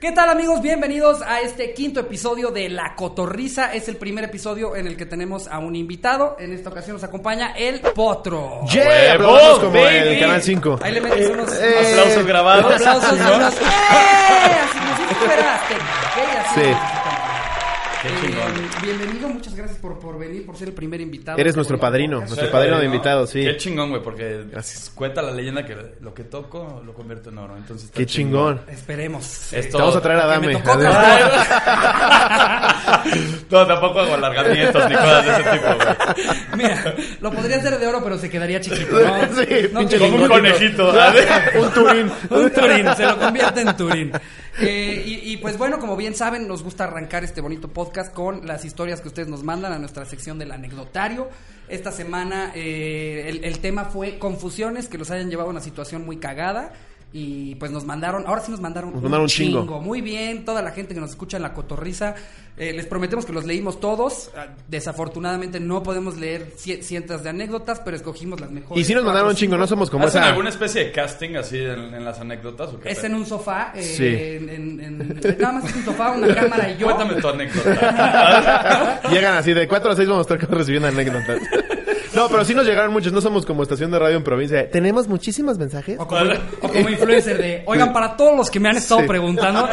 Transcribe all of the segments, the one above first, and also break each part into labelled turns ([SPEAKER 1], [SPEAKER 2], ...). [SPEAKER 1] ¿Qué tal amigos? Bienvenidos a este quinto episodio de La Cotorriza. Es el primer episodio en el que tenemos a un invitado. En esta ocasión nos acompaña el Potro.
[SPEAKER 2] Yeah,
[SPEAKER 3] Huevo,
[SPEAKER 2] aplausos como en
[SPEAKER 3] baby.
[SPEAKER 2] el Canal Eh, 5.
[SPEAKER 1] Ahí le metes unos, unos
[SPEAKER 3] Aplausos grabados.
[SPEAKER 1] aplausos
[SPEAKER 3] ¿no?
[SPEAKER 1] unos- ¡Eh! Así como si fueras
[SPEAKER 2] Sí.
[SPEAKER 3] Qué chingón.
[SPEAKER 1] Eh, Bienvenido, muchas gracias por, por venir, por ser el primer invitado.
[SPEAKER 2] Eres nuestro
[SPEAKER 1] Por-
[SPEAKER 2] padrino,
[SPEAKER 1] por-
[SPEAKER 2] nuestro padrino de invitados, sí.
[SPEAKER 3] Qué chingón, güey, porque
[SPEAKER 2] Gracias.
[SPEAKER 3] cuenta la leyenda que lo que toco lo convierto en oro. Entonces está
[SPEAKER 2] Qué chingón.
[SPEAKER 1] Esperemos.
[SPEAKER 3] Esto-
[SPEAKER 2] Te vamos a traer a
[SPEAKER 1] Que me
[SPEAKER 2] Dame.
[SPEAKER 1] tocó
[SPEAKER 2] Adel-
[SPEAKER 3] no, tampoco hago alargamientos ni cosas de ese tipo, güey.
[SPEAKER 1] Mira, lo podría hacer de oro, pero se quedaría chiquito. ¿no?
[SPEAKER 2] Sí,
[SPEAKER 1] No,
[SPEAKER 2] pinche
[SPEAKER 1] que-
[SPEAKER 3] Como un
[SPEAKER 2] Chingón.
[SPEAKER 3] conejito. a ver.
[SPEAKER 2] Un turín.
[SPEAKER 1] Un Turín, se lo convierte en Turín. Eh, y, y, pues bueno, como bien saben, nos gusta arrancar este bonito podcast con las historias que ustedes nos mandan a nuestra sección del anecdotario. Esta semana eh, el, el tema fue confusiones que los hayan llevado a una situación muy cagada. Y pues nos mandaron, ahora sí nos mandaron,
[SPEAKER 2] Nos mandaron un chingo.
[SPEAKER 1] Muy bien, toda la gente que nos escucha en la cotorriza. eh, les prometemos que los leímos todos. Ah, Desafortunadamente no podemos leer cie- cientos de anécdotas, pero escogimos las mejores.
[SPEAKER 2] Y si nos
[SPEAKER 1] cuatro,
[SPEAKER 2] mandaron un chingo,
[SPEAKER 1] cinco.
[SPEAKER 2] no somos como
[SPEAKER 3] ¿Hacen
[SPEAKER 2] esa.
[SPEAKER 3] alguna especie de casting así en, en las anécdotas o qué?
[SPEAKER 1] Es en un sofá, eh,
[SPEAKER 2] Sí.
[SPEAKER 1] en, en- en- nada más es un sofá, una cámara y yo.
[SPEAKER 3] Cuéntame tu anécdota.
[SPEAKER 2] Llegan así, de 4 a 6 vamos a estar recibiendo anécdotas. No, pero sí nos llegaron muchos, no somos como estación de radio en provincia. Tenemos muchísimos mensajes.
[SPEAKER 1] O como, o como influencer de, oigan, para todos los que me han estado
[SPEAKER 2] Sí.
[SPEAKER 1] preguntando,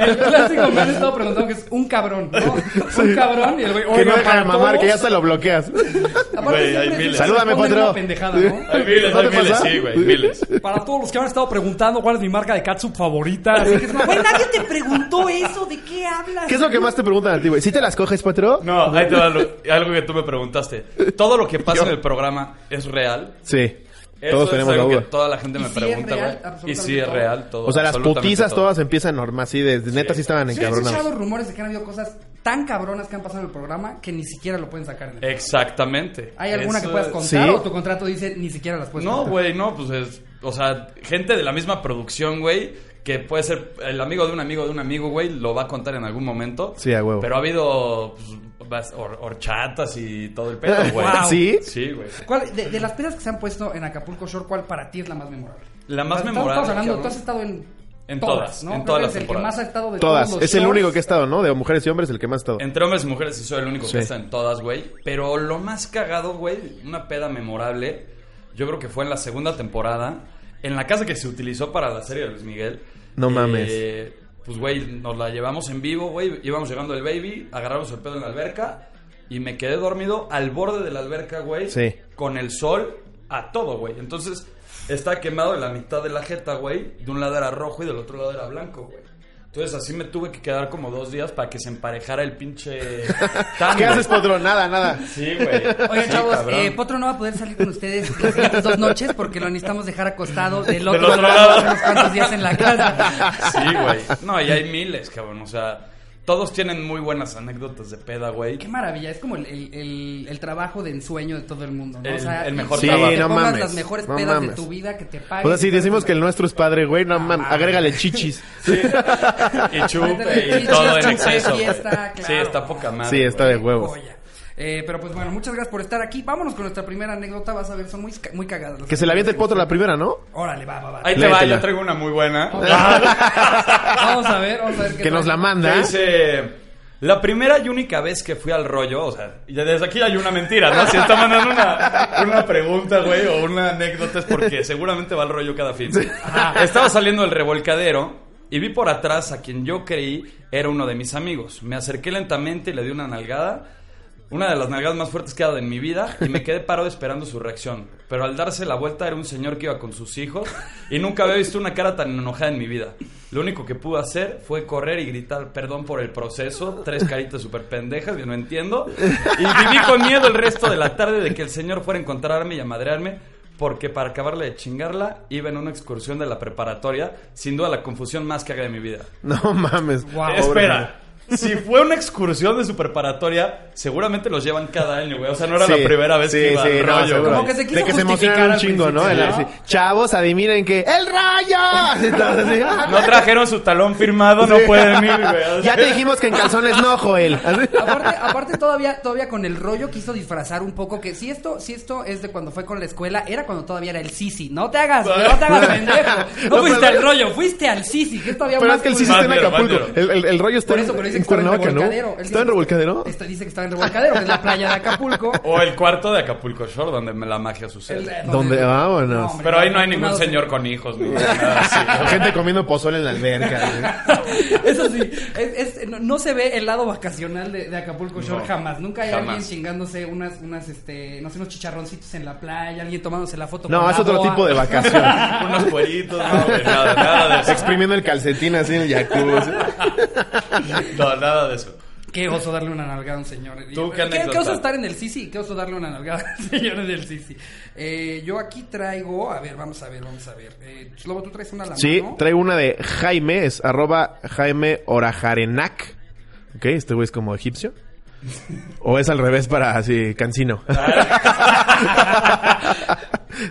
[SPEAKER 1] el clásico me han estado preguntando que es un cabrón, ¿no? Un cabrón y el güey,
[SPEAKER 2] Que no
[SPEAKER 1] oigan,
[SPEAKER 2] deja
[SPEAKER 1] para
[SPEAKER 2] de mamar,
[SPEAKER 1] todos".
[SPEAKER 2] que ya se lo bloqueas.
[SPEAKER 1] Aparte
[SPEAKER 3] Güey,
[SPEAKER 1] siempre
[SPEAKER 3] hay
[SPEAKER 1] se-
[SPEAKER 3] miles.
[SPEAKER 1] se
[SPEAKER 2] Salúdame,
[SPEAKER 1] ponen
[SPEAKER 2] Potro.
[SPEAKER 1] una pendejada, ¿no?
[SPEAKER 3] Hay miles,
[SPEAKER 2] ¿No te
[SPEAKER 3] hay miles,
[SPEAKER 2] pasa?
[SPEAKER 3] sí, güey, miles.
[SPEAKER 1] Para todos los que me han estado preguntando cuál es mi marca de catsup favorita. Así que es una- güey, nadie te preguntó eso, ¿de qué hablas?
[SPEAKER 2] ¿Qué es lo que más te preguntan a ti, güey? ¿Si te las coges, Potro?
[SPEAKER 3] No, ahí te va lo- algo que tú me preguntaste. ¿Todo lo que pasa en el programa es real?
[SPEAKER 2] Sí.
[SPEAKER 3] Eso
[SPEAKER 2] Todos
[SPEAKER 3] es
[SPEAKER 2] tenemos la
[SPEAKER 3] algo
[SPEAKER 2] duda.
[SPEAKER 3] que toda la gente
[SPEAKER 1] Y
[SPEAKER 3] me
[SPEAKER 1] sí es
[SPEAKER 3] pregunta,
[SPEAKER 1] real,
[SPEAKER 3] güey. Y
[SPEAKER 1] absolutamente
[SPEAKER 3] sí es
[SPEAKER 1] todo.
[SPEAKER 3] real todo.
[SPEAKER 2] O sea, las
[SPEAKER 3] absolutamente
[SPEAKER 2] putizas
[SPEAKER 3] todo.
[SPEAKER 2] todas empiezan normal, sí, de de neta sí estaban
[SPEAKER 1] Sí, he escuchado
[SPEAKER 2] encabronadas.
[SPEAKER 1] rumores de que han habido cosas tan cabronas que han pasado en el programa que ni siquiera lo pueden sacar en el
[SPEAKER 3] Exactamente.
[SPEAKER 1] ¿Hay alguna
[SPEAKER 3] Eh, Eso
[SPEAKER 1] que puedas
[SPEAKER 3] es-
[SPEAKER 1] contar
[SPEAKER 2] Sí.
[SPEAKER 1] o tu contrato dice ni siquiera las puedes
[SPEAKER 3] No,
[SPEAKER 1] contar?
[SPEAKER 3] güey, no, pues es. O sea, gente de la misma producción, güey, que puede ser el amigo de un amigo de un amigo, güey, lo va a contar en algún momento.
[SPEAKER 2] Sí, a huevo.
[SPEAKER 3] Pero ha habido pues, vas- hor- horchatas y todo el pedo, güey.
[SPEAKER 1] Wow.
[SPEAKER 2] ¿Sí?
[SPEAKER 3] Sí, güey.
[SPEAKER 1] ¿Cuál- de, de las pedas que se han puesto en Acapulco Shore, ¿cuál para ti es la más memorable?
[SPEAKER 3] La más
[SPEAKER 1] Estamos-
[SPEAKER 3] memorable,
[SPEAKER 1] Estamos hablando,
[SPEAKER 3] cabrón.
[SPEAKER 1] tú has estado en,
[SPEAKER 3] En todas,
[SPEAKER 1] ¿no?
[SPEAKER 3] en
[SPEAKER 1] Creo
[SPEAKER 3] todas
[SPEAKER 1] que
[SPEAKER 3] las
[SPEAKER 1] eres el que
[SPEAKER 3] temporadas.
[SPEAKER 1] más ha estado de
[SPEAKER 2] Todas.
[SPEAKER 1] todos los
[SPEAKER 2] Es el
[SPEAKER 1] shows.
[SPEAKER 2] único que he estado, ¿no? De mujeres y hombres, el que más he estado.
[SPEAKER 3] Entre hombres y mujeres sí soy el único
[SPEAKER 2] Sí.
[SPEAKER 3] que está en todas, güey. Pero lo más cagado, güey, una peda memorable, yo creo que fue en la segunda temporada, en la casa que se utilizó para la serie de Luis Miguel.
[SPEAKER 2] No
[SPEAKER 3] Eh,
[SPEAKER 2] mames.
[SPEAKER 3] Pues, güey, nos la llevamos en vivo, güey. Íbamos llegando el baby, agarramos el pedo en la alberca y me quedé dormido al borde de la alberca, güey.
[SPEAKER 2] Sí.
[SPEAKER 3] Con el sol a todo, güey. Entonces, estaba quemado de la mitad de la jeta, güey. De un lado era rojo y del otro lado era blanco, güey. Entonces así me tuve que quedar como dos días para que se emparejara el pinche... tango.
[SPEAKER 2] ¿Qué haces, pues? Potro? Nada, nada.
[SPEAKER 3] Sí, güey.
[SPEAKER 1] Oigan,
[SPEAKER 3] Sí,
[SPEAKER 1] chavos,
[SPEAKER 3] cabrón.
[SPEAKER 1] eh, Potro no va a poder salir con ustedes las siguientes dos noches porque lo necesitamos dejar acostado del otro,
[SPEAKER 3] otro
[SPEAKER 1] lado
[SPEAKER 3] lado.
[SPEAKER 1] hace unos cuantos días en la casa.
[SPEAKER 3] Sí, güey. No, y hay miles, cabrón. O sea, todos tienen muy buenas anécdotas de peda, güey.
[SPEAKER 1] Qué maravilla, es como el, el- el- el trabajo de ensueño de todo el mundo, ¿no?
[SPEAKER 3] El- el mejor
[SPEAKER 1] que
[SPEAKER 3] trabajo.
[SPEAKER 1] te
[SPEAKER 3] Sí,
[SPEAKER 2] no
[SPEAKER 1] pongas
[SPEAKER 2] mames,
[SPEAKER 1] las mejores
[SPEAKER 2] no
[SPEAKER 1] pedas de
[SPEAKER 2] mames.
[SPEAKER 1] tu vida que te paguen.
[SPEAKER 2] O sea, si decimos que el nuestro es padre, güey, no mames,
[SPEAKER 1] mames.
[SPEAKER 2] agrégale chichis.
[SPEAKER 3] Y chupe
[SPEAKER 1] Chichis,
[SPEAKER 3] y todo en
[SPEAKER 1] chupe,
[SPEAKER 3] exceso. güey.
[SPEAKER 1] fiesta, claro.
[SPEAKER 3] Sí, está poca madre.
[SPEAKER 2] Sí, está
[SPEAKER 3] güey.
[SPEAKER 2] de huevos.
[SPEAKER 1] Joya. Eh, pero pues bueno, muchas gracias por estar aquí. Vámonos con nuestra primera anécdota. Vas a ver, son muy, ca- muy cagadas. las
[SPEAKER 2] Que se la aviente el potro la primera, ¿no?
[SPEAKER 1] Órale, va, va, va.
[SPEAKER 3] Ahí te va,
[SPEAKER 2] Léetela.
[SPEAKER 3] yo traigo una muy buena.
[SPEAKER 1] Vamos a ver, vamos a ver. qué
[SPEAKER 2] Que nos la
[SPEAKER 1] tal.
[SPEAKER 3] Que
[SPEAKER 2] manda.
[SPEAKER 3] dice... La primera y única vez que fui al rollo, o sea, y desde aquí hay una mentira, ¿no? Si está mandando una, una pregunta, güey, o una anécdota es porque seguramente va al rollo cada fin. Ajá. Estaba saliendo del revolcadero y vi por atrás a quien yo creí era uno de mis amigos. Me acerqué lentamente y le di una nalgada, una de las nalgadas más fuertes que he dado en mi vida, y me quedé parado esperando su reacción. Pero al darse la vuelta era un señor que iba con sus hijos y nunca había visto una cara tan enojada en mi vida. Lo único que pude hacer fue correr y gritar perdón por el proceso, tres caritas súper pendejas que no entiendo, y viví con miedo el resto de la tarde de que el señor fuera a encontrarme y a madrearme. Porque para acabarle de chingarla, iba en una excursión de la preparatoria, sin duda la confusión más que haga de mi vida.
[SPEAKER 2] No mames.
[SPEAKER 1] Wow.
[SPEAKER 2] Pobre
[SPEAKER 3] Espera,
[SPEAKER 2] madre.
[SPEAKER 3] Si fue una excursión de su preparatoria, seguramente los llevan cada año, güey. O sea, no era la
[SPEAKER 2] Sí,
[SPEAKER 3] primera vez que
[SPEAKER 2] sí,
[SPEAKER 3] iba
[SPEAKER 2] sí,
[SPEAKER 3] al
[SPEAKER 2] no,
[SPEAKER 3] rollo.
[SPEAKER 2] seguro.
[SPEAKER 1] Como que se quiso
[SPEAKER 2] De que se
[SPEAKER 1] justificar
[SPEAKER 2] emocionan un
[SPEAKER 1] al
[SPEAKER 2] chingo, ¿no?
[SPEAKER 1] principio,
[SPEAKER 2] El-
[SPEAKER 1] ¿no?
[SPEAKER 2] sí, Chavos, adivinen que... ¡El rayo! Así, todos así, ¡ah!
[SPEAKER 3] No trajeron su talón firmado, no pueden ir, güey. O sea,
[SPEAKER 2] Ya te dijimos que en calzones no, Joel. Así.
[SPEAKER 1] Aparte, aparte todavía, todavía con el rollo quiso disfrazar un poco que si esto, si esto es de cuando fue con la escuela, era cuando todavía era el Sisi. No te hagas, no te hagas pendejo. No
[SPEAKER 2] No,
[SPEAKER 1] fuiste
[SPEAKER 2] pero-
[SPEAKER 1] al rollo, fuiste al Sisi, que es todavía
[SPEAKER 2] Pero
[SPEAKER 1] más
[SPEAKER 2] es que el
[SPEAKER 1] cool.
[SPEAKER 2] Sisi está en
[SPEAKER 3] Bandero,
[SPEAKER 2] Acapulco.
[SPEAKER 3] bandero.
[SPEAKER 2] El, el- el rollo está
[SPEAKER 1] Por eso,
[SPEAKER 2] en,
[SPEAKER 1] pero dice
[SPEAKER 2] en
[SPEAKER 1] que estaba en
[SPEAKER 2] Cuernavaca, ¿no?
[SPEAKER 1] Revolcadero. Él dice
[SPEAKER 2] ¿Está en
[SPEAKER 1] que-
[SPEAKER 2] Revolcadero?
[SPEAKER 1] Este dice que estaba en Revolcadero, que es la playa de Acapulco.
[SPEAKER 3] O el cuarto de Acapulco Shore, donde la magia
[SPEAKER 1] El-
[SPEAKER 3] sucede.
[SPEAKER 2] ¿Dónde? Ah, Vámonos.
[SPEAKER 1] hombre,
[SPEAKER 3] Pero ahí no hay ningún
[SPEAKER 1] afortunados-
[SPEAKER 3] señor con hijos, ni nada así.
[SPEAKER 2] Ah, Gente comiendo pozole en la alberca.
[SPEAKER 1] Eso sí, es- es- no, no se ve el lado vacacional de, de Acapulco Shore
[SPEAKER 3] No,
[SPEAKER 1] jamás. Nunca hay
[SPEAKER 3] jamás.
[SPEAKER 1] alguien chingándose unas, unas, este, no sé, unos chicharroncitos en la playa, alguien tomándose la foto.
[SPEAKER 2] No,
[SPEAKER 1] con
[SPEAKER 2] es
[SPEAKER 1] la
[SPEAKER 2] otro
[SPEAKER 1] boa.
[SPEAKER 2] tipo de vacación.
[SPEAKER 3] Unos cueritos, no, güey, nada, nada de eso.
[SPEAKER 2] Exprimiendo el calcetín así en el jacuzzi.
[SPEAKER 3] No, nada de eso.
[SPEAKER 1] Qué oso darle una nalgada a un señor.
[SPEAKER 3] ¿Tú qué
[SPEAKER 1] ¿Qué,
[SPEAKER 3] anécdota?
[SPEAKER 1] qué oso estar en el Sisi? ¿Qué oso darle una nalgada al señor en el Sisi? Eh, yo aquí traigo, a ver, vamos a ver, vamos a ver. Eh, Lobo, tú traes una a la
[SPEAKER 2] Sí,
[SPEAKER 1] mano?
[SPEAKER 2] traigo una de Jaime, es arroba Jaime Orajarenac. Ok, este güey es como egipcio. O es al revés para así, cansino.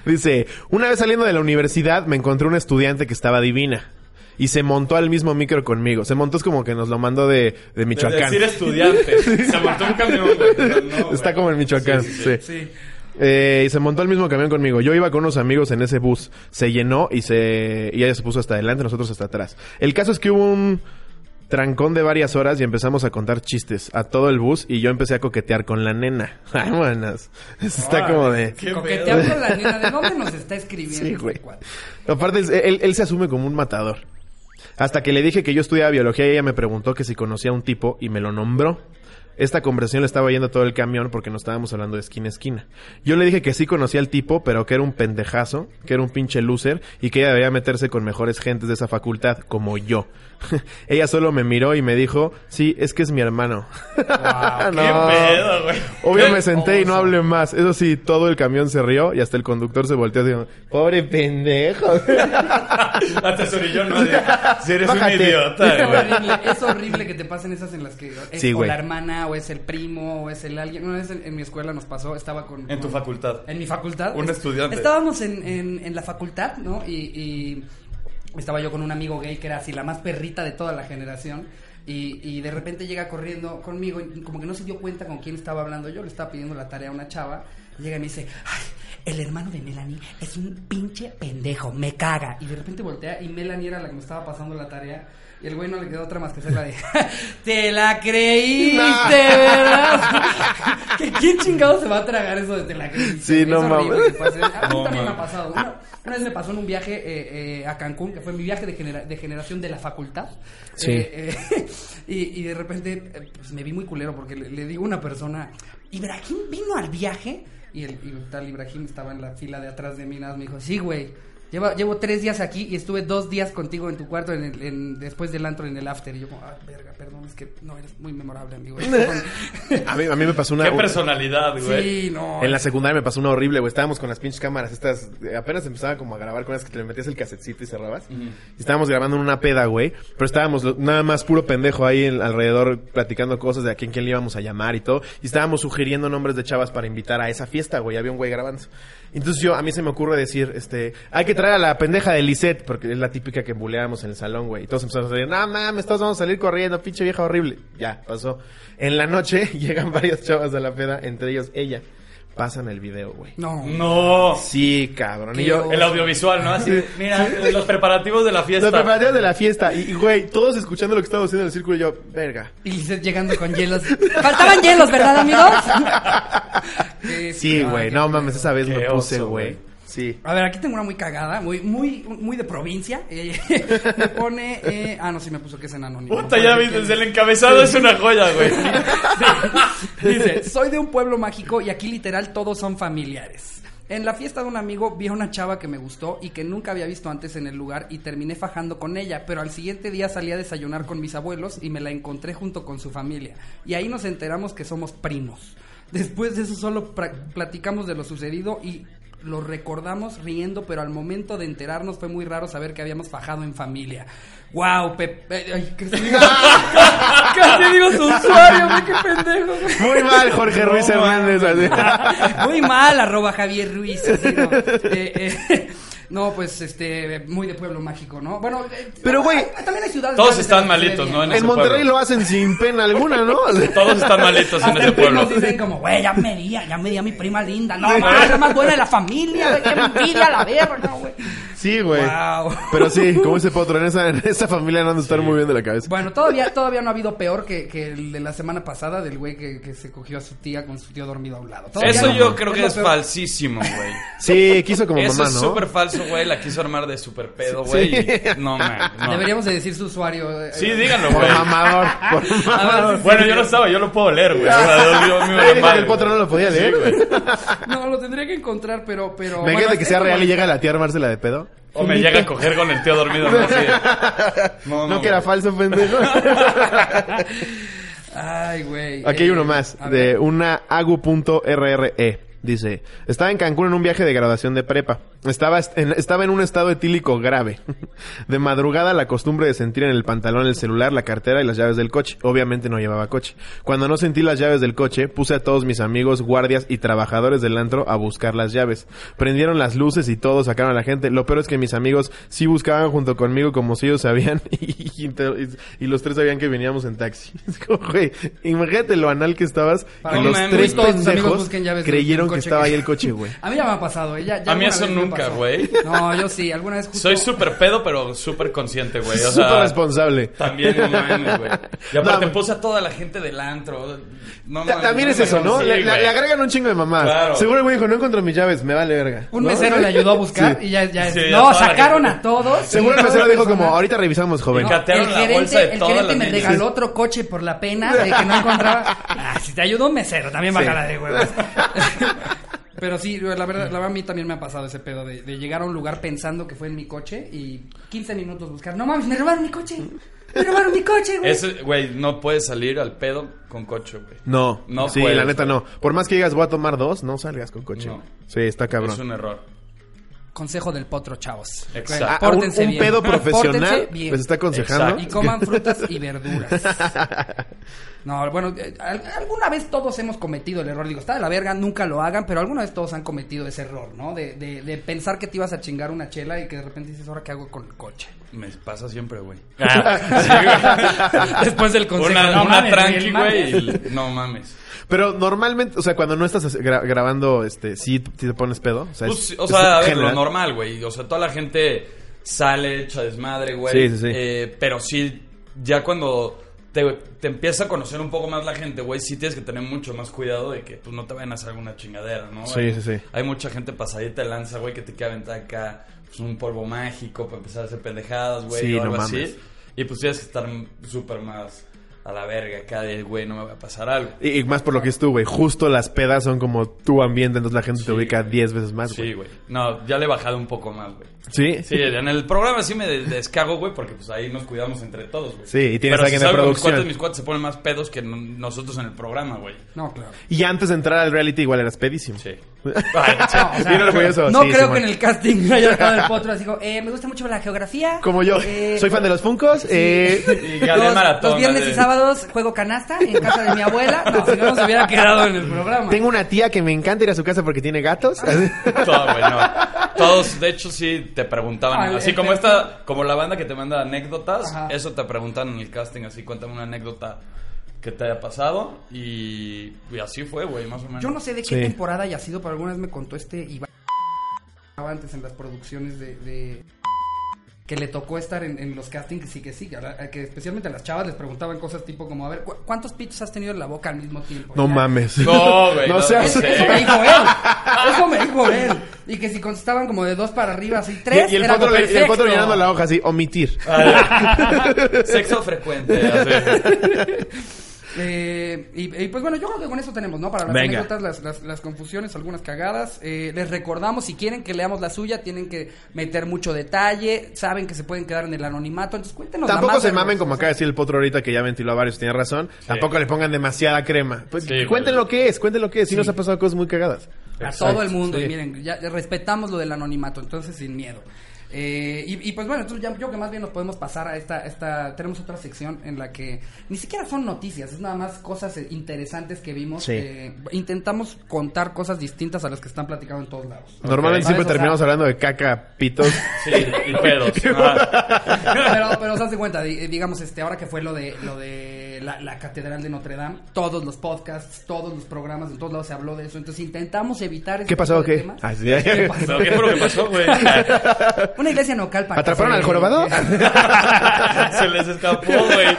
[SPEAKER 2] Dice, una vez saliendo de la universidad me encontré un estudiante que estaba divina. Y se montó al mismo micro conmigo. Se montó es como que nos lo mandó de, de
[SPEAKER 3] De
[SPEAKER 2] Michoacán.
[SPEAKER 3] decir estudiante. Se montó un camión, güey. pero no, güey.
[SPEAKER 2] Está como en Michoacán, sí.
[SPEAKER 1] Sí.
[SPEAKER 2] Eh, y se montó al mismo camión conmigo. Yo iba con unos amigos en ese bus. Se llenó y se y ella se puso hasta adelante, nosotros hasta atrás. El caso es que hubo un trancón de varias horas y empezamos a contar chistes a todo el bus y yo empecé a coquetear con la nena. Ay, manas. Está como de...
[SPEAKER 3] Qué
[SPEAKER 1] Coquetear
[SPEAKER 3] pedo.
[SPEAKER 1] con la nena. ¿De dónde nos está escribiendo?
[SPEAKER 2] Sí,
[SPEAKER 1] este
[SPEAKER 2] güey.
[SPEAKER 1] cuate?
[SPEAKER 2] Aparte, él, él- él se asume como un matador. Hasta que le dije que yo estudiaba biología y ella me preguntó que si conocía a un tipo y me lo nombró. Esta conversación le estaba yendo a todo el camión porque no estábamos hablando de esquina a esquina. Yo le dije que sí conocía al tipo, pero que era un pendejazo, que era un pinche loser y que ella debía meterse con mejores gentes de esa facultad, como yo. ella solo me miró y me dijo, sí, es que es mi hermano.
[SPEAKER 1] Ah,
[SPEAKER 3] Qué
[SPEAKER 2] No.
[SPEAKER 3] pedo, güey.
[SPEAKER 2] Obvio
[SPEAKER 3] Qué
[SPEAKER 2] me senté y no
[SPEAKER 3] oso.
[SPEAKER 2] hablé más. Eso sí, todo el camión se rió y hasta el conductor se volteó diciendo, pobre pendejo.
[SPEAKER 3] Hasta su orillón, ¿no? De, Si eres
[SPEAKER 2] Bájate.
[SPEAKER 3] un idiota,
[SPEAKER 1] Es
[SPEAKER 3] güey.
[SPEAKER 1] horrible, es horrible que te pasen esas en las que es
[SPEAKER 2] Sí,
[SPEAKER 1] o
[SPEAKER 2] güey.
[SPEAKER 1] la hermana o es el primo o es el alguien. Una vez en, en mi escuela nos pasó, estaba con...
[SPEAKER 3] En tu
[SPEAKER 1] con-
[SPEAKER 3] facultad.
[SPEAKER 1] En mi facultad.
[SPEAKER 3] Un
[SPEAKER 1] Es-
[SPEAKER 3] estudiante.
[SPEAKER 1] Estábamos en, en- en la facultad, ¿no? Y, y estaba yo con un amigo gay que era así la más perrita de toda la generación. Y, y de repente llega corriendo conmigo, y como que no se dio cuenta con quién estaba hablando yo, le estaba pidiendo la tarea a una chava. Llega y me dice, ay, el hermano de Melanie es un pinche pendejo, me caga. Y de repente voltea y Melanie era la que me estaba pasando la tarea. Y el güey no le quedó otra más que hacer la de, te la creíste,
[SPEAKER 2] No.
[SPEAKER 1] ¿verdad? ¿Qué- ¿Quién chingado se va a tragar eso desde la crisis?
[SPEAKER 2] Sí, no mames.
[SPEAKER 1] A mí
[SPEAKER 3] No
[SPEAKER 1] también me ha
[SPEAKER 3] mames.
[SPEAKER 1] pasado. Una, una vez me pasó en un viaje eh, eh, a Cancún, que fue mi viaje de, genera- de generación de la facultad.
[SPEAKER 2] Sí.
[SPEAKER 1] Eh, eh, y, y de repente eh, pues, me vi muy culero porque le, le digo a una persona, Ibrahim vino al viaje. Y el y tal Ibrahim estaba en la fila de atrás de mí, nada más me dijo, sí, güey. Llevo, llevo tres días aquí y estuve dos días contigo en tu cuarto en el- en- después del antro en el after. Y yo como, ah, verga, perdón, es que no eres muy memorable, amigo.
[SPEAKER 2] A mí, a mí me pasó una.
[SPEAKER 3] Qué personalidad, güey.
[SPEAKER 1] sí, no.
[SPEAKER 2] En la secundaria me pasó una horrible, güey. Estábamos con las pinches cámaras, estas. eh, Apenas empezaba como a grabar con las que te le metías el casetcito y cerrabas. Y estábamos grabando en una peda, güey. Pero estábamos lo- nada más puro pendejo ahí en- alrededor platicando cosas de a quién, quién le íbamos a llamar y todo. Y estábamos sugiriendo nombres de chavas para invitar a esa fiesta, güey. Había un güey grabando. Entonces yo, a mí se me ocurre decir, este, hay que traer a la pendeja de Lisette, porque es la típica que buleábamos en el salón, güey. Y todos empezamos a decir, no mames, todos vamos a salir corriendo, pinche vieja horrible. Ya, pasó. En la noche llegan varias chavas a la peda, entre ellos ella. Pasan el video, güey.
[SPEAKER 1] No.
[SPEAKER 3] No.
[SPEAKER 2] Sí, cabrón.
[SPEAKER 1] Qué
[SPEAKER 2] Y yo,
[SPEAKER 1] oso.
[SPEAKER 3] El audiovisual, ¿no? Así, mira, los preparativos de la fiesta.
[SPEAKER 2] los preparativos de la fiesta. Y, y, güey, todos escuchando lo que estábamos haciendo en el círculo, y yo, verga.
[SPEAKER 1] Y Lisette llegando con hielos. Faltaban hielos, ¿verdad, amigos? Qué
[SPEAKER 2] Sí,
[SPEAKER 1] feo,
[SPEAKER 2] güey,
[SPEAKER 1] qué
[SPEAKER 2] no
[SPEAKER 1] feo.
[SPEAKER 2] mames, esa vez
[SPEAKER 3] Qué
[SPEAKER 2] me puse,
[SPEAKER 3] oso,
[SPEAKER 2] güey.
[SPEAKER 3] güey.
[SPEAKER 2] Sí.
[SPEAKER 1] A ver, aquí tengo una muy cagada, muy muy muy de provincia. Eh, me pone. eh, ah, no, sí me puso que es en anónimo.
[SPEAKER 3] Puta, ya viste,
[SPEAKER 1] Porque-
[SPEAKER 3] el encabezado es una joya, güey.
[SPEAKER 1] Dice, soy de un pueblo mágico y aquí literal todos son familiares. En la fiesta de un amigo vi a una chava que me gustó y que nunca había visto antes en el lugar y terminé fajando con ella, pero al siguiente día salí a desayunar con mis abuelos y me la encontré junto con su familia. Y ahí nos enteramos que somos primos. Después de eso solo pra- platicamos de lo sucedido y lo recordamos riendo, pero al momento de enterarnos fue muy raro saber que habíamos fajado en familia. ¡Wow! Pepe. Ay, casi digo, casi digo su usuario, güey, qué pendejo. güey.
[SPEAKER 2] Muy mal, Jorge Ruiz
[SPEAKER 3] No,
[SPEAKER 2] Hernández. así.
[SPEAKER 1] Muy mal, arroba Javier Ruiz. así, ¿no? Eh, eh, no, pues, este, muy de pueblo mágico, ¿no? Bueno, eh,
[SPEAKER 2] Pero, güey,
[SPEAKER 1] ah, también hay ciudades.
[SPEAKER 3] Todos
[SPEAKER 1] grandes
[SPEAKER 3] están
[SPEAKER 1] en las que
[SPEAKER 3] malitos,
[SPEAKER 1] se ve
[SPEAKER 3] ¿no?
[SPEAKER 1] bien.
[SPEAKER 3] En
[SPEAKER 2] En
[SPEAKER 3] ese
[SPEAKER 2] Monterrey
[SPEAKER 3] pueblo.
[SPEAKER 2] lo hacen sin pena alguna, ¿no? O sea,
[SPEAKER 3] Todos están malitos en
[SPEAKER 1] Hasta
[SPEAKER 3] ese pueblo.
[SPEAKER 1] primos dicen como, güey, ya me di, ya me di a mi prima linda. No, mames, es la más buena de la familia, güey. Qué envidia la verga, no, güey.
[SPEAKER 2] Sí, güey.
[SPEAKER 1] Wow.
[SPEAKER 2] Pero sí, como ese potro, en esa, en esa familia no han de estar muy bien de la cabeza.
[SPEAKER 1] Bueno, todavía, todavía no ha habido peor que, que el de la semana pasada del güey que, que se cogió a su tía con su tío dormido a un lado. Todavía
[SPEAKER 3] Eso
[SPEAKER 1] no.
[SPEAKER 3] yo creo que
[SPEAKER 1] lo
[SPEAKER 3] es
[SPEAKER 1] peor.
[SPEAKER 3] falsísimo, güey.
[SPEAKER 2] Sí, quiso como
[SPEAKER 3] Eso
[SPEAKER 2] mamá,
[SPEAKER 3] es
[SPEAKER 2] ¿no?
[SPEAKER 3] súper falso, güey. La quiso armar de súper pedo, güey.
[SPEAKER 2] Sí.
[SPEAKER 3] y No, man. no.
[SPEAKER 1] Ah, Deberíamos de decir su usuario. eh,
[SPEAKER 3] Sí,
[SPEAKER 1] eh,
[SPEAKER 3] díganlo,
[SPEAKER 2] Por
[SPEAKER 3] güey.
[SPEAKER 2] mamador. Por
[SPEAKER 1] a ver,
[SPEAKER 2] mamador.
[SPEAKER 1] sí, sí.
[SPEAKER 3] Bueno, yo lo estaba, yo lo puedo leer, güey. O sea, yo- yo me
[SPEAKER 2] Nadie dijo
[SPEAKER 3] madre,
[SPEAKER 2] que Ah. el potro no
[SPEAKER 3] güey.
[SPEAKER 2] lo podía leer, güey.
[SPEAKER 1] No, lo tendría que encontrar, pero... pero
[SPEAKER 2] Me
[SPEAKER 1] bueno,
[SPEAKER 2] encanta que
[SPEAKER 1] es-
[SPEAKER 2] sea
[SPEAKER 1] es
[SPEAKER 2] real y
[SPEAKER 1] como-
[SPEAKER 2] llega la tía a armársela de pedo.
[SPEAKER 3] O me llega a coger con el tío dormido. No, Sí.
[SPEAKER 2] No, que era falso, pendejo.
[SPEAKER 1] Ay, güey.
[SPEAKER 2] Aquí hay
[SPEAKER 1] eh,
[SPEAKER 2] uno más,
[SPEAKER 1] a ver.
[SPEAKER 2] de una agu.rre. E. Dice, estaba en Cancún en un viaje de graduación de prepa. Estaba est- en, estaba en un estado etílico grave. De madrugada la costumbre de sentir en el pantalón el celular, la cartera y las llaves del coche. Obviamente no llevaba coche. Cuando no sentí las llaves del coche, puse a todos mis amigos, guardias y trabajadores del antro a buscar las llaves. Prendieron las luces y todo, sacaron a la gente. Lo peor es que mis amigos sí buscaban junto conmigo como si ellos sabían y, y- y los tres sabían que veníamos en taxi. Es como, güey, imagínate lo anal que estabas
[SPEAKER 1] Para
[SPEAKER 2] que
[SPEAKER 3] mí
[SPEAKER 2] los
[SPEAKER 3] me han
[SPEAKER 2] tres
[SPEAKER 1] visto, todos tus amigos
[SPEAKER 2] pendejos
[SPEAKER 1] busquen llaves del
[SPEAKER 2] creyeron que
[SPEAKER 1] coche
[SPEAKER 2] estaba
[SPEAKER 1] que-
[SPEAKER 2] ahí el coche, güey.
[SPEAKER 1] A mí ya me ha pasado, ¿eh? Ya, ya
[SPEAKER 3] A mí
[SPEAKER 1] alguna
[SPEAKER 3] eso
[SPEAKER 1] vez me
[SPEAKER 3] nunca,
[SPEAKER 1] pasó.
[SPEAKER 3] güey.
[SPEAKER 1] No, yo sí, alguna vez justo...
[SPEAKER 3] Soy súper pedo, pero súper consciente, güey. O
[SPEAKER 2] Súper
[SPEAKER 3] sea,
[SPEAKER 2] responsable.
[SPEAKER 3] También, no mames, güey. Y
[SPEAKER 2] No,
[SPEAKER 3] aparte
[SPEAKER 2] güey.
[SPEAKER 3] puse a toda la gente del antro. No,
[SPEAKER 2] Ta-
[SPEAKER 3] mames,
[SPEAKER 2] También es
[SPEAKER 3] me
[SPEAKER 2] eso, ¿no?
[SPEAKER 3] conocí,
[SPEAKER 2] le, la-
[SPEAKER 3] güey.
[SPEAKER 2] le agregan un chingo de mamás.
[SPEAKER 3] Claro.
[SPEAKER 2] Seguro el güey dijo, no encuentro mis llaves, me vale verga.
[SPEAKER 1] Un
[SPEAKER 2] ¿No?
[SPEAKER 1] mesero le ayudó a buscar y ya... ya es-
[SPEAKER 3] Sí, ya
[SPEAKER 1] no,
[SPEAKER 3] toda la
[SPEAKER 1] sacaron
[SPEAKER 3] gente.
[SPEAKER 1] a todos.
[SPEAKER 2] Seguro el mesero dijo como, ahorita revisamos, joven.
[SPEAKER 3] No. Catearon la bolsa de
[SPEAKER 1] el
[SPEAKER 3] todas
[SPEAKER 1] gerente
[SPEAKER 3] las
[SPEAKER 1] me
[SPEAKER 3] niñas.
[SPEAKER 1] regaló otro coche por la pena de que no encontraba. Ah, si te ayudó un mesero, también
[SPEAKER 2] Sí.
[SPEAKER 1] bájala de huevos. Pero sí, la verdad, la verdad a mí también me ha pasado ese pedo de, de llegar a un lugar pensando que fue en mi coche y 15 minutos buscar. No mames, me robaron mi coche. Me robaron mi coche, güey.
[SPEAKER 3] Ese, güey, no puedes salir al pedo con coche, güey.
[SPEAKER 2] No,
[SPEAKER 3] No
[SPEAKER 2] sí,
[SPEAKER 3] puedes,
[SPEAKER 2] la neta no. Por más que digas voy a tomar dos, no salgas con coche.
[SPEAKER 3] No.
[SPEAKER 2] Sí, está cabrón.
[SPEAKER 3] Es un error.
[SPEAKER 1] Consejo del potro, chavos.
[SPEAKER 3] Exacto.
[SPEAKER 2] Ah, un,
[SPEAKER 1] Pórtense
[SPEAKER 2] un
[SPEAKER 1] bien.
[SPEAKER 2] pedo profesional
[SPEAKER 1] Pórtense bien.
[SPEAKER 2] les está aconsejando.
[SPEAKER 1] Y coman frutas y verduras. No, bueno, eh, al- alguna vez todos hemos cometido el error. Digo, está de la verga, nunca lo hagan, pero alguna vez todos han cometido ese error, ¿no? De, de, de pensar que te ibas a chingar una chela y que de repente dices, ¿ahora qué hago con el coche?
[SPEAKER 3] Me pasa siempre, güey.
[SPEAKER 1] Después del consejo.
[SPEAKER 3] Ah. una
[SPEAKER 1] de,
[SPEAKER 3] una
[SPEAKER 1] "No mames,
[SPEAKER 3] tranqui,
[SPEAKER 1] el mames".
[SPEAKER 3] güey. y- No mames.
[SPEAKER 2] Pero normalmente, o sea, cuando no estás gra- grabando, este, sí, t- sí te pones pedo. O sea,
[SPEAKER 3] Pues,
[SPEAKER 2] es-
[SPEAKER 3] o
[SPEAKER 2] es
[SPEAKER 3] sea, a ver,
[SPEAKER 2] general.
[SPEAKER 3] lo normal, güey. O sea, toda la gente sale hecha desmadre, güey.
[SPEAKER 2] Sí, sí, sí.
[SPEAKER 3] Eh, pero sí, ya cuando te, te empieza a conocer un poco más la gente, güey, sí tienes que tener mucho más cuidado de que pues, no te vayan a hacer alguna chingadera, ¿no?
[SPEAKER 2] Sí,
[SPEAKER 3] Hay-
[SPEAKER 2] sí, sí.
[SPEAKER 3] Hay mucha gente pasadita de lanza, güey, que te quiere aventar acá pues, un polvo mágico para empezar a hacer pendejadas, güey,
[SPEAKER 2] Sí,
[SPEAKER 3] o algo
[SPEAKER 2] no mames.
[SPEAKER 3] así. Y pues tienes que estar súper más a la verga acá de, güey, no me va a pasar algo.
[SPEAKER 2] Y, y más por lo que es tú, güey. Justo las pedas son como tu ambiente, entonces la gente te ubica 10 veces más,
[SPEAKER 3] Sí,
[SPEAKER 2] güey.
[SPEAKER 3] güey. No, ya le he bajado un poco más, güey.
[SPEAKER 2] Sí.
[SPEAKER 3] Sí, en el programa sí me de- descago, güey, porque pues ahí nos cuidamos entre todos, güey.
[SPEAKER 2] Sí, y tienes
[SPEAKER 3] Pero
[SPEAKER 2] alguien
[SPEAKER 3] si
[SPEAKER 2] de
[SPEAKER 3] salgo con
[SPEAKER 2] producción.
[SPEAKER 3] Mis cuates, mis cuates se ponen más pedos que no- nosotros en el programa, güey.
[SPEAKER 1] No, claro.
[SPEAKER 2] Y antes de entrar al reality igual eras pedísimo.
[SPEAKER 3] Sí. Ay, sí.
[SPEAKER 1] No, o sea,
[SPEAKER 2] Bien orgulloso,
[SPEAKER 1] no
[SPEAKER 2] sí,
[SPEAKER 1] creo
[SPEAKER 2] Simón.
[SPEAKER 1] que en el casting haya estado el potro. Así como, eh, me gusta mucho la geografía.
[SPEAKER 2] Como yo,
[SPEAKER 1] Eh,
[SPEAKER 2] soy fan de los Funcos. Eh,
[SPEAKER 3] Y gané
[SPEAKER 1] los,
[SPEAKER 3] maratón.
[SPEAKER 1] los viernes
[SPEAKER 3] madre.
[SPEAKER 1] y sábados juego canasta en casa de mi abuela. No, si no, no se hubiera quedado en el programa.
[SPEAKER 2] tengo una tía que me encanta ir a su casa porque tiene
[SPEAKER 1] Ah.
[SPEAKER 2] gatos.
[SPEAKER 3] Todo, güey, no. Todos, de hecho, sí te preguntaban.
[SPEAKER 1] Ah, el-
[SPEAKER 3] así
[SPEAKER 1] el-
[SPEAKER 3] como esta, como la banda que te manda anécdotas,
[SPEAKER 1] Ajá.
[SPEAKER 3] eso te preguntan en el casting, así cuéntame una anécdota que te haya pasado. Y, y así fue, güey, más o menos.
[SPEAKER 1] Yo no sé de qué
[SPEAKER 2] Sí.
[SPEAKER 1] temporada haya sido, pero alguna vez me contó este Iván antes en las producciones de, de- que le tocó estar en, en los castings sí que sí, que, a- que especialmente a las chavas les preguntaban cosas tipo como, a ver, ¿cu- ¿cuántos pitos has tenido en la boca al mismo tiempo?
[SPEAKER 2] No
[SPEAKER 1] Ya.
[SPEAKER 2] mames.
[SPEAKER 3] No, güey,
[SPEAKER 2] No
[SPEAKER 3] no,
[SPEAKER 2] seas-
[SPEAKER 1] Eso,
[SPEAKER 3] Sí.
[SPEAKER 1] eso me dijo él. Eso me dijo él. Y que si contestaban como de dos para arriba, así tres.
[SPEAKER 2] Y, y el
[SPEAKER 1] era lo
[SPEAKER 2] potro le- y el potro
[SPEAKER 1] perfecto.
[SPEAKER 2] llenando la hoja así, omitir.
[SPEAKER 3] Sexo frecuente, así.
[SPEAKER 1] Eh, y, y, pues bueno, yo creo que con eso tenemos, ¿no? Para las
[SPEAKER 2] Venga.
[SPEAKER 1] anécdotas, las, las- las confusiones, algunas cagadas. Eh, les recordamos, si quieren que leamos la suya, tienen que meter mucho detalle. Saben que se pueden quedar en el anonimato. Entonces cuéntenos la
[SPEAKER 2] Tampoco
[SPEAKER 1] más
[SPEAKER 2] se
[SPEAKER 1] vergonzosa.
[SPEAKER 2] mamen, como acaba de decir el potro ahorita, que ya ventiló a varios, tiene razón. Tampoco le pongan demasiada crema. Pues,
[SPEAKER 3] Sí,
[SPEAKER 2] cuenten
[SPEAKER 3] güey.
[SPEAKER 2] lo que es, cuenten lo que es. Si nos ha pasado cosas muy cagadas.
[SPEAKER 1] a
[SPEAKER 2] Exacto,
[SPEAKER 1] todo el mundo.
[SPEAKER 2] sí.
[SPEAKER 1] Y miren, ya respetamos lo del anonimato, entonces sin miedo. Eh, y, y, pues bueno, entonces ya- yo que más bien nos podemos pasar a esta, esta, tenemos otra sección en la que ni siquiera son noticias, es nada más cosas eh, interesantes que vimos.
[SPEAKER 2] Sí.
[SPEAKER 1] Eh, intentamos contar cosas distintas a las que están platicando en todos lados. Ok.
[SPEAKER 2] Normalmente siempre
[SPEAKER 1] ¿Sabes? O sea-
[SPEAKER 2] terminamos hablando de caca, pitos.
[SPEAKER 3] Sí, y pedos. Ah,
[SPEAKER 1] pero, pero se hace cuenta, di- digamos, este, ahora que fue lo de lo de la, la Catedral de Notre Dame, todos los podcasts, todos los programas, en todos lados se habló de eso. Entonces intentamos evitar ese
[SPEAKER 2] ¿Qué pasó o
[SPEAKER 1] tipo de
[SPEAKER 2] qué?
[SPEAKER 1] temas.
[SPEAKER 2] Ah, sí.
[SPEAKER 1] ¿Qué pasó?
[SPEAKER 3] Pero ¿Qué fue lo que pasó, güey?
[SPEAKER 1] Una iglesia local para
[SPEAKER 2] ¿Atraparon al jorobado?
[SPEAKER 3] Se les escapó, güey.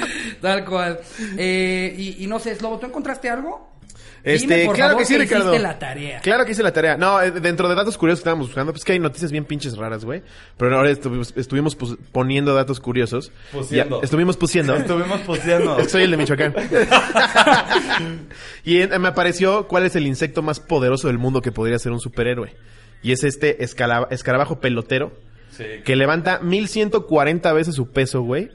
[SPEAKER 1] Tal cual. Eh, y, y no sé, Slobo, ¿tú encontraste algo?
[SPEAKER 2] Este,
[SPEAKER 1] Dime, por
[SPEAKER 2] claro
[SPEAKER 1] favor,
[SPEAKER 2] que sí, Ricardo.
[SPEAKER 1] hiciste la tarea.
[SPEAKER 2] Claro que hice la tarea. No, eh, dentro de datos curiosos que estábamos buscando, pues que hay noticias bien pinches raras, güey. Pero ahora estuvimos, estuvimos pus- poniendo datos curiosos.
[SPEAKER 3] Pusiendo.
[SPEAKER 2] Ya, estuvimos pusiendo.
[SPEAKER 3] Estuvimos posteando.
[SPEAKER 2] Soy el de Michoacán. y en- me apareció cuál es el insecto más poderoso del mundo que podría ser un superhéroe. Y es este escala- escarabajo pelotero
[SPEAKER 3] Sí.
[SPEAKER 2] que levanta 1140 veces su peso, güey.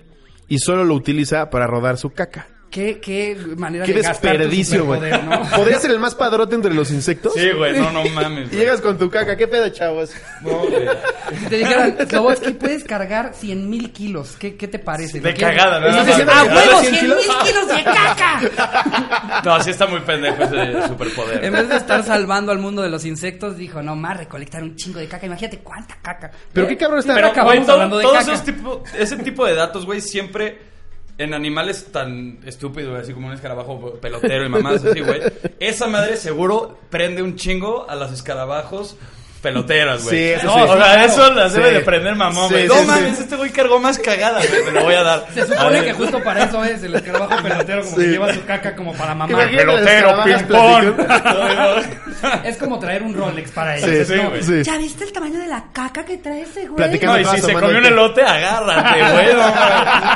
[SPEAKER 2] Y solo lo utiliza para rodar su caca.
[SPEAKER 1] ¿Qué, qué manera
[SPEAKER 2] Qué
[SPEAKER 1] de gastar tu
[SPEAKER 2] desperdicio, güey.
[SPEAKER 1] superpoder, ¿no?
[SPEAKER 2] ¿Podría ser el más padrote entre los insectos?
[SPEAKER 3] Sí, güey, no, no mames.
[SPEAKER 2] Y
[SPEAKER 3] güey.
[SPEAKER 2] llegas con tu caca, ¿qué pedo, chavos?
[SPEAKER 3] No, eh. güey.
[SPEAKER 1] Si te dijeran, Slobotsky, puedes cargar 100 mil kilos. ¿qué, ¿Qué te parece?
[SPEAKER 3] De
[SPEAKER 1] ¿Qué-
[SPEAKER 3] cagada, nada
[SPEAKER 1] Estás
[SPEAKER 3] más.
[SPEAKER 1] diciendo, ¡Ah,
[SPEAKER 3] ¿De
[SPEAKER 1] huevo,
[SPEAKER 2] 100
[SPEAKER 1] 100 mil
[SPEAKER 2] kilos?
[SPEAKER 1] kilos de caca!
[SPEAKER 3] No, así está muy pendejo ese superpoder.
[SPEAKER 1] En vez de estar salvando al mundo de los insectos, dijo, no más, recolectar un chingo de caca. Imagínate cuánta caca.
[SPEAKER 2] Pero qué cabrón está-
[SPEAKER 1] Pero
[SPEAKER 2] Pero,
[SPEAKER 1] acabamos
[SPEAKER 3] Güey, todo-
[SPEAKER 1] hablando de
[SPEAKER 3] todos
[SPEAKER 1] caca.
[SPEAKER 3] esos tipo- ese tipo de datos, güey, siempre en animales tan estúpidos, güey, así como un escarabajo pelotero y mamadas así, güey. Esa madre seguro prende un chingo a los escarabajos peloteros, güey.
[SPEAKER 2] Sí, eso
[SPEAKER 3] no,
[SPEAKER 2] sí.
[SPEAKER 3] o sea, eso las
[SPEAKER 2] Sí.
[SPEAKER 3] debe de prender mamón,
[SPEAKER 2] Sí,
[SPEAKER 3] güey.
[SPEAKER 2] sí,
[SPEAKER 3] no
[SPEAKER 2] sí.
[SPEAKER 3] mames, este güey cargó más cagada, güey, me lo voy a dar.
[SPEAKER 1] Se
[SPEAKER 3] A
[SPEAKER 1] supone
[SPEAKER 3] ver.
[SPEAKER 1] que justo para eso es el escarabajo pelotero, como que lleva su caca como para mamar.
[SPEAKER 2] Imagínate las escarabajas platicando.
[SPEAKER 1] Es como traer un Rolex para ellos.
[SPEAKER 2] Sí,
[SPEAKER 1] Es
[SPEAKER 2] sí,
[SPEAKER 1] como,
[SPEAKER 2] güey. Sí.
[SPEAKER 4] ¿Ya viste el tamaño de la caca que trae ese güey?
[SPEAKER 2] Platicando
[SPEAKER 3] No, y
[SPEAKER 2] estabas
[SPEAKER 3] si se
[SPEAKER 2] tomando
[SPEAKER 3] comió un
[SPEAKER 2] el té.
[SPEAKER 3] elote, agárrate, güey. No,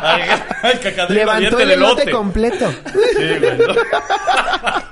[SPEAKER 3] mames. Cacadero,
[SPEAKER 2] Levantó
[SPEAKER 3] avienta
[SPEAKER 2] el elote completo.
[SPEAKER 3] Sí, güey. no.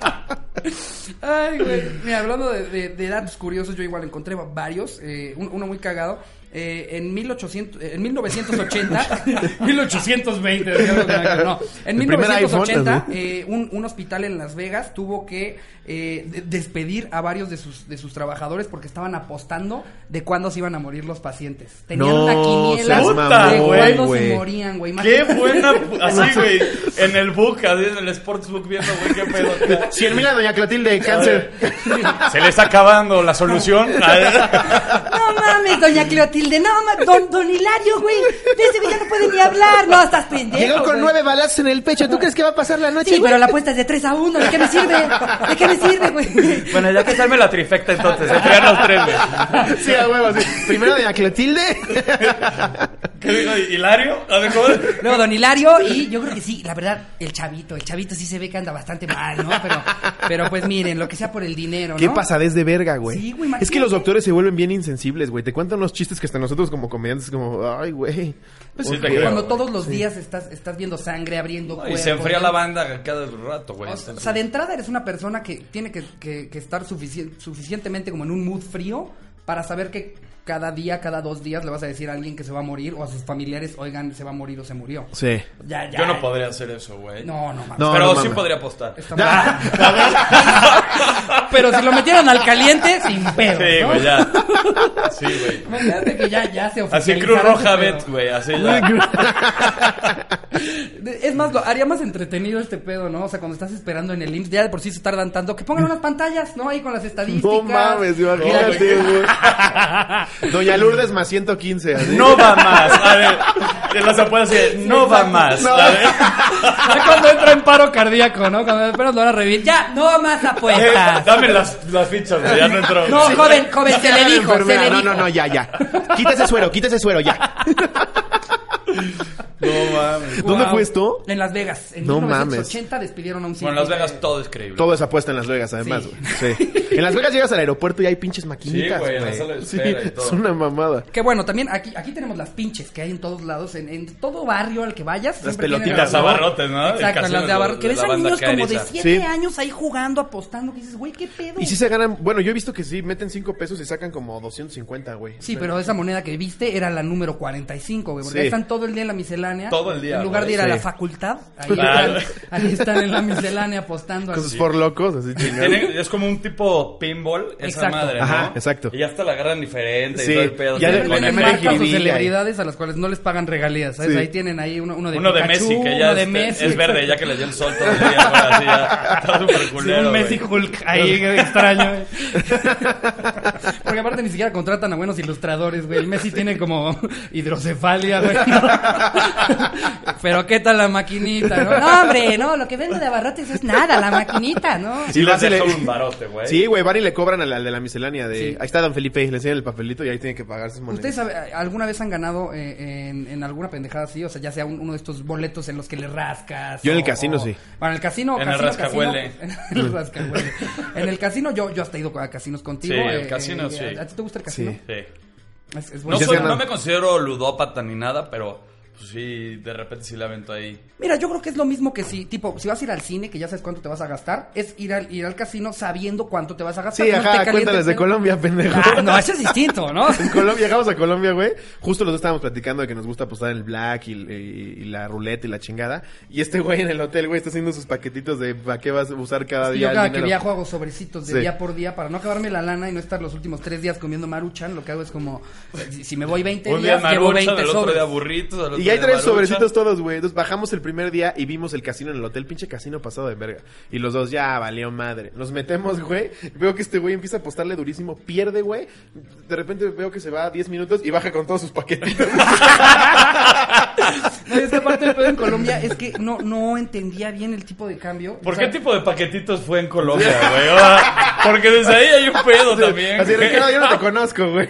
[SPEAKER 1] Ay, güey. Mira, hablando de, de- de datos curiosos, yo igual encontré varios. eh, un- uno muy cagado. Eh, en, 1800, eh, en 1980, 1820, digamos, no, en
[SPEAKER 2] El primer iPhone,
[SPEAKER 1] 1980,
[SPEAKER 2] así.
[SPEAKER 1] eh, un, un hospital en Las Vegas tuvo que eh, de- despedir a varios de sus, de sus trabajadores porque estaban apostando de cuándo se iban a morir los pacientes. Tenían
[SPEAKER 2] No,
[SPEAKER 1] una quiniela
[SPEAKER 2] seas
[SPEAKER 1] de
[SPEAKER 3] mamón,
[SPEAKER 1] cuándo se
[SPEAKER 2] güey.
[SPEAKER 1] morían, güey.
[SPEAKER 3] Qué
[SPEAKER 1] Imagínate.
[SPEAKER 3] buena. Así, güey. En el book, así en el sportsbook viendo, güey, qué pedo. acá.
[SPEAKER 2] 100 mil a doña Clotilde, cáncer.
[SPEAKER 3] Se le está acabando la solución. A ver.
[SPEAKER 4] No mames, doña Cleotilde, no mames, don, don Hilario, güey. De ese güey ya no puede ni hablar, no, estás pendejo.
[SPEAKER 2] Llegó con
[SPEAKER 4] güey.
[SPEAKER 2] nueve balazos en el pecho. ¿Tú crees que va a pasar la noche?
[SPEAKER 4] Sí,
[SPEAKER 2] güey?
[SPEAKER 4] pero la apuesta es de 3 a 1, ¿de qué me sirve? ¿De qué me sirve, güey?
[SPEAKER 3] Bueno, ya que salme la trifecta entonces, entregan los tres, güey.
[SPEAKER 2] Sí, a huevo, sí. Primero doña Clotilde.
[SPEAKER 3] ¿Qué digo? ¿Hilario? A ver, ¿cómo?
[SPEAKER 1] Luego Don Hilario y yo creo que sí, la verdad, el chavito, el chavito sí se ve que anda bastante mal, ¿no? Pero, pero pues miren, lo que sea por el dinero, ¿no?
[SPEAKER 2] Qué pasadez de verga, güey.
[SPEAKER 1] Sí, güey, imagínate.
[SPEAKER 2] es que los doctores se vuelven bien insensibles, güey. Te cuentan unos chistes que hasta nosotros como comediantes como, ay, güey.
[SPEAKER 3] Pues sí,
[SPEAKER 2] Ok.
[SPEAKER 3] te creo.
[SPEAKER 1] Cuando todos los días estás, estás viendo sangre, abriendo
[SPEAKER 3] Y
[SPEAKER 1] cuerpos,
[SPEAKER 3] se enfría la
[SPEAKER 1] ¿no?
[SPEAKER 3] banda cada rato, güey.
[SPEAKER 1] O sea, o sea, de entrada eres una persona que tiene que, que- que estar sufici- suficientemente como en un mood frío para saber que cada día, cada dos días le vas a decir a alguien que se va a morir o a sus familiares, oigan, se va a morir o se murió.
[SPEAKER 2] Sí.
[SPEAKER 1] Ya, ya.
[SPEAKER 3] Yo no podría hacer eso, güey.
[SPEAKER 1] No, no, mames.
[SPEAKER 2] No,
[SPEAKER 3] Pero
[SPEAKER 2] no
[SPEAKER 3] sí
[SPEAKER 2] mames.
[SPEAKER 3] podría apostar.
[SPEAKER 1] Está mal. Pero si lo metieran al caliente, sin pedo.
[SPEAKER 3] Sí,
[SPEAKER 1] ¿no?
[SPEAKER 3] güey, ya. Sí, güey.
[SPEAKER 1] Imagínate que ya, ya se
[SPEAKER 3] Así
[SPEAKER 1] oficializaron
[SPEAKER 3] Cruz
[SPEAKER 1] ese
[SPEAKER 3] Roja
[SPEAKER 1] pedo.
[SPEAKER 3] Bet, güey. Así ya.
[SPEAKER 1] Es más, lo haría más entretenido este pedo, ¿no? O sea, cuando estás esperando en el IMSS, ya de por sí se tardan tanto. Que pongan unas pantallas, ¿no? Ahí con las estadísticas.
[SPEAKER 2] No mames, imagínate, güey. Doña Lourdes más 115. así.
[SPEAKER 3] No va más. A ver, en las apuestas así, no va más. A ver.
[SPEAKER 1] Ya cuando entra en paro cardíaco, ¿no? Cuando esperas lo van a revivir. Ya, no más
[SPEAKER 3] Eh,
[SPEAKER 1] apuestas.
[SPEAKER 3] dame las, las fichas, güey, ya no entró.
[SPEAKER 1] No,
[SPEAKER 3] Sí.
[SPEAKER 1] joven, joven, se le
[SPEAKER 2] La
[SPEAKER 1] dijo, se
[SPEAKER 2] enfermera,
[SPEAKER 1] le
[SPEAKER 2] no,
[SPEAKER 1] dijo.
[SPEAKER 2] no, no, ya, ya. Quítese suero, quítese suero, ya.
[SPEAKER 3] No mames.
[SPEAKER 2] ¿Dónde
[SPEAKER 1] Wow.
[SPEAKER 2] fue esto?
[SPEAKER 1] En Las Vegas. En
[SPEAKER 2] No
[SPEAKER 1] 1980 despidieron a un
[SPEAKER 3] Bueno, en Las Vegas todo es creíble.
[SPEAKER 2] Todo es apuesta en Las Vegas, además,
[SPEAKER 1] Sí.
[SPEAKER 2] güey. Sí. En Las Vegas llegas al aeropuerto y hay pinches maquinitas,
[SPEAKER 3] Sí, güey,
[SPEAKER 2] güey.
[SPEAKER 3] en la sala de
[SPEAKER 2] Sí,
[SPEAKER 3] espera y todo.
[SPEAKER 2] es una mamada.
[SPEAKER 1] Que bueno, también aquí, aquí tenemos las pinches que hay en todos lados, en, en todo barrio al que vayas. siempre
[SPEAKER 2] pelotitas
[SPEAKER 1] tienen
[SPEAKER 3] Las
[SPEAKER 1] algo.
[SPEAKER 3] abarrotes, ¿no? El
[SPEAKER 1] Exacto,
[SPEAKER 3] casino
[SPEAKER 1] las de abarrotes. Que
[SPEAKER 3] de
[SPEAKER 1] ves
[SPEAKER 3] la
[SPEAKER 1] a
[SPEAKER 3] banda
[SPEAKER 1] niños como de
[SPEAKER 3] Caeriza.
[SPEAKER 1] 7
[SPEAKER 2] Sí.
[SPEAKER 1] años ahí jugando, apostando, que dices, güey, qué pedo.
[SPEAKER 2] Y si se ganan, bueno, yo he visto que sí, meten 5 pesos y sacan como 250, güey.
[SPEAKER 1] Sí, pero esa moneda que viste era la número 45, güey. Porque
[SPEAKER 2] Sí.
[SPEAKER 1] ahí están todo el día en la miscelánea.
[SPEAKER 3] Todo todo el día.
[SPEAKER 1] en lugar de
[SPEAKER 3] güey.
[SPEAKER 1] ir a la
[SPEAKER 2] Sí.
[SPEAKER 1] facultad, ahí,
[SPEAKER 3] Claro.
[SPEAKER 1] están, ahí están en la miscelánea apostando. a-
[SPEAKER 2] Con sus por locos, así chingados.
[SPEAKER 3] Tiene- es como un tipo pinball, esa
[SPEAKER 1] Exacto.
[SPEAKER 3] madre, ¿no?
[SPEAKER 2] Ajá, exacto.
[SPEAKER 3] Y hasta la agarran diferente
[SPEAKER 2] Sí,
[SPEAKER 3] y todo el pedo.
[SPEAKER 2] ya
[SPEAKER 1] de
[SPEAKER 3] Sí,
[SPEAKER 2] le-
[SPEAKER 1] repente
[SPEAKER 2] le
[SPEAKER 3] con
[SPEAKER 2] meten
[SPEAKER 1] marcan sus
[SPEAKER 2] jiribilla ahí.
[SPEAKER 1] celebridades a las cuales no les pagan regalías, ¿sabes?
[SPEAKER 2] Sí.
[SPEAKER 1] Ahí tienen ahí uno, uno de
[SPEAKER 3] Uno de
[SPEAKER 1] Pikachu,
[SPEAKER 3] Messi, que ya
[SPEAKER 1] uno de
[SPEAKER 3] es,
[SPEAKER 1] Messi,
[SPEAKER 3] es verde, ya que le dio el sol todo el día. güey, así ya, está súper
[SPEAKER 5] Sí,
[SPEAKER 3] culero,
[SPEAKER 5] un Messi
[SPEAKER 3] güey.
[SPEAKER 5] Hulk ahí extraño. eh.
[SPEAKER 1] Porque aparte ni siquiera contratan a buenos ilustradores, güey. El Messi tiene como hidrocefalia, güey. Pero qué tal la maquinita, ¿no?
[SPEAKER 4] No, hombre, no, lo que vendo de abarrotes es nada, la maquinita, ¿no?
[SPEAKER 3] Sí,
[SPEAKER 2] Y
[SPEAKER 3] le
[SPEAKER 2] vas y le-
[SPEAKER 3] deja un barote, güey.
[SPEAKER 2] Sí, güey, van y le cobran al, al de la miscelánea de...
[SPEAKER 1] Sí.
[SPEAKER 2] Ahí está Don Felipe, le enseñan el papelito y ahí tiene que pagar sus monedas.
[SPEAKER 1] ¿Ustedes sabe- alguna vez han ganado eh, en, en alguna pendejada así? O sea, ya sea un- uno de estos boletos en los que le rascas.
[SPEAKER 2] Yo en
[SPEAKER 1] o-
[SPEAKER 2] el casino,
[SPEAKER 1] o-
[SPEAKER 2] sí.
[SPEAKER 1] Bueno, en el casino.
[SPEAKER 3] En el
[SPEAKER 1] casino,
[SPEAKER 3] rascahuele.
[SPEAKER 1] casino- en el rascahuele. En el casino, yo, yo hasta he ido a casinos contigo. eh,
[SPEAKER 3] Sí, el casino, sí.
[SPEAKER 1] ¿A, a ti te gusta el casino?
[SPEAKER 2] Sí.
[SPEAKER 3] Sí.
[SPEAKER 1] Es, es bueno.
[SPEAKER 3] No,
[SPEAKER 2] Pues Ya
[SPEAKER 3] soy-
[SPEAKER 2] se llama-
[SPEAKER 3] no me considero ludópata ni nada, pero pues, sí, de repente sí la avento ahí.
[SPEAKER 1] Mira, yo creo que es lo mismo que si, tipo, si vas a ir al cine, que ya sabes cuánto te vas a gastar, es ir al, ir al casino sabiendo cuánto te vas a gastar.
[SPEAKER 2] Sí,
[SPEAKER 1] No te
[SPEAKER 2] ajá,
[SPEAKER 1] calienta
[SPEAKER 2] cuéntales
[SPEAKER 1] el
[SPEAKER 2] de
[SPEAKER 1] pelo.
[SPEAKER 2] Colombia, pendejo.
[SPEAKER 1] Ah, no, eso es distinto, ¿no?
[SPEAKER 2] En Colombia, llegamos a Colombia, güey. Justo los dos estábamos platicando de que nos gusta apostar en el black y, y- y la ruleta y la chingada. Y este güey en el hotel, güey, está haciendo sus paquetitos de para qué vas a usar cada
[SPEAKER 1] Sí,
[SPEAKER 2] día.
[SPEAKER 1] yo
[SPEAKER 2] el
[SPEAKER 1] cada que
[SPEAKER 2] dinero.
[SPEAKER 1] viajo hago sobrecitos de
[SPEAKER 2] Sí.
[SPEAKER 1] día por día para no acabarme la lana y no estar los últimos tres días comiendo maruchan. Lo que hago es como, si, si me voy 20
[SPEAKER 3] Un día
[SPEAKER 1] días, llevo 20
[SPEAKER 3] marucha, al otro
[SPEAKER 1] sobres.
[SPEAKER 3] día burritos, al otro
[SPEAKER 2] Y ahí
[SPEAKER 3] día
[SPEAKER 2] traen
[SPEAKER 3] marucha.
[SPEAKER 2] sobrecitos todos, güey. Entonces bajamos el primer día y vimos el casino en el hotel, pinche casino pasado de verga. Y los dos, ya valió madre. Nos metemos, güey. Veo que este güey empieza a apostarle durísimo, pierde, güey. De repente veo que se va a 10 minutos y baja con todos sus paquetitos.
[SPEAKER 1] No, es que aparte del pedo en Colombia es que no, no entendía bien el tipo de cambio.
[SPEAKER 3] ¿Por
[SPEAKER 1] O sea,
[SPEAKER 3] qué tipo de paquetitos fue en Colombia, güey? O sea, Porque desde ahí hay un pedo también.
[SPEAKER 2] Así,
[SPEAKER 3] güey.
[SPEAKER 2] Ricardo, yo no te conozco, güey.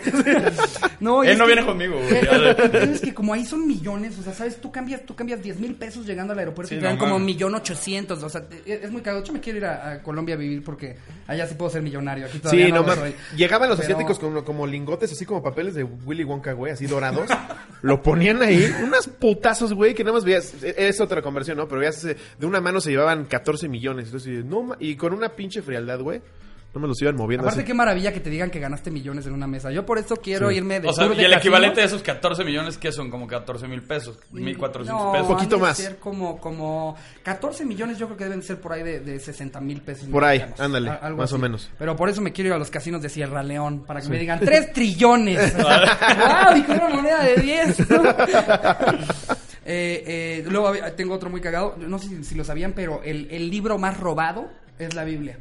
[SPEAKER 1] No, y
[SPEAKER 3] Él
[SPEAKER 1] es
[SPEAKER 3] no
[SPEAKER 1] que-
[SPEAKER 3] viene conmigo, güey. Ya
[SPEAKER 1] Es que como ahí son millones, o sea, sabes, tú cambias, tú cambias 10 mil pesos llegando al aeropuerto
[SPEAKER 3] Sí,
[SPEAKER 1] y te dan
[SPEAKER 3] no
[SPEAKER 1] como
[SPEAKER 3] mames.
[SPEAKER 1] millón ochocientos, o sea, te- e, es muy caro. Yo me quiero ir a, a Colombia a vivir porque allá sí puedo ser millonario, aquí todavía
[SPEAKER 2] Sí,
[SPEAKER 1] no,
[SPEAKER 2] no
[SPEAKER 1] lo soy.
[SPEAKER 2] mames. Llegaban los
[SPEAKER 1] Pero-
[SPEAKER 2] asiáticos como, como lingotes, así como papeles de Willy Wonka, güey, así dorados. lo ponían ahí, unas putazos, güey, que nada más veías. e- Es otra conversión, ¿no? Pero veías, eh, de una mano se llevaban 14 millones. Entonces, no, ma- y con una pinche frialdad, güey. No me los iban moviendo
[SPEAKER 1] Aparte,
[SPEAKER 2] así.
[SPEAKER 1] qué maravilla que te digan que ganaste millones en una mesa. Yo por eso quiero irme de
[SPEAKER 3] O sea,
[SPEAKER 1] tour de
[SPEAKER 3] y el
[SPEAKER 1] casino.
[SPEAKER 3] equivalente de esos 14 millones, ¿qué son? Como 14 mil pesos, 1400
[SPEAKER 1] No,
[SPEAKER 3] pesos.
[SPEAKER 1] han
[SPEAKER 2] Poquito
[SPEAKER 1] de
[SPEAKER 2] más.
[SPEAKER 1] ser como, como 14 millones, yo creo que deben ser por ahí de, de 60 mil pesos.
[SPEAKER 2] Por ahí,
[SPEAKER 1] mexicanos.
[SPEAKER 2] ándale,
[SPEAKER 1] A- algo
[SPEAKER 2] más o menos.
[SPEAKER 1] Pero por eso me quiero ir a los casinos de Sierra León, para que me digan 3 trillones. ¡Wow! Y con una moneda de 10. ¿no? Eh, eh, luego había- tengo otro muy cagado, no sé si, si lo sabían, pero el, el libro más robado es la Biblia.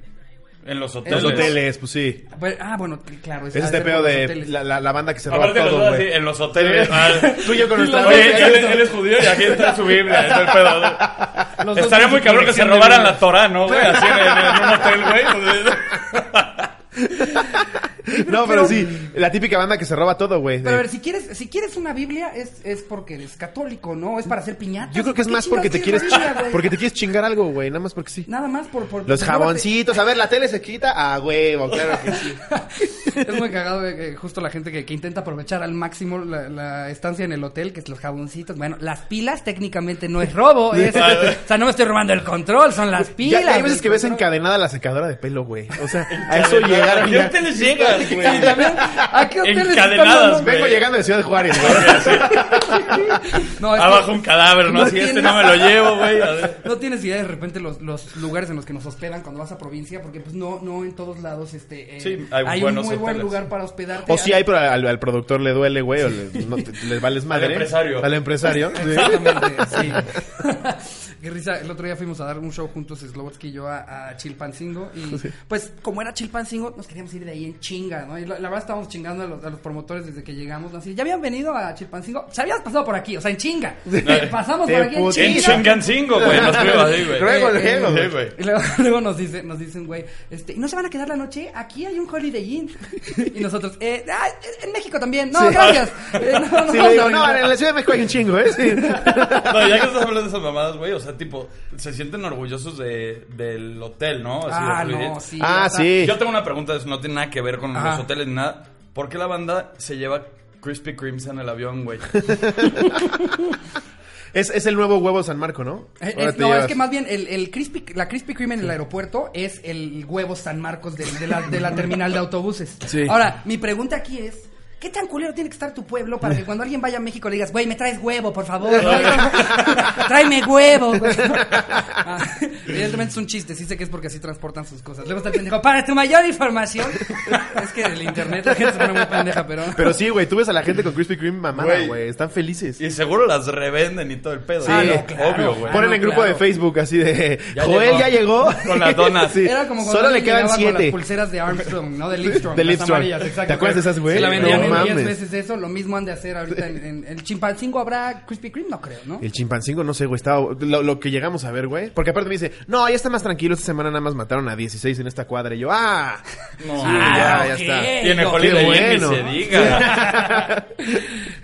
[SPEAKER 3] En los hoteles.
[SPEAKER 2] Los hoteles, pues sí.
[SPEAKER 1] Bueno, Ah, bueno, claro.
[SPEAKER 2] Es
[SPEAKER 1] ha
[SPEAKER 2] este
[SPEAKER 1] ser
[SPEAKER 2] pedo
[SPEAKER 1] por los
[SPEAKER 2] de
[SPEAKER 1] hoteles.
[SPEAKER 2] la, la, la banda que se roba
[SPEAKER 3] Aparte, los
[SPEAKER 2] todo,
[SPEAKER 3] dos así,
[SPEAKER 2] güey.
[SPEAKER 3] en los hoteles. ah,
[SPEAKER 2] Tú y yo con nuestra
[SPEAKER 3] Oye, él, él es judío y aquí está su Biblia. es el pedo, ¿no?
[SPEAKER 1] Los dos
[SPEAKER 3] Estaría
[SPEAKER 1] tienen
[SPEAKER 3] muy
[SPEAKER 1] su
[SPEAKER 3] cabrón que se
[SPEAKER 1] colección de
[SPEAKER 3] robaran
[SPEAKER 1] Biblias.
[SPEAKER 3] la Torah, ¿no, güey? Así en, en un hotel, güey.
[SPEAKER 2] No, pero sí, la típica banda que se roba todo, güey.
[SPEAKER 1] Pero a
[SPEAKER 2] de-
[SPEAKER 1] ver, si quieres, si quieres una Biblia, es, es porque eres católico, ¿no? Es para hacer piñatas.
[SPEAKER 2] Yo creo que es
[SPEAKER 1] ¿Qué
[SPEAKER 2] más porque te
[SPEAKER 1] chingados
[SPEAKER 2] quieres
[SPEAKER 1] una Biblia, güey?
[SPEAKER 2] porque te quieres chingar algo, güey, nada más porque sí.
[SPEAKER 1] Nada más por... por
[SPEAKER 3] Pues
[SPEAKER 2] Los
[SPEAKER 1] por-
[SPEAKER 2] jaboncitos, a ver, la tele se quita, ah, huevo, claro que sí.
[SPEAKER 1] Es muy cagado güey, que justo la gente que, que intenta aprovechar al máximo la, la estancia en el hotel, que es los jaboncitos. Bueno, las pilas técnicamente no es robo. es- o sea, no me estoy robando el control, son las
[SPEAKER 2] Ah, Ya-
[SPEAKER 1] pilas.
[SPEAKER 2] ya hay veces
[SPEAKER 1] güey,
[SPEAKER 2] que ves
[SPEAKER 1] control.
[SPEAKER 2] encadenada la secadora de pelo, güey. O sea, a eso llegaron
[SPEAKER 3] ¿Qué
[SPEAKER 2] ya.
[SPEAKER 3] hoteles llegas, güey?
[SPEAKER 1] Y también, ¿a qué hoteles están
[SPEAKER 3] Encadenadas,
[SPEAKER 1] dando-
[SPEAKER 2] Vengo
[SPEAKER 3] güey?
[SPEAKER 2] llegando de Ciudad Juárez, güey.
[SPEAKER 1] No, es que-
[SPEAKER 3] Abajo un cadáver, ¿no?
[SPEAKER 1] No
[SPEAKER 3] Así, este
[SPEAKER 1] tiene-
[SPEAKER 3] no me lo llevo, güey. a ver.
[SPEAKER 1] No tienes idea de repente los, los lugares en los que nos hospedan cuando vas a provincia, porque pues no, no en todos lados este eh,
[SPEAKER 3] Sí, hay
[SPEAKER 1] hay, un muy
[SPEAKER 3] buenos
[SPEAKER 1] buen
[SPEAKER 3] hoteles.
[SPEAKER 1] lugar para hospedarte.
[SPEAKER 2] O si hay, pero al, al productor le duele, güey, o le, no, te- les vales madre.
[SPEAKER 3] empresario.
[SPEAKER 2] Al empresario. sí.
[SPEAKER 1] Exactamente, sí. Qué risa, el otro día fuimos a dar un show juntos Slobotsky y yo a, a Chilpancingo y pues como era Chilpancingo nos queríamos ir de ahí en chinga, ¿no? Y la, la verdad estábamos chingando a los, a los promotores desde que llegamos, ¿no? Así, ya habían venido a Chilpancingo, se habían pasado por aquí, o sea, en chinga. Eh, Pasamos
[SPEAKER 2] Te
[SPEAKER 1] por aquí en
[SPEAKER 2] puto-
[SPEAKER 1] chinga.
[SPEAKER 3] En Chingancingo, güey. Nos fuimos así, güey.
[SPEAKER 2] Luego,
[SPEAKER 1] Eh, eh,
[SPEAKER 2] luego,
[SPEAKER 3] Sí,
[SPEAKER 2] güey.
[SPEAKER 3] güey.
[SPEAKER 1] Y luego, luego nos dice, nos dice un güey, este, ¿y no se van a quedar la noche? Aquí hay un Holiday Inn. y nosotros, eh, ah, en México también. No, gracias. Eh, no, no,
[SPEAKER 2] Sí,
[SPEAKER 1] no,
[SPEAKER 2] le digo,
[SPEAKER 1] no,
[SPEAKER 2] no,
[SPEAKER 1] no.
[SPEAKER 2] en la Ciudad de México hay un chingo, ¿eh? Sí.
[SPEAKER 3] No, ya que estás hablando de esas mamadas, güey, o sea, tipo, se sienten orgullosos de, del hotel, ¿no? Así,
[SPEAKER 1] Ah,
[SPEAKER 3] de-
[SPEAKER 1] no, sí.
[SPEAKER 2] Ah,
[SPEAKER 1] o sea,
[SPEAKER 2] sí.
[SPEAKER 3] Yo tengo una pregunta, eso no tiene nada que ver con
[SPEAKER 1] Ajá.
[SPEAKER 3] los hoteles ni nada. ¿Por qué la banda se lleva Krispy Kremes en el avión, güey?
[SPEAKER 2] Es, es el nuevo huevo San Marco, ¿no?
[SPEAKER 1] Es-
[SPEAKER 2] Ahora
[SPEAKER 1] Eh, es-
[SPEAKER 2] te
[SPEAKER 1] no,
[SPEAKER 2] llevas.
[SPEAKER 1] es que más bien el, el crispy, la Krispy Kreme en el aeropuerto es el huevo San Marcos de, de la, de la terminal de autobuses.
[SPEAKER 2] Sí.
[SPEAKER 1] Ahora, mi pregunta aquí es, ¿Qué tan culero tiene que estar tu pueblo para que cuando alguien vaya a México le digas, güey, me traes huevo, por favor? ¿no? Tráeme huevo. güey. Ah, evidentemente es un chiste, sí sé que es porque así transportan sus cosas. Luego está el pendejo, para tu mayor información. es que el internet la gente se pone muy pendeja, pero...
[SPEAKER 2] Pero sí, güey, tú ves a la gente con Krispy Kreme mamada,
[SPEAKER 3] Güey.
[SPEAKER 2] güey. Están felices.
[SPEAKER 3] Y seguro las revenden y todo el pedo.
[SPEAKER 2] Ah, no,
[SPEAKER 1] claro.
[SPEAKER 3] obvio, güey.
[SPEAKER 2] Ponen en
[SPEAKER 1] claro.
[SPEAKER 2] grupo de Facebook así de
[SPEAKER 3] Ya
[SPEAKER 2] Joel
[SPEAKER 3] llegó".
[SPEAKER 2] ya llegó
[SPEAKER 3] Con las donas.
[SPEAKER 2] Sí.
[SPEAKER 1] Era como cuando
[SPEAKER 2] Solo le
[SPEAKER 1] alguien
[SPEAKER 2] quedan
[SPEAKER 1] llegaba con las
[SPEAKER 2] siete.
[SPEAKER 1] pulseras de Armstrong, ¿no? De Lipstrom.
[SPEAKER 2] De
[SPEAKER 1] las
[SPEAKER 2] Lipstrom.
[SPEAKER 1] amarillas, exacto.
[SPEAKER 2] ¿Te acuerdas de esas, güey?
[SPEAKER 1] Se la vendían
[SPEAKER 2] No
[SPEAKER 1] en
[SPEAKER 2] mames.
[SPEAKER 1] 10 veces de eso. Lo mismo han de hacer ahorita en, en el chimpancingo. ¿Habrá Krispy Kreme? No creo, ¿no?
[SPEAKER 2] El chimpancingo, no sé, güey, estaba... Lo, lo que llegamos a ver, güey. Porque aparte me dice, no, ya está más tranquilo. Esta semana nada más mataron a 16 en esta cuadra. Y yo, ¡ah!
[SPEAKER 3] No.
[SPEAKER 2] ya, ya
[SPEAKER 1] Ah, ok.
[SPEAKER 2] está.
[SPEAKER 3] Y en el
[SPEAKER 1] Qué
[SPEAKER 3] Holiday Inn, ni
[SPEAKER 2] bueno.
[SPEAKER 3] se diga.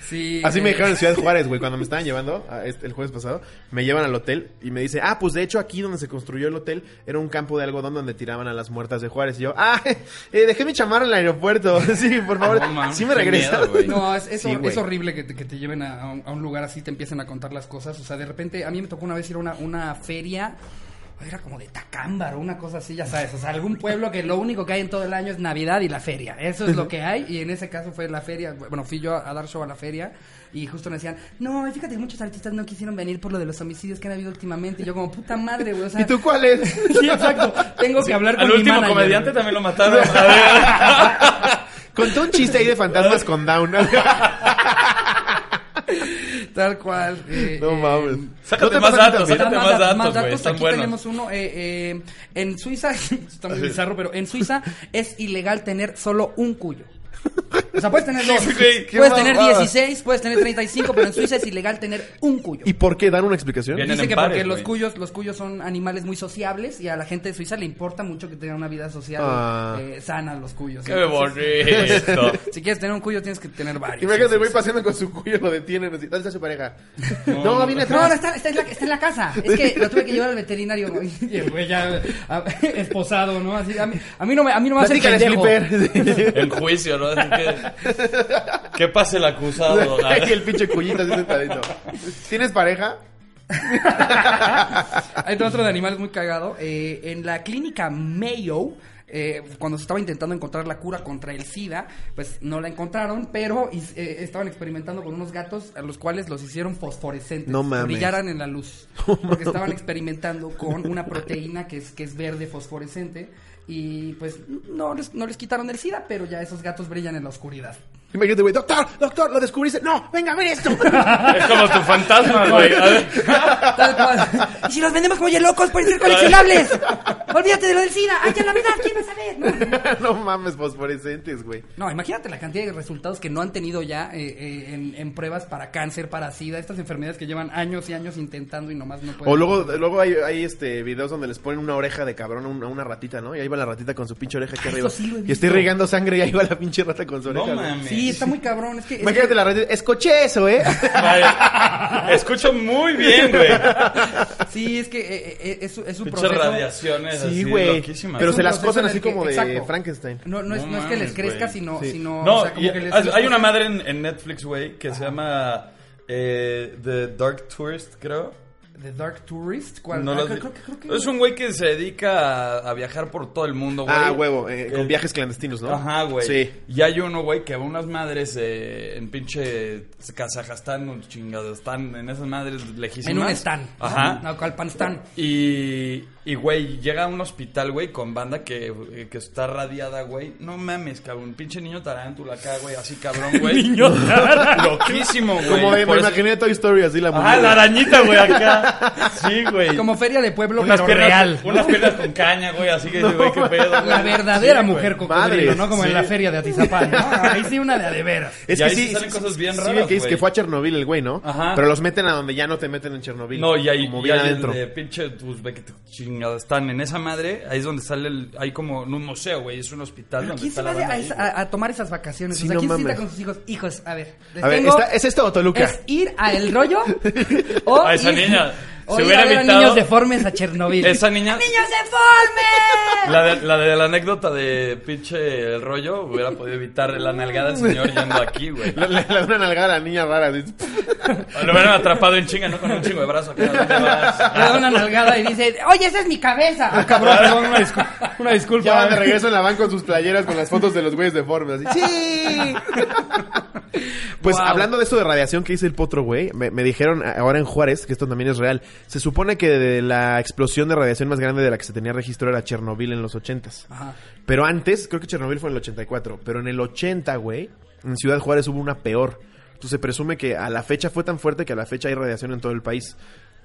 [SPEAKER 1] Sí.
[SPEAKER 2] Así me
[SPEAKER 1] eh,
[SPEAKER 2] dejaron en Ciudad Juárez, güey. Cuando me estaban llevando, a este- el jueves pasado, me llevan al hotel y me dice, ah, pues de hecho aquí donde se construyó el hotel era un campo de algodón donde tiraban a las muertas de Juárez. Y yo, ah, eh, dejé mi chamarra en el aeropuerto. Sí, por favor,
[SPEAKER 3] No, mames,
[SPEAKER 2] sí me
[SPEAKER 3] qué
[SPEAKER 2] regresa.
[SPEAKER 3] miedo, güey.
[SPEAKER 1] No, es, es,
[SPEAKER 2] Sí,
[SPEAKER 1] hor-
[SPEAKER 2] güey.
[SPEAKER 1] es horrible que te, que te lleven a, a un, a un lugar así te empiecen a contar las cosas. O sea, de repente, a mí me tocó una vez ir a una, una feria. Era como de Tacámbaro, una cosa así, ya sabes. O sea, algún pueblo que lo único que hay en todo el año es Navidad y la feria. Eso es lo que hay. Y en ese caso fue la feria. Bueno, fui yo a, a dar show a la feria. Y justo me decían, no, y fíjate que muchos artistas no quisieron venir por lo de los homicidios que han habido últimamente. Y yo, como puta madre, güey. O sea,
[SPEAKER 2] ¿Y tú cuál es?
[SPEAKER 1] sí, exacto. Tengo que hablar con
[SPEAKER 3] Al
[SPEAKER 1] mi
[SPEAKER 3] último
[SPEAKER 1] manager.
[SPEAKER 3] comediante también lo mataron. A ver.
[SPEAKER 2] Contó un chiste ahí de fantasmas con Down.
[SPEAKER 1] Tal cual. eh,
[SPEAKER 2] No
[SPEAKER 1] eh,
[SPEAKER 2] mames.
[SPEAKER 3] Sácate
[SPEAKER 2] ¿No te
[SPEAKER 3] más
[SPEAKER 2] pasa a ti
[SPEAKER 3] datos,
[SPEAKER 2] también?
[SPEAKER 3] sácate
[SPEAKER 1] Ah,
[SPEAKER 3] más datos, güey, están
[SPEAKER 1] Aquí
[SPEAKER 3] buenos.
[SPEAKER 1] tenemos uno. eh, eh, en Suiza, está muy bizarro, pero en Suiza es ilegal tener solo un cuyo. O sea, puedes tener dos.
[SPEAKER 3] güey, qué
[SPEAKER 1] puedes tener
[SPEAKER 3] mamada.
[SPEAKER 1] 16, puedes tener 35, pero en Suiza es ilegal tener un cuyo.
[SPEAKER 2] ¿Y por qué? ¿Dan una explicación?
[SPEAKER 3] Bien. Vienen
[SPEAKER 1] Dice
[SPEAKER 3] en
[SPEAKER 1] que
[SPEAKER 3] pares,
[SPEAKER 1] porque los
[SPEAKER 3] güey.
[SPEAKER 1] cuyos, los cuyos son animales muy sociables y a la gente de Suiza le importa mucho que tengan una vida social
[SPEAKER 2] Ah.
[SPEAKER 1] eh, sana los cuyos.
[SPEAKER 3] Qué
[SPEAKER 1] Entonces,
[SPEAKER 3] bonito.
[SPEAKER 1] Si quieres tener un cuyo tienes que tener varios.
[SPEAKER 2] Imagínate, el güey paseando con su cuello, lo detienen. así, ¿Dónde está su pareja? No, viene
[SPEAKER 1] No, no,
[SPEAKER 2] atrás.
[SPEAKER 1] está, está en la, está en la casa. Es que lo tuve que llevar al veterinario. güey. Y el güey ya a- esposado, ¿no? Así, a, mí, a mí no me, a mí no me hace
[SPEAKER 2] Platícale,
[SPEAKER 1] pendejo.
[SPEAKER 2] Flipper.
[SPEAKER 3] En juicio, ¿no? Así Que, que pase el acusado. A
[SPEAKER 2] y
[SPEAKER 3] ver.
[SPEAKER 2] el pinche cuyito así sentadito. ¿Tienes pareja?
[SPEAKER 1] Hay otro de animales muy cagado. Eh, en la clínica Mayo. eh, cuando se estaba intentando encontrar la cura contra el SIDA, pues no la encontraron, pero y- eh, estaban experimentando con unos gatos a los cuales los hicieron fosforescentes,
[SPEAKER 2] No mames.
[SPEAKER 1] brillaran en la luz, porque estaban experimentando con una proteína que es, que es verde fosforescente y pues no les, no les quitaron el SIDA, pero ya esos gatos brillan en la oscuridad.
[SPEAKER 2] Imagínate, güey, doctor, doctor, lo descubriste. No, venga a ver esto.
[SPEAKER 3] Es como tu fantasma, güey. A ver.
[SPEAKER 1] Tal cual.
[SPEAKER 4] Y si los vendemos como ya locos, pueden ser coleccionables. Olvídate de lo del SIDA. Ay, ya la verdad, ¿quién va a saber? No.
[SPEAKER 2] no mames, fosforescentes, güey.
[SPEAKER 1] No, imagínate la cantidad de resultados que no han tenido ya eh, eh, en, en pruebas para cáncer, para sida, estas enfermedades que llevan años y años intentando y nomás Pues no pueden.
[SPEAKER 2] O luego, luego hay, hay este videos donde les ponen una oreja de cabrón a un- a una ratita, ¿no? Y ahí va la ratita con su pinche oreja aquí arriba.
[SPEAKER 1] sí lo he
[SPEAKER 2] y estoy
[SPEAKER 1] visto.
[SPEAKER 2] regando sangre y ahí va la pinche rata con su
[SPEAKER 3] No
[SPEAKER 2] oreja. güey.
[SPEAKER 3] mames.
[SPEAKER 1] Sí, está muy cabrón. Es que, es
[SPEAKER 2] Imagínate
[SPEAKER 1] que-
[SPEAKER 2] la ratita. Escuché eso, ¿eh?
[SPEAKER 3] Vale. Escucho muy bien, güey.
[SPEAKER 1] sí, es que eh, eh, es, su- es un
[SPEAKER 3] Pinches
[SPEAKER 1] proceso.
[SPEAKER 3] radiaciones
[SPEAKER 2] Sí,
[SPEAKER 3] así
[SPEAKER 2] güey.
[SPEAKER 3] loquísimas.
[SPEAKER 2] Pero
[SPEAKER 1] Es
[SPEAKER 2] se
[SPEAKER 1] un
[SPEAKER 2] las
[SPEAKER 1] proceso
[SPEAKER 2] cosen
[SPEAKER 1] en el
[SPEAKER 2] así
[SPEAKER 1] que-
[SPEAKER 2] como de
[SPEAKER 1] exacto.
[SPEAKER 2] Frankenstein.
[SPEAKER 1] No, no es,
[SPEAKER 3] No
[SPEAKER 1] no es que les
[SPEAKER 3] mames,
[SPEAKER 1] crezca,
[SPEAKER 3] güey.
[SPEAKER 1] sino,
[SPEAKER 2] Sí.
[SPEAKER 1] sino
[SPEAKER 3] No,
[SPEAKER 1] o sea, como
[SPEAKER 3] y
[SPEAKER 1] que les-
[SPEAKER 3] hay una madre en, en Netflix, güey, que se llama eh, The Dark Tourist, creo.
[SPEAKER 1] The Dark Tourist, ¿cuál?
[SPEAKER 3] No
[SPEAKER 1] Ah,
[SPEAKER 3] lo
[SPEAKER 1] creo,
[SPEAKER 3] sé.
[SPEAKER 1] creo que- creo que-
[SPEAKER 3] Es un güey que se dedica a, a viajar por todo el mundo, güey.
[SPEAKER 2] Ah, huevo, eh, con
[SPEAKER 3] Eh,
[SPEAKER 2] viajes clandestinos, ¿no?
[SPEAKER 3] Ajá, güey.
[SPEAKER 2] Sí.
[SPEAKER 3] Y hay uno, güey, que va a unas madres eh, en pinche Kazajstán o Chingadestán, en esas madres lejísimas.
[SPEAKER 1] En un stand.
[SPEAKER 3] Ajá.
[SPEAKER 1] No, ¿cuál pan stand?
[SPEAKER 3] Y, y, güey, llega a un hospital, güey, con banda que, eh, que está radiada, güey. No mames, cabrón. Pinche niño tarántula acá, güey. Así, cabrón, güey. niño Loquísimo, güey.
[SPEAKER 2] Como de-
[SPEAKER 3] Por
[SPEAKER 2] me
[SPEAKER 3] eso-
[SPEAKER 2] imaginé Toy Story así la
[SPEAKER 3] Ah,
[SPEAKER 2] muñeca.
[SPEAKER 3] la arañita, güey, acá. Sí, güey.
[SPEAKER 1] Como feria de pueblo,
[SPEAKER 3] unas
[SPEAKER 1] pero
[SPEAKER 3] piernas,
[SPEAKER 1] real.
[SPEAKER 3] unas piernas con caña, güey. Así que, güey, qué pedo. güey.
[SPEAKER 1] La verdadera
[SPEAKER 3] Sí, güey.
[SPEAKER 1] mujer cocodrilo,
[SPEAKER 2] Madre,
[SPEAKER 1] ¿no? Como en
[SPEAKER 3] sí.
[SPEAKER 1] la feria de Atizapán, ¿no? Ahí sí una de a de veras.
[SPEAKER 2] Es
[SPEAKER 3] Y
[SPEAKER 2] que
[SPEAKER 3] ahí
[SPEAKER 2] sí,
[SPEAKER 3] sí salen cosas bien
[SPEAKER 2] sí,
[SPEAKER 3] raras,
[SPEAKER 2] que, dice
[SPEAKER 3] güey.
[SPEAKER 2] que fue a Chernobyl el güey, ¿no?
[SPEAKER 3] Ajá.
[SPEAKER 2] Pero los meten a donde ya no te meten en Chernobyl.
[SPEAKER 3] No, y ahí,
[SPEAKER 2] Como
[SPEAKER 3] y
[SPEAKER 2] bien
[SPEAKER 3] ahí el
[SPEAKER 2] adentro.
[SPEAKER 3] de pinche pues, Uzbek- Chingadestán. En esa madre, ahí es donde sale el. Hay como en un museo, güey. Es un hospital donde
[SPEAKER 1] ¿Quién
[SPEAKER 3] está
[SPEAKER 1] se
[SPEAKER 3] la
[SPEAKER 1] va a,
[SPEAKER 3] banda. ahí,
[SPEAKER 1] esa- a- a tomar esas vacaciones?
[SPEAKER 2] Sí,
[SPEAKER 1] o sea,
[SPEAKER 2] no
[SPEAKER 1] ¿quién se
[SPEAKER 2] mames.
[SPEAKER 1] cita con sus hijos? Hijos, a ver. les
[SPEAKER 2] A ver,
[SPEAKER 1] tengo-
[SPEAKER 2] ¿está- ¿es esto o Toluca?
[SPEAKER 1] ¿Es ir a El Rollo? o
[SPEAKER 3] A esa
[SPEAKER 1] ir-
[SPEAKER 3] niña. Se
[SPEAKER 5] Oye,
[SPEAKER 3] hubiera
[SPEAKER 5] había
[SPEAKER 3] evitado-
[SPEAKER 5] niños deformes a Chernobyl.
[SPEAKER 3] Esa niña.
[SPEAKER 4] ¡Niños deformes!
[SPEAKER 3] La de, la de la anécdota de pinche el rollo hubiera podido evitar la nalgada al señor yendo aquí, güey.
[SPEAKER 2] Le, le- le da una nalgada a la niña rara. así.
[SPEAKER 3] Lo hubieran atrapado en chinga, ¿no? Con un chingo de brazo acá. ¿dónde vas?
[SPEAKER 5] Le da una nalgada y dice,
[SPEAKER 4] Oye, esa es mi cabeza.
[SPEAKER 5] cabrón, perdón, una, discul- una disculpa.
[SPEAKER 2] Ya van de regreso en la van con sus playeras con las fotos de los güeyes deformes. Así. ¡Sí! pues
[SPEAKER 1] Wow.
[SPEAKER 2] hablando de eso de radiación que dice el potro, güey, me, me dijeron ahora en Juárez, que esto también es real, se supone que de la explosión de radiación más grande de la que se tenía registro era Chernobyl en los 80s.
[SPEAKER 1] Ajá.
[SPEAKER 2] Pero antes, creo que Chernobyl fue en el 84, pero en el 80, güey, en Ciudad Juárez hubo una peor. Entonces se presume que a la fecha fue tan fuerte que a la fecha hay radiación en todo el país.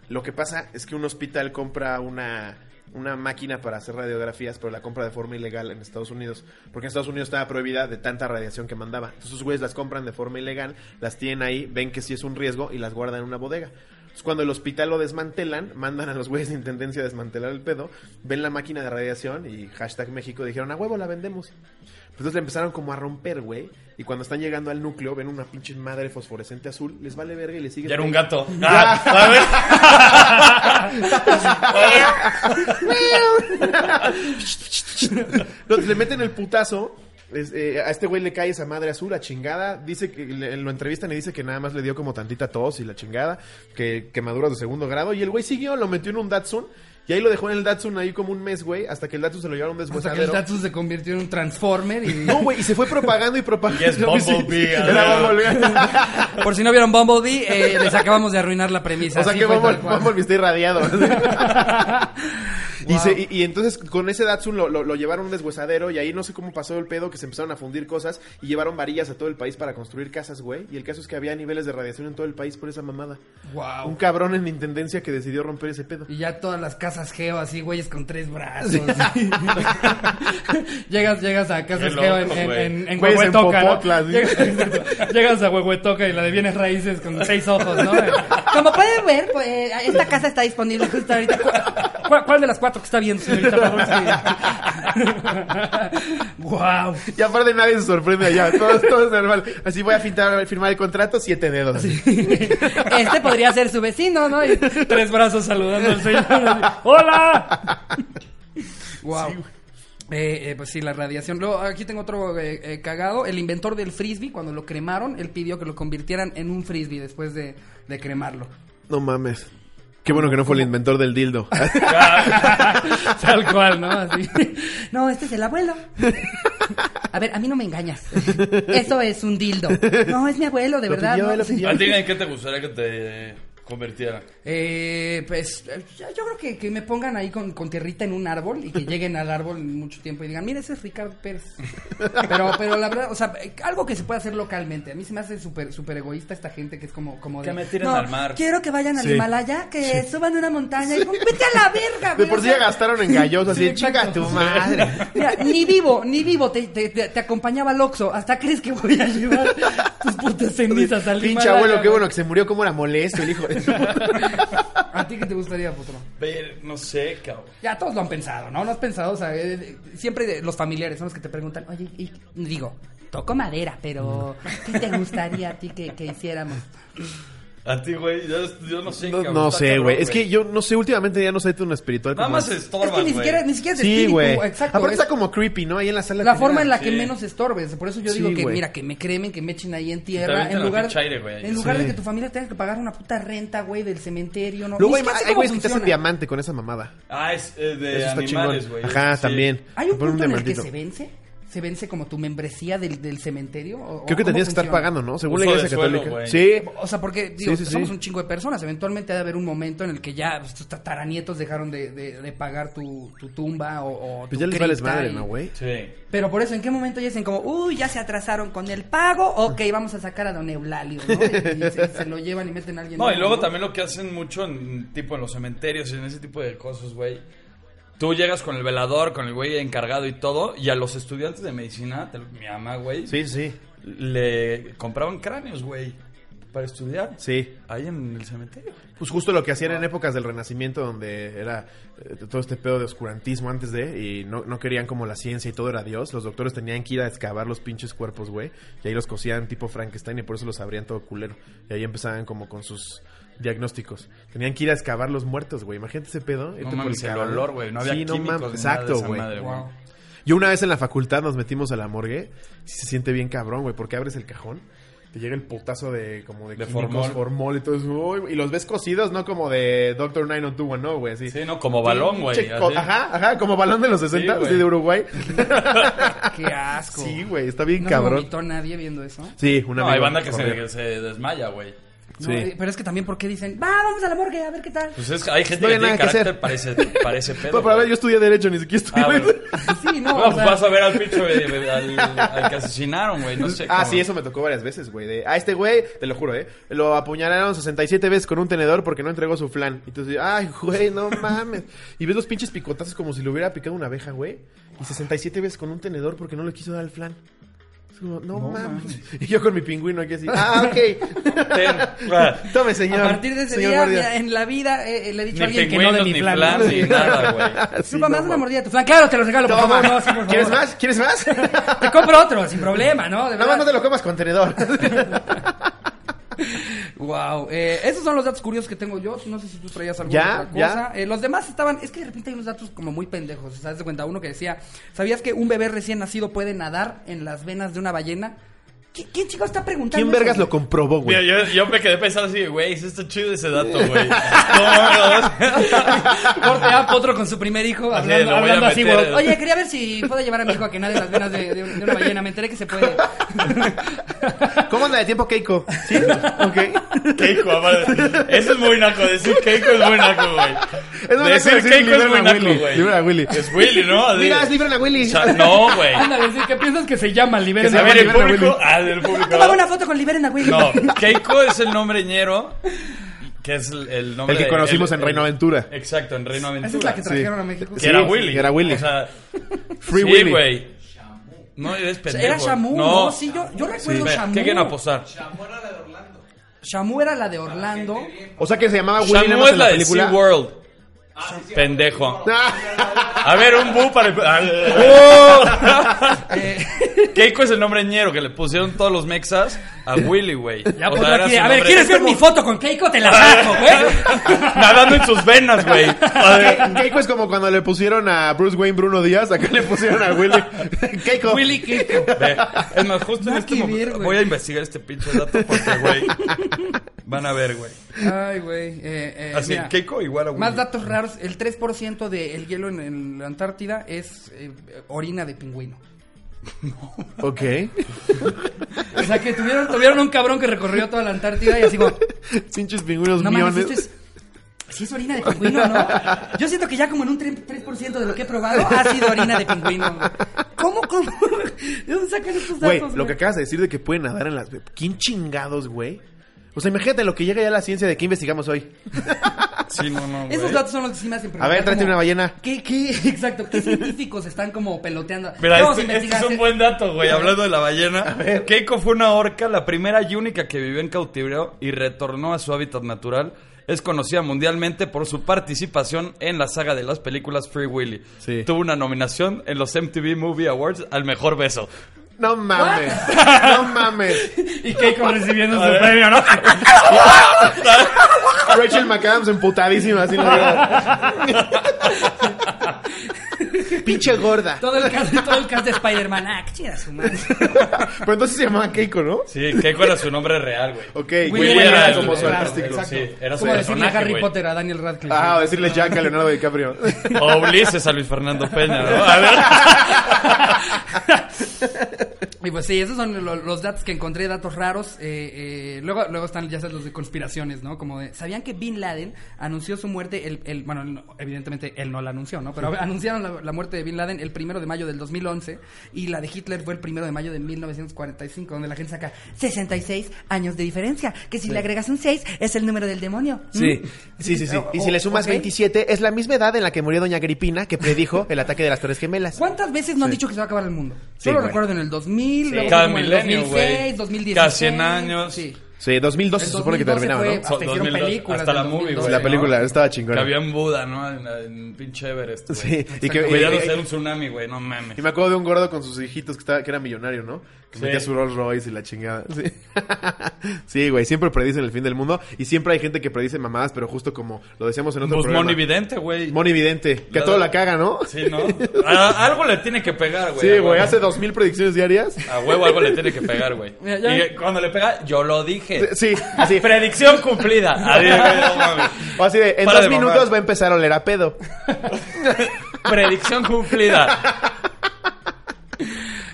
[SPEAKER 2] Lo que pasa es que un hospital compra una, una máquina para hacer radiografías, pero la compra de forma ilegal en Estados Unidos. Porque en Estados Unidos estaba prohibida de tanta radiación que mandaba. Entonces esos güeyes las compran de forma ilegal, las tienen ahí, ven que sí es un riesgo y las guardan en una bodega. Entonces, cuando el hospital lo desmantelan, mandan a los güeyes de intendencia a desmantelar el pedo, ven la máquina de radiación y hashtag México dijeron, a huevo la vendemos. Pues, Entonces le empezaron como a romper, güey. Y cuando están llegando al núcleo, ven una pinche madre fosforescente azul, les vale verga y le siguen.
[SPEAKER 3] Ya era un gato. Ah, a ver.
[SPEAKER 2] Entonces le meten el putazo. es, eh, a este güey le cae esa madre azul, la chingada. Dice que le- lo entrevistan y dice que nada más le dio como tantita tos y la chingada. Que quemaduras de segundo grado. Y el güey siguió, lo metió en un Datsun. Y ahí lo dejó en el Datsun ahí como un mes, güey. Hasta que el Datsun se lo llevaron a un
[SPEAKER 1] Hasta que el
[SPEAKER 2] deshuesadero.
[SPEAKER 1] Tatsus se convirtió en un Transformer y...
[SPEAKER 2] No, güey, y se fue propagando y propagando.
[SPEAKER 3] Y es Bumblebee,
[SPEAKER 2] Sí,
[SPEAKER 3] a
[SPEAKER 2] era
[SPEAKER 3] ver.
[SPEAKER 2] Bumblebee.
[SPEAKER 1] Por si no vieron Bumblebee, eh, les acabamos de arruinar la premisa.
[SPEAKER 2] O sea
[SPEAKER 1] Así
[SPEAKER 2] que
[SPEAKER 1] fue
[SPEAKER 2] Bumble-
[SPEAKER 1] tal cual.
[SPEAKER 2] Bumblebee está irradiado. y, se- y- y entonces con ese Datsun lo, lo- lo llevaron a un deshuesadero y ahí no sé cómo pasó el pedo que se empezaron a fundir cosas y llevaron varillas a todo el país para construir casas, güey. Y el caso es que había niveles de radiación en todo el país por esa mamada.
[SPEAKER 1] Guau.
[SPEAKER 2] Un cabrón en intendencia que decidió romper ese pedo.
[SPEAKER 1] Y ya todas las casas geo así, güeyes con tres brazos. llegas, llegas a
[SPEAKER 3] Qué
[SPEAKER 1] casas
[SPEAKER 3] loco,
[SPEAKER 1] geo en, en,
[SPEAKER 3] güey.
[SPEAKER 1] en- en
[SPEAKER 2] Güeyes en
[SPEAKER 5] Huehuetoca, ¿no?
[SPEAKER 2] Popotla, sí.
[SPEAKER 5] Llegas- Llegas a Huehuetoca y la de bienes raíces con seis ojos, ¿no?
[SPEAKER 4] Como pueden ver, pues, eh, esta casa está disponible justo ahorita.
[SPEAKER 1] ¿Cu- ¿Cuál, de las cuatro que está bien, señorita wow.
[SPEAKER 2] Y aparte nadie se sorprende allá. Todo, todo es normal. Así voy a fintar- firmar el contrato, siete dedos.
[SPEAKER 4] Este podría ser su vecino, ¿no? Y-
[SPEAKER 5] Tres brazos saludando al señor. así, ¡Hola!
[SPEAKER 1] Wow. Eh, eh, pues sí, la radiación. Luego, aquí tengo otro eh, eh, cagado. El inventor del frisbee, cuando lo cremaron, él pidió que lo convirtieran en un frisbee después de, de cremarlo.
[SPEAKER 2] No mames. Qué bueno que no fue el inventor del dildo.
[SPEAKER 5] Tal cual, ¿no? Así.
[SPEAKER 4] No, este es el abuelo. A ver, a mí no me engañas. Eso es un dildo. No, es mi abuelo, de
[SPEAKER 2] Lo
[SPEAKER 4] verdad.
[SPEAKER 2] pidió,
[SPEAKER 4] ¿no?
[SPEAKER 2] lo pidió.
[SPEAKER 3] ¿A ti en qué te gustaría que te convirtiera?
[SPEAKER 1] Eh, pues eh, yo yo creo que, que me pongan ahí con, con tierrita en un árbol y que lleguen al árbol en mucho tiempo y digan, mira, ese es Ricardo Pérez. Pero, pero la verdad, o sea, eh, algo que se puede hacer localmente. A mí se me hace súper súper egoísta esta gente que es como... como de-
[SPEAKER 3] Que me tiren
[SPEAKER 4] No,
[SPEAKER 3] al mar.
[SPEAKER 4] Quiero que vayan al
[SPEAKER 2] Sí.
[SPEAKER 4] Himalaya, que suban una montaña y vete a la verga,
[SPEAKER 2] De
[SPEAKER 4] güey,
[SPEAKER 2] por
[SPEAKER 4] o
[SPEAKER 2] sí
[SPEAKER 4] sea,
[SPEAKER 2] ya gastaron en gallos así. Chica tu madre.
[SPEAKER 4] Mira, ni vivo, ni vivo, te, te, te- te acompañaba al Oxxo. Hasta crees que voy a llevar tus putas cenizas al
[SPEAKER 2] Pinche
[SPEAKER 4] Himalaya,
[SPEAKER 2] abuelo, qué
[SPEAKER 4] güey.
[SPEAKER 2] bueno que se murió, cómo era molesto el hijo de su puta.
[SPEAKER 1] ¿A ti qué te gustaría, Potro?
[SPEAKER 3] Ver, no sé, cabrón.
[SPEAKER 1] Ya todos lo han pensado, ¿no? ¿No has pensado? O sea, eh, eh, siempre de- los familiares son los que te preguntan, oye,
[SPEAKER 4] Oye, y digo, toco madera, pero ¿qué te gustaría a ti que, que hiciéramos?
[SPEAKER 3] A ti, güey, yo, yo no sé,
[SPEAKER 2] No,
[SPEAKER 3] cabrón.
[SPEAKER 2] no
[SPEAKER 3] Está
[SPEAKER 2] sé,
[SPEAKER 3] cabrón,
[SPEAKER 2] güey. Es que yo no sé, últimamente ya no soy tan espiritual
[SPEAKER 3] Nada
[SPEAKER 2] como
[SPEAKER 3] más
[SPEAKER 2] antes.
[SPEAKER 3] estorbas,
[SPEAKER 1] es que ni
[SPEAKER 3] güey.
[SPEAKER 1] siquiera, ni siquiera es
[SPEAKER 2] Sí,
[SPEAKER 1] espíritu,
[SPEAKER 2] güey.
[SPEAKER 1] exacto.
[SPEAKER 2] Aparte
[SPEAKER 1] es-
[SPEAKER 2] está como creepy, ¿no? Ahí en la sala.
[SPEAKER 1] La
[SPEAKER 2] tenía-
[SPEAKER 1] forma en la que
[SPEAKER 3] Sí.
[SPEAKER 1] menos estorbes. Por eso yo
[SPEAKER 2] Sí,
[SPEAKER 1] digo que,
[SPEAKER 2] güey.
[SPEAKER 1] mira, que me cremen, que me echen ahí en
[SPEAKER 3] te
[SPEAKER 1] tierra.
[SPEAKER 3] avientan
[SPEAKER 1] en
[SPEAKER 3] al
[SPEAKER 1] lugar,
[SPEAKER 3] pinche aire, güey.
[SPEAKER 1] en lugar
[SPEAKER 2] Sí.
[SPEAKER 1] de que tu familia tenga que pagar una puta renta, güey, del cementerio. No, Ni
[SPEAKER 2] Luego hay
[SPEAKER 1] siquiera sé
[SPEAKER 2] hay
[SPEAKER 1] cómo
[SPEAKER 2] güeyes que te hacen
[SPEAKER 1] funciona.
[SPEAKER 2] diamante con esa mamada.
[SPEAKER 3] Ah, es eh, de
[SPEAKER 2] Eso está
[SPEAKER 3] animales,
[SPEAKER 2] chingón.
[SPEAKER 3] güey.
[SPEAKER 2] Ajá,
[SPEAKER 3] Sí.
[SPEAKER 2] también.
[SPEAKER 1] ¿Hay un
[SPEAKER 2] Te ponen
[SPEAKER 1] punto en el que se
[SPEAKER 2] diamantito.
[SPEAKER 1] vence? ¿Se vence como tu membresía del, del cementerio? ¿O-
[SPEAKER 2] Creo que
[SPEAKER 1] o cómo
[SPEAKER 2] tenías que estar
[SPEAKER 1] funciona?
[SPEAKER 2] pagando, ¿no? Según la
[SPEAKER 3] Uso de
[SPEAKER 2] iglesia
[SPEAKER 3] suelo,
[SPEAKER 2] católica.
[SPEAKER 3] güey.
[SPEAKER 2] sí.
[SPEAKER 1] O sea, porque digo,
[SPEAKER 2] sí, sí.
[SPEAKER 1] somos un chingo de personas. Eventualmente ha de haber un momento en el que ya pues, tus tataranietos dejaron de, de- de pagar tu, tu tumba o, o tu
[SPEAKER 2] Pues ya les vales
[SPEAKER 1] cripta
[SPEAKER 2] madre,
[SPEAKER 1] y-
[SPEAKER 2] ¿no, güey?
[SPEAKER 3] Sí.
[SPEAKER 1] Pero por eso, ¿en qué momento ya dicen como, uy, ya se atrasaron con el pago? Ok, vamos a sacar a don Eulalio, ¿no? Y, y se, se lo llevan y meten a alguien.
[SPEAKER 3] No, y
[SPEAKER 1] más,
[SPEAKER 3] luego también lo que hacen mucho en tipo en los cementerios y en ese tipo de cosas, güey. Tú llegas con el velador, con el güey encargado y todo, y a los estudiantes de medicina, te- mi mamá, güey,
[SPEAKER 2] Sí, sí.
[SPEAKER 3] le compraban cráneos, güey, para estudiar.
[SPEAKER 2] Sí.
[SPEAKER 3] Ahí en el cementerio.
[SPEAKER 2] Pues justo lo que hacían en épocas del Renacimiento, donde era eh, todo este pedo de oscurantismo antes de, y no, no querían como la ciencia y todo era Dios. Los doctores tenían que ir a excavar los pinches cuerpos, güey, y ahí los cosían tipo Frankenstein y por eso los abrían todo culero. Y ahí empezaban como con sus diagnósticos. Tenían que ir a excavar los muertos, güey. Imagínate ese pedo. irte
[SPEAKER 3] No
[SPEAKER 2] por
[SPEAKER 3] mames, el
[SPEAKER 2] excavador.
[SPEAKER 3] olor, güey. No había
[SPEAKER 2] Sí, no
[SPEAKER 3] químicos
[SPEAKER 2] mames,
[SPEAKER 3] ni nada de
[SPEAKER 2] Exacto,
[SPEAKER 3] esa
[SPEAKER 2] güey.
[SPEAKER 3] madre, güey.
[SPEAKER 1] Wow.
[SPEAKER 2] Yo una vez en la facultad nos metimos a la morgue. Sí se siente bien cabrón, güey, porque abres el cajón. Te llega el putazo de como de,
[SPEAKER 3] De
[SPEAKER 2] químicos,
[SPEAKER 3] formol.
[SPEAKER 2] formol y todo eso. Uy, y los ves cocidos, no como de Doctor 90210, güey, así.
[SPEAKER 3] Sí, no, como balón, güey.
[SPEAKER 2] Che, co-
[SPEAKER 3] así.
[SPEAKER 2] Ajá, ajá, como balón de los 60,
[SPEAKER 3] Sí, güey.
[SPEAKER 2] así de Uruguay.
[SPEAKER 1] Qué asco.
[SPEAKER 2] Sí, güey, está bien
[SPEAKER 1] ¿No se
[SPEAKER 2] cabrón.
[SPEAKER 1] vomitó nadie viendo eso?
[SPEAKER 2] Sí, una
[SPEAKER 3] No, hay banda que se, que se desmaya, güey.
[SPEAKER 1] No,
[SPEAKER 2] Sí.
[SPEAKER 1] eh, pero es que también, ¿por qué dicen?
[SPEAKER 4] Va, ah, vamos a la morgue a ver qué tal.
[SPEAKER 3] Pues es que hay gente
[SPEAKER 2] No
[SPEAKER 3] que
[SPEAKER 2] había nada que
[SPEAKER 3] tiene carácter
[SPEAKER 2] hacer.
[SPEAKER 3] para ese, para ese pedo.
[SPEAKER 2] Pero, pero a ver,
[SPEAKER 3] güey.
[SPEAKER 2] yo estudié Derecho, ni siquiera estudié.
[SPEAKER 3] Ah, bueno.
[SPEAKER 1] Pues Sí, no.
[SPEAKER 3] No,
[SPEAKER 1] o sea,
[SPEAKER 3] vas a ver al picho, eh, al, al que asesinaron, güey. No sé.
[SPEAKER 2] Ah,
[SPEAKER 3] cómo.
[SPEAKER 2] sí, eso me tocó varias veces, güey. De, ah, este güey, te lo juro, ¿eh? Lo apuñalaron 67 veces con un tenedor porque no entregó su flan. Y tú dices, ay, güey, no mames. Y ves los pinches picotazos como si le hubiera picado una abeja, güey. Y 67 veces con un tenedor porque no le quiso dar el flan. Es como, no, mames. Y yo con mi pingüino aquí así, ah, ok.
[SPEAKER 3] Ten, ah,
[SPEAKER 2] Tome, señor.
[SPEAKER 1] a partir de ese
[SPEAKER 2] señor
[SPEAKER 1] día,
[SPEAKER 2] guardia.
[SPEAKER 1] ya, en la vida eh, eh, le he dicho a
[SPEAKER 3] Ni
[SPEAKER 1] alguien que no de
[SPEAKER 3] pingüinos,
[SPEAKER 1] mi
[SPEAKER 3] ni
[SPEAKER 1] plan.
[SPEAKER 3] flan, ni nada, güey.
[SPEAKER 2] Sí,
[SPEAKER 1] Supa, me
[SPEAKER 2] no
[SPEAKER 1] das una
[SPEAKER 2] mames.
[SPEAKER 1] mordida a tu flan. Claro, te lo regalo, por
[SPEAKER 2] Toma.
[SPEAKER 1] favor. No, sí, por favor.
[SPEAKER 2] ¿Quieres más? ¿Quieres más? Nada
[SPEAKER 1] Te compro otro, sin problema, ¿no? De
[SPEAKER 2] más no
[SPEAKER 1] verdad.
[SPEAKER 2] te lo comas con tenedor.
[SPEAKER 1] Wow, eh, esos son los datos curiosos que tengo yo. No sé si tú traías alguna
[SPEAKER 2] Ya,
[SPEAKER 1] otra cosa.
[SPEAKER 2] ya.
[SPEAKER 1] Eh, los demás estaban, es que de repente hay unos datos como muy pendejos. ¿Sabes de cuenta? Uno que decía, ¿sabías que un bebé recién nacido puede nadar en las venas de una ballena? ¿Qui- ¿Quién chico está preguntando?
[SPEAKER 2] ¿Quién
[SPEAKER 1] eso,
[SPEAKER 2] vergas
[SPEAKER 1] güey?
[SPEAKER 2] lo comprobó,
[SPEAKER 3] Mira,
[SPEAKER 2] güey?
[SPEAKER 3] yo, yo me quedé pensando así, güey, sí está chido ese dato, güey. ¿Cómo?
[SPEAKER 1] Corte A, Potro con su primer hijo.
[SPEAKER 3] Así
[SPEAKER 1] hablando-
[SPEAKER 3] lo voy a
[SPEAKER 1] hablando así,
[SPEAKER 3] meter.
[SPEAKER 1] güey. Oye, quería ver si puedo llevar a mi hijo a que nade en las venas de, de un- de una ballena. Me enteré que se puede.
[SPEAKER 2] ¿Cómo anda de tiempo, Keiko? ¿Sí? Ok.
[SPEAKER 3] Keiko, amar- Eso es muy naco, decir Keiko es muy naco, güey.
[SPEAKER 2] Es muy
[SPEAKER 3] decir
[SPEAKER 2] naco decir
[SPEAKER 3] Keiko es
[SPEAKER 2] liberen
[SPEAKER 3] muy
[SPEAKER 2] a
[SPEAKER 3] naco,
[SPEAKER 2] Willy,
[SPEAKER 3] güey.
[SPEAKER 2] liberen a Willy.
[SPEAKER 3] Es Willy, ¿no? Así-
[SPEAKER 2] Mira, es libren a Willy.
[SPEAKER 3] O sea, no, güey. A
[SPEAKER 5] Ándale, sí, ¿qué piensas que se llama? Liberen
[SPEAKER 2] Que se
[SPEAKER 5] a
[SPEAKER 3] ver,
[SPEAKER 5] Willy.
[SPEAKER 3] el
[SPEAKER 2] liberen a
[SPEAKER 3] público.
[SPEAKER 2] Willy.
[SPEAKER 3] Ah, del
[SPEAKER 1] Toma una
[SPEAKER 3] público.
[SPEAKER 1] foto con Liberen a Willy.
[SPEAKER 3] No, Keiko es el nombre ñero, que es el, el nombre.
[SPEAKER 2] El que conocimos
[SPEAKER 3] el-
[SPEAKER 2] en Reino Aventura.
[SPEAKER 3] Exacto, en Reino Aventura.
[SPEAKER 1] Esa es la que
[SPEAKER 2] Sí.
[SPEAKER 1] trajeron a México.
[SPEAKER 3] Que
[SPEAKER 2] Sí,
[SPEAKER 3] era Willy.
[SPEAKER 2] era Willy.
[SPEAKER 3] O sea,
[SPEAKER 2] Free
[SPEAKER 3] sí,
[SPEAKER 2] Willy.
[SPEAKER 3] güey. No, eres pendejo.
[SPEAKER 1] Era Shamu, ¿no? Sí, yo, yo recuerdo
[SPEAKER 3] Ve,
[SPEAKER 1] Shamu.
[SPEAKER 3] ¿Qué quieren aposar?
[SPEAKER 2] Ah,
[SPEAKER 1] Shamu era la de Orlando.
[SPEAKER 2] O sea que se llamaba Willy nada
[SPEAKER 3] Shamu
[SPEAKER 2] más
[SPEAKER 3] es
[SPEAKER 2] en
[SPEAKER 3] la
[SPEAKER 2] la
[SPEAKER 3] de
[SPEAKER 2] película.
[SPEAKER 3] SeaWorld. Pendejo.
[SPEAKER 2] Ah,
[SPEAKER 3] A ver, un bu para el... Ah,
[SPEAKER 1] Eh,
[SPEAKER 3] ¡Oh! Keiko es el nombre ñero que le pusieron todos los mexas a Willy, güey.
[SPEAKER 1] Ya,
[SPEAKER 3] O
[SPEAKER 1] Potro,
[SPEAKER 3] sea, era
[SPEAKER 1] aquí,
[SPEAKER 3] su
[SPEAKER 1] a ver,
[SPEAKER 3] nombre-
[SPEAKER 1] ¿quieres ver mi foto con Keiko? Te la saco, güey.
[SPEAKER 3] Nadando en sus venas, güey. A ver,
[SPEAKER 2] Ke- Keiko es como cuando le pusieron a Bruce Wayne Bruno Díaz, acá le pusieron a Willy. Keiko.
[SPEAKER 1] Willy Keiko.
[SPEAKER 3] ve. Es más, justo en
[SPEAKER 1] Nada
[SPEAKER 3] este
[SPEAKER 1] que
[SPEAKER 3] momento
[SPEAKER 1] ver, güey.
[SPEAKER 3] voy a investigar este pinche dato porque, güey, van a ver, güey.
[SPEAKER 1] Ay, güey. eh, eh,
[SPEAKER 3] Así,
[SPEAKER 1] mira,
[SPEAKER 3] ¿Ah, Keiko igual a Willy.
[SPEAKER 1] Más datos raros. El 3% del hielo en, en la Antártida es eh, orina de pingüino.
[SPEAKER 2] Ok.
[SPEAKER 1] O sea, que tuvieron, tuvieron un cabrón que recorrió toda la Antártida y así como...
[SPEAKER 2] Pinches pingüinos
[SPEAKER 1] No mames, esto
[SPEAKER 2] millones.
[SPEAKER 1] es... Sí es orina de pingüino, ¿no? Yo siento que ya como en un 3%, de lo que he probado ha sido orina de pingüino. ¿Cómo, cómo? ¿De dónde sacan estos datos,
[SPEAKER 2] Güey, lo que acabas de decir de que pueden nadar en las. ¿Quién chingados, güey? O sea, imagínate lo que llega ya a la ciencia de qué investigamos hoy.
[SPEAKER 3] Sí, no, no, güey.
[SPEAKER 1] Esos datos son los que sí me hacen
[SPEAKER 2] A ver, tráete
[SPEAKER 1] como,
[SPEAKER 2] una ballena.
[SPEAKER 1] ¿Qué, qué, exacto, qué científicos están como peloteando?
[SPEAKER 3] Mira,
[SPEAKER 1] Vamos a
[SPEAKER 3] este, este
[SPEAKER 1] investigar,
[SPEAKER 3] es un
[SPEAKER 1] ¿sí?
[SPEAKER 3] buen dato, güey, hablando de la ballena. Keiko fue una orca, la primera y única que vivió en cautiverio y retornó a su hábitat natural. Es conocida mundialmente por su participación en la saga de las películas Free Willy.
[SPEAKER 2] Sí.
[SPEAKER 3] Tuvo una nominación en los MTV Movie Awards al mejor beso.
[SPEAKER 2] No mames. No mames.
[SPEAKER 5] Y Keiko recibiendo
[SPEAKER 3] A
[SPEAKER 5] su
[SPEAKER 3] ver.
[SPEAKER 5] premio, ¿no?
[SPEAKER 2] Rachel McAdams emputadísima, así lo digo. Pinche gorda.
[SPEAKER 1] Todo el cast, todo el cast de Spider-Man. Ah, qué chida su madre.
[SPEAKER 2] Pero entonces se llamaba Keiko, ¿no?
[SPEAKER 3] Sí, Keiko era su nombre real, güey.
[SPEAKER 2] Ok,
[SPEAKER 1] Willy era el-
[SPEAKER 2] como su
[SPEAKER 1] claro,
[SPEAKER 2] artístico.
[SPEAKER 1] exacto.
[SPEAKER 3] Sí, era su
[SPEAKER 1] Como decirle a
[SPEAKER 3] personaje,
[SPEAKER 1] Harry
[SPEAKER 3] güey.
[SPEAKER 1] Potter a Daniel Radcliffe.
[SPEAKER 2] Ah, o decirle Jack a Leonardo DiCaprio.
[SPEAKER 3] O Ulises a Luis Fernando Peña, ¿no? A ver.
[SPEAKER 1] Y pues sí, esos son lo- los datos que encontré, datos raros. Eh, eh, luego, luego están ya sabes, los de conspiraciones, ¿no? Como de, ¿sabían que Bin Laden anunció su muerte? El, el- bueno, él no- evidentemente él no la anunció, ¿no? Pero anunciaron la, la muerte de Bin Laden el primero de mayo del 2011 y la de Hitler fue el primero de mayo de 1945, donde la gente saca
[SPEAKER 4] 66 años de diferencia. Que si le agregas un 6, es el número del demonio.
[SPEAKER 2] Sí, sí, sí, sí. Y si le sumas
[SPEAKER 1] Ok.
[SPEAKER 2] 27, es la misma edad en la que murió Doña Agripina, que predijo el ataque de las Torres Gemelas.
[SPEAKER 1] ¿Cuántas veces no han dicho que se va a acabar el mundo?
[SPEAKER 2] Sí,
[SPEAKER 1] Yo lo
[SPEAKER 2] güey.
[SPEAKER 1] recuerdo en el 2000, luego fue
[SPEAKER 3] Cada
[SPEAKER 1] como en el
[SPEAKER 3] milenio,
[SPEAKER 1] 2006,
[SPEAKER 3] güey.
[SPEAKER 1] 2016.
[SPEAKER 3] Cada 100 años.
[SPEAKER 1] Sí.
[SPEAKER 2] Sí, 2012
[SPEAKER 1] El
[SPEAKER 2] se supone que
[SPEAKER 1] 2012
[SPEAKER 2] terminaba,
[SPEAKER 1] fue-
[SPEAKER 2] ¿no?
[SPEAKER 1] Hasta hicieron películas
[SPEAKER 3] hasta
[SPEAKER 1] del
[SPEAKER 3] la movie,
[SPEAKER 1] 2012,
[SPEAKER 3] güey.
[SPEAKER 2] La película,
[SPEAKER 3] ¿no?
[SPEAKER 2] estaba
[SPEAKER 3] Que
[SPEAKER 2] chingona.
[SPEAKER 3] había en Buda, ¿no? En, en pinche Everest. güey.
[SPEAKER 2] Sí, y que-
[SPEAKER 3] Güey, ya
[SPEAKER 2] y-
[SPEAKER 3] no sé,
[SPEAKER 2] y-
[SPEAKER 3] un tsunami, güey, no mames.
[SPEAKER 2] Y me acuerdo de un gordo con sus hijitos que, estaba, que era millonario, ¿no? Que
[SPEAKER 3] Sí.
[SPEAKER 2] metía su Rolls Royce y la chingada. Sí. Sí, güey, siempre predicen el fin del mundo. Y siempre hay gente que predice mamadas, pero justo como lo decíamos en otro
[SPEAKER 3] Pues
[SPEAKER 2] programa.
[SPEAKER 3] Moni Vidente, güey.
[SPEAKER 2] Moni Vidente, que a todo la caga, ¿no?
[SPEAKER 3] Sí, ¿no? A- algo le tiene que pegar, güey.
[SPEAKER 2] Sí,
[SPEAKER 3] a
[SPEAKER 2] güey,
[SPEAKER 3] huevo.
[SPEAKER 2] hace dos mil predicciones diarias.
[SPEAKER 3] A huevo algo le tiene que pegar, güey.
[SPEAKER 1] Mira, ya-
[SPEAKER 3] Y cuando le pega, yo lo dije.
[SPEAKER 2] Sí, así.
[SPEAKER 3] Predicción cumplida. Así, güey, no mames.
[SPEAKER 2] O así de, en
[SPEAKER 3] Para
[SPEAKER 2] dos
[SPEAKER 3] de
[SPEAKER 2] minutos
[SPEAKER 3] mamar.
[SPEAKER 2] va a empezar a oler a pedo.
[SPEAKER 3] Predicción cumplida.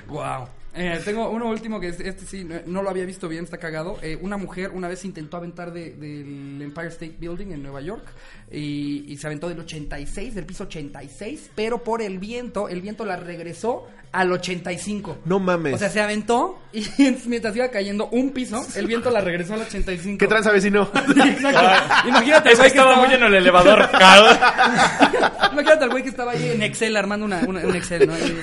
[SPEAKER 1] Wow. Eh, tengo uno último que es- este sí no, no lo había visto bien, está cagado. Eh, una mujer una vez se intentó aventar de- del Empire State Building en Nueva York y, y se aventó del 86, del piso 86, pero por el viento, el viento la regresó al 85.
[SPEAKER 2] No mames.
[SPEAKER 1] O sea, se aventó y mientras iba cayendo un piso, el viento la regresó al 85.
[SPEAKER 2] ¿Qué tranza, vecino?
[SPEAKER 1] Exacto. Imagínate,
[SPEAKER 3] Eso
[SPEAKER 1] güey, que
[SPEAKER 3] estaba muy en el elevador. cabrón.
[SPEAKER 1] Imagínate al güey que estaba ahí en Excel armando una, una- un Excel, ¿no? Y-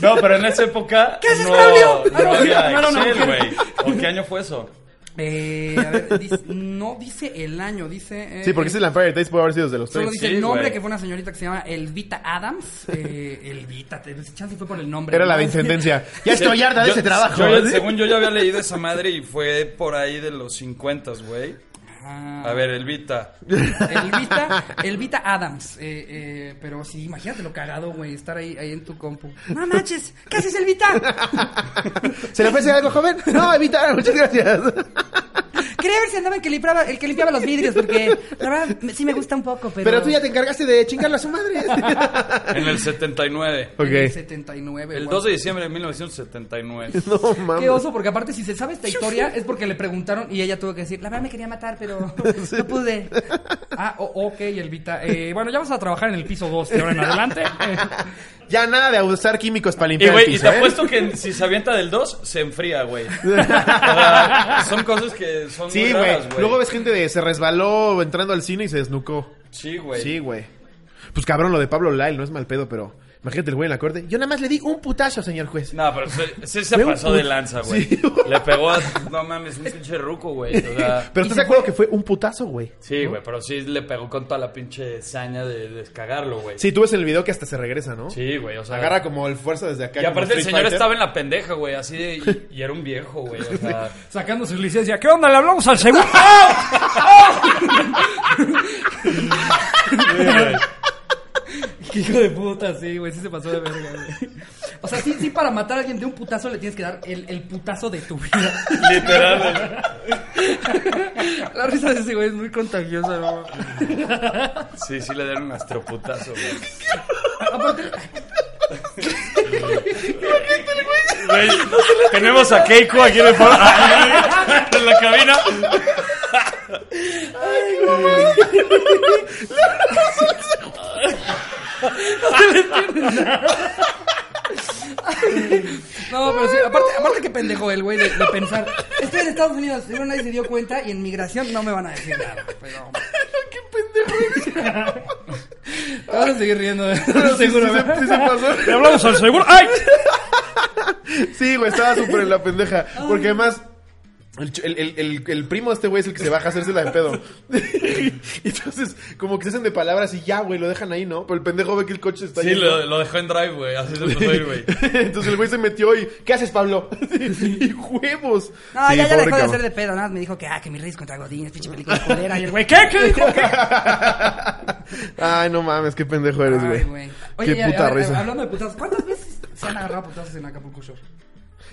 [SPEAKER 3] No, pero en esa época.
[SPEAKER 1] ¿Qué haces,
[SPEAKER 3] no,
[SPEAKER 1] Braulio?
[SPEAKER 3] no había
[SPEAKER 1] No, no, no,
[SPEAKER 3] Excel,
[SPEAKER 1] no.
[SPEAKER 3] güey. ¿O qué año fue eso?
[SPEAKER 1] Eh, a ver, dis- no dice el año, dice... eh,
[SPEAKER 2] Sí, porque ese Vampire Days puede haber sido de los
[SPEAKER 1] Solo
[SPEAKER 2] tres.
[SPEAKER 1] dice
[SPEAKER 3] Pues sí,
[SPEAKER 1] el nombre,
[SPEAKER 3] güey.
[SPEAKER 1] que fue una señorita que se llama Elvita Adams. Eh, Elvita, te- chance fue por el nombre.
[SPEAKER 2] Era la de
[SPEAKER 1] ¿no?
[SPEAKER 2] intendencia. Ya estoy harta de
[SPEAKER 3] Yo-
[SPEAKER 2] ese trabajo.
[SPEAKER 3] yo ya-
[SPEAKER 2] ¿sí?
[SPEAKER 3] según yo ya había leído esa madre y fue por ahí de los 50, güey.
[SPEAKER 1] Ah,
[SPEAKER 3] A ver, Elvita.
[SPEAKER 1] Elvita, Elvita Adams. Eh, eh, pero sí, imagínate lo cagado, güey, estar ahí, ahí en tu compu.
[SPEAKER 4] No manches, ¿qué haces, Elvita?
[SPEAKER 2] ¿Se le ofrece algo, joven? No, Evita, muchas gracias.
[SPEAKER 4] Quería ver si andaba el que limpiaba, el que limpiaba los vidrios, porque Eh, la verdad me- sí me gusta un poco, pero.
[SPEAKER 2] Pero tú ya te encargaste de chingarle a su madre.
[SPEAKER 3] En el 79.
[SPEAKER 1] En el
[SPEAKER 2] ok.
[SPEAKER 1] 79.
[SPEAKER 3] El
[SPEAKER 1] güey.
[SPEAKER 3] 2 de diciembre de 1979.
[SPEAKER 2] No
[SPEAKER 1] Qué
[SPEAKER 2] mames.
[SPEAKER 1] oso, porque aparte si se sabe esta historia es porque le preguntaron y ella tuvo que decir, la verdad me quería matar, pero...
[SPEAKER 4] No pude.
[SPEAKER 1] Ah, o- ok, Elvita. Eh, bueno, ya vas a trabajar en el piso 2 de ahora en adelante.
[SPEAKER 2] Ya nada de usar químicos para
[SPEAKER 3] Y,
[SPEAKER 2] limpiar el
[SPEAKER 3] güey, y te
[SPEAKER 2] piso, ¿eh?
[SPEAKER 3] apuesto que si se avienta del 2, se enfría, güey. O sea, son cosas que son
[SPEAKER 2] Sí,
[SPEAKER 3] muy
[SPEAKER 2] güey.
[SPEAKER 3] raras,
[SPEAKER 2] Luego ves gente de se resbaló entrando al cine y se desnucó.
[SPEAKER 3] Sí, güey.
[SPEAKER 2] Sí, güey. Pues cabrón, lo de Pablo Lyle no es mal pedo, pero imagínate el güey en la corte. Yo nada más le di un putazo, señor juez.
[SPEAKER 3] No, pero se, se, se
[SPEAKER 2] Fue un
[SPEAKER 3] pasó de
[SPEAKER 2] put-
[SPEAKER 3] lanza, güey.
[SPEAKER 2] Sí.
[SPEAKER 3] Le pegó a... No mames, un pinche ruco, güey. O sea...
[SPEAKER 2] Pero ¿estás de acuerdo que fue un putazo, güey?
[SPEAKER 3] Sí, güey, pero sí le pegó con toda la pinche saña de descagarlo, güey.
[SPEAKER 2] Sí, tú ves en el video que hasta se regresa, ¿no?
[SPEAKER 3] Sí, güey, o sea...
[SPEAKER 2] Agarra como el fuerza desde acá.
[SPEAKER 3] Y aparte el señor estaba en la pendeja, güey, así de... Y, y era un viejo, güey, o sea...
[SPEAKER 5] Sacando su licencia. ¿Qué onda? Le hablamos al seguro.
[SPEAKER 1] Qué hijo de puta, sí, güey, sí se pasó de verga, güey. O sea, sí, sí, para matar a alguien de un putazo le tienes que dar el, el putazo de tu vida.
[SPEAKER 3] Literal, güey.
[SPEAKER 1] La risa de ese güey es muy contagiosa, ¿no?
[SPEAKER 3] Sí, sí le dieron un astroputazo, güey. Güey, tenemos a Keiko aquí en, el foro- en la cabina.
[SPEAKER 1] No, pero sí, aparte, aparte que pendejo el güey de, de pensar, estoy en Estados Unidos, seguro nadie se dio cuenta y en migración no me van a decir nada, pero... Qué pendejo. Te vas a seguir riendo, de- seguro, ¿verdad?
[SPEAKER 2] Sí, se pasó.
[SPEAKER 5] Le hablamos al seguro. ¡Ay!
[SPEAKER 2] Sí, güey, estaba súper en la pendeja. Porque además. El, ch- el- el- el- el primo de este güey es el que se baja a hacerse la de pedo. Y Entonces, como que se hacen de palabras y ya, güey, lo dejan ahí, ¿no? Pero el pendejo ve que el coche está
[SPEAKER 3] Sí,
[SPEAKER 2] ahí.
[SPEAKER 3] lo, lo dejó en drive, güey. Así se puso ir, güey.
[SPEAKER 2] Entonces el güey se metió y, ¿qué haces, Pablo? y huevos.
[SPEAKER 4] No,
[SPEAKER 2] Sí,
[SPEAKER 4] ya, ya
[SPEAKER 2] pobre
[SPEAKER 4] dejó de
[SPEAKER 2] cabrón.
[SPEAKER 4] hacer de pedo, nada más me dijo que, ah, que mi rey es contra Godín, es pinche película culera.
[SPEAKER 5] Y el güey, ¿qué? ¿Qué dijo?
[SPEAKER 2] Ay, no mames, qué pendejo eres,
[SPEAKER 1] Ay,
[SPEAKER 2] güey.
[SPEAKER 1] güey.
[SPEAKER 2] Qué
[SPEAKER 1] ya,
[SPEAKER 2] puta
[SPEAKER 1] a ver,
[SPEAKER 2] risa.
[SPEAKER 1] Hablando de putazos, ¿cuántas veces se han agarrado putazos en Acapulco Shore?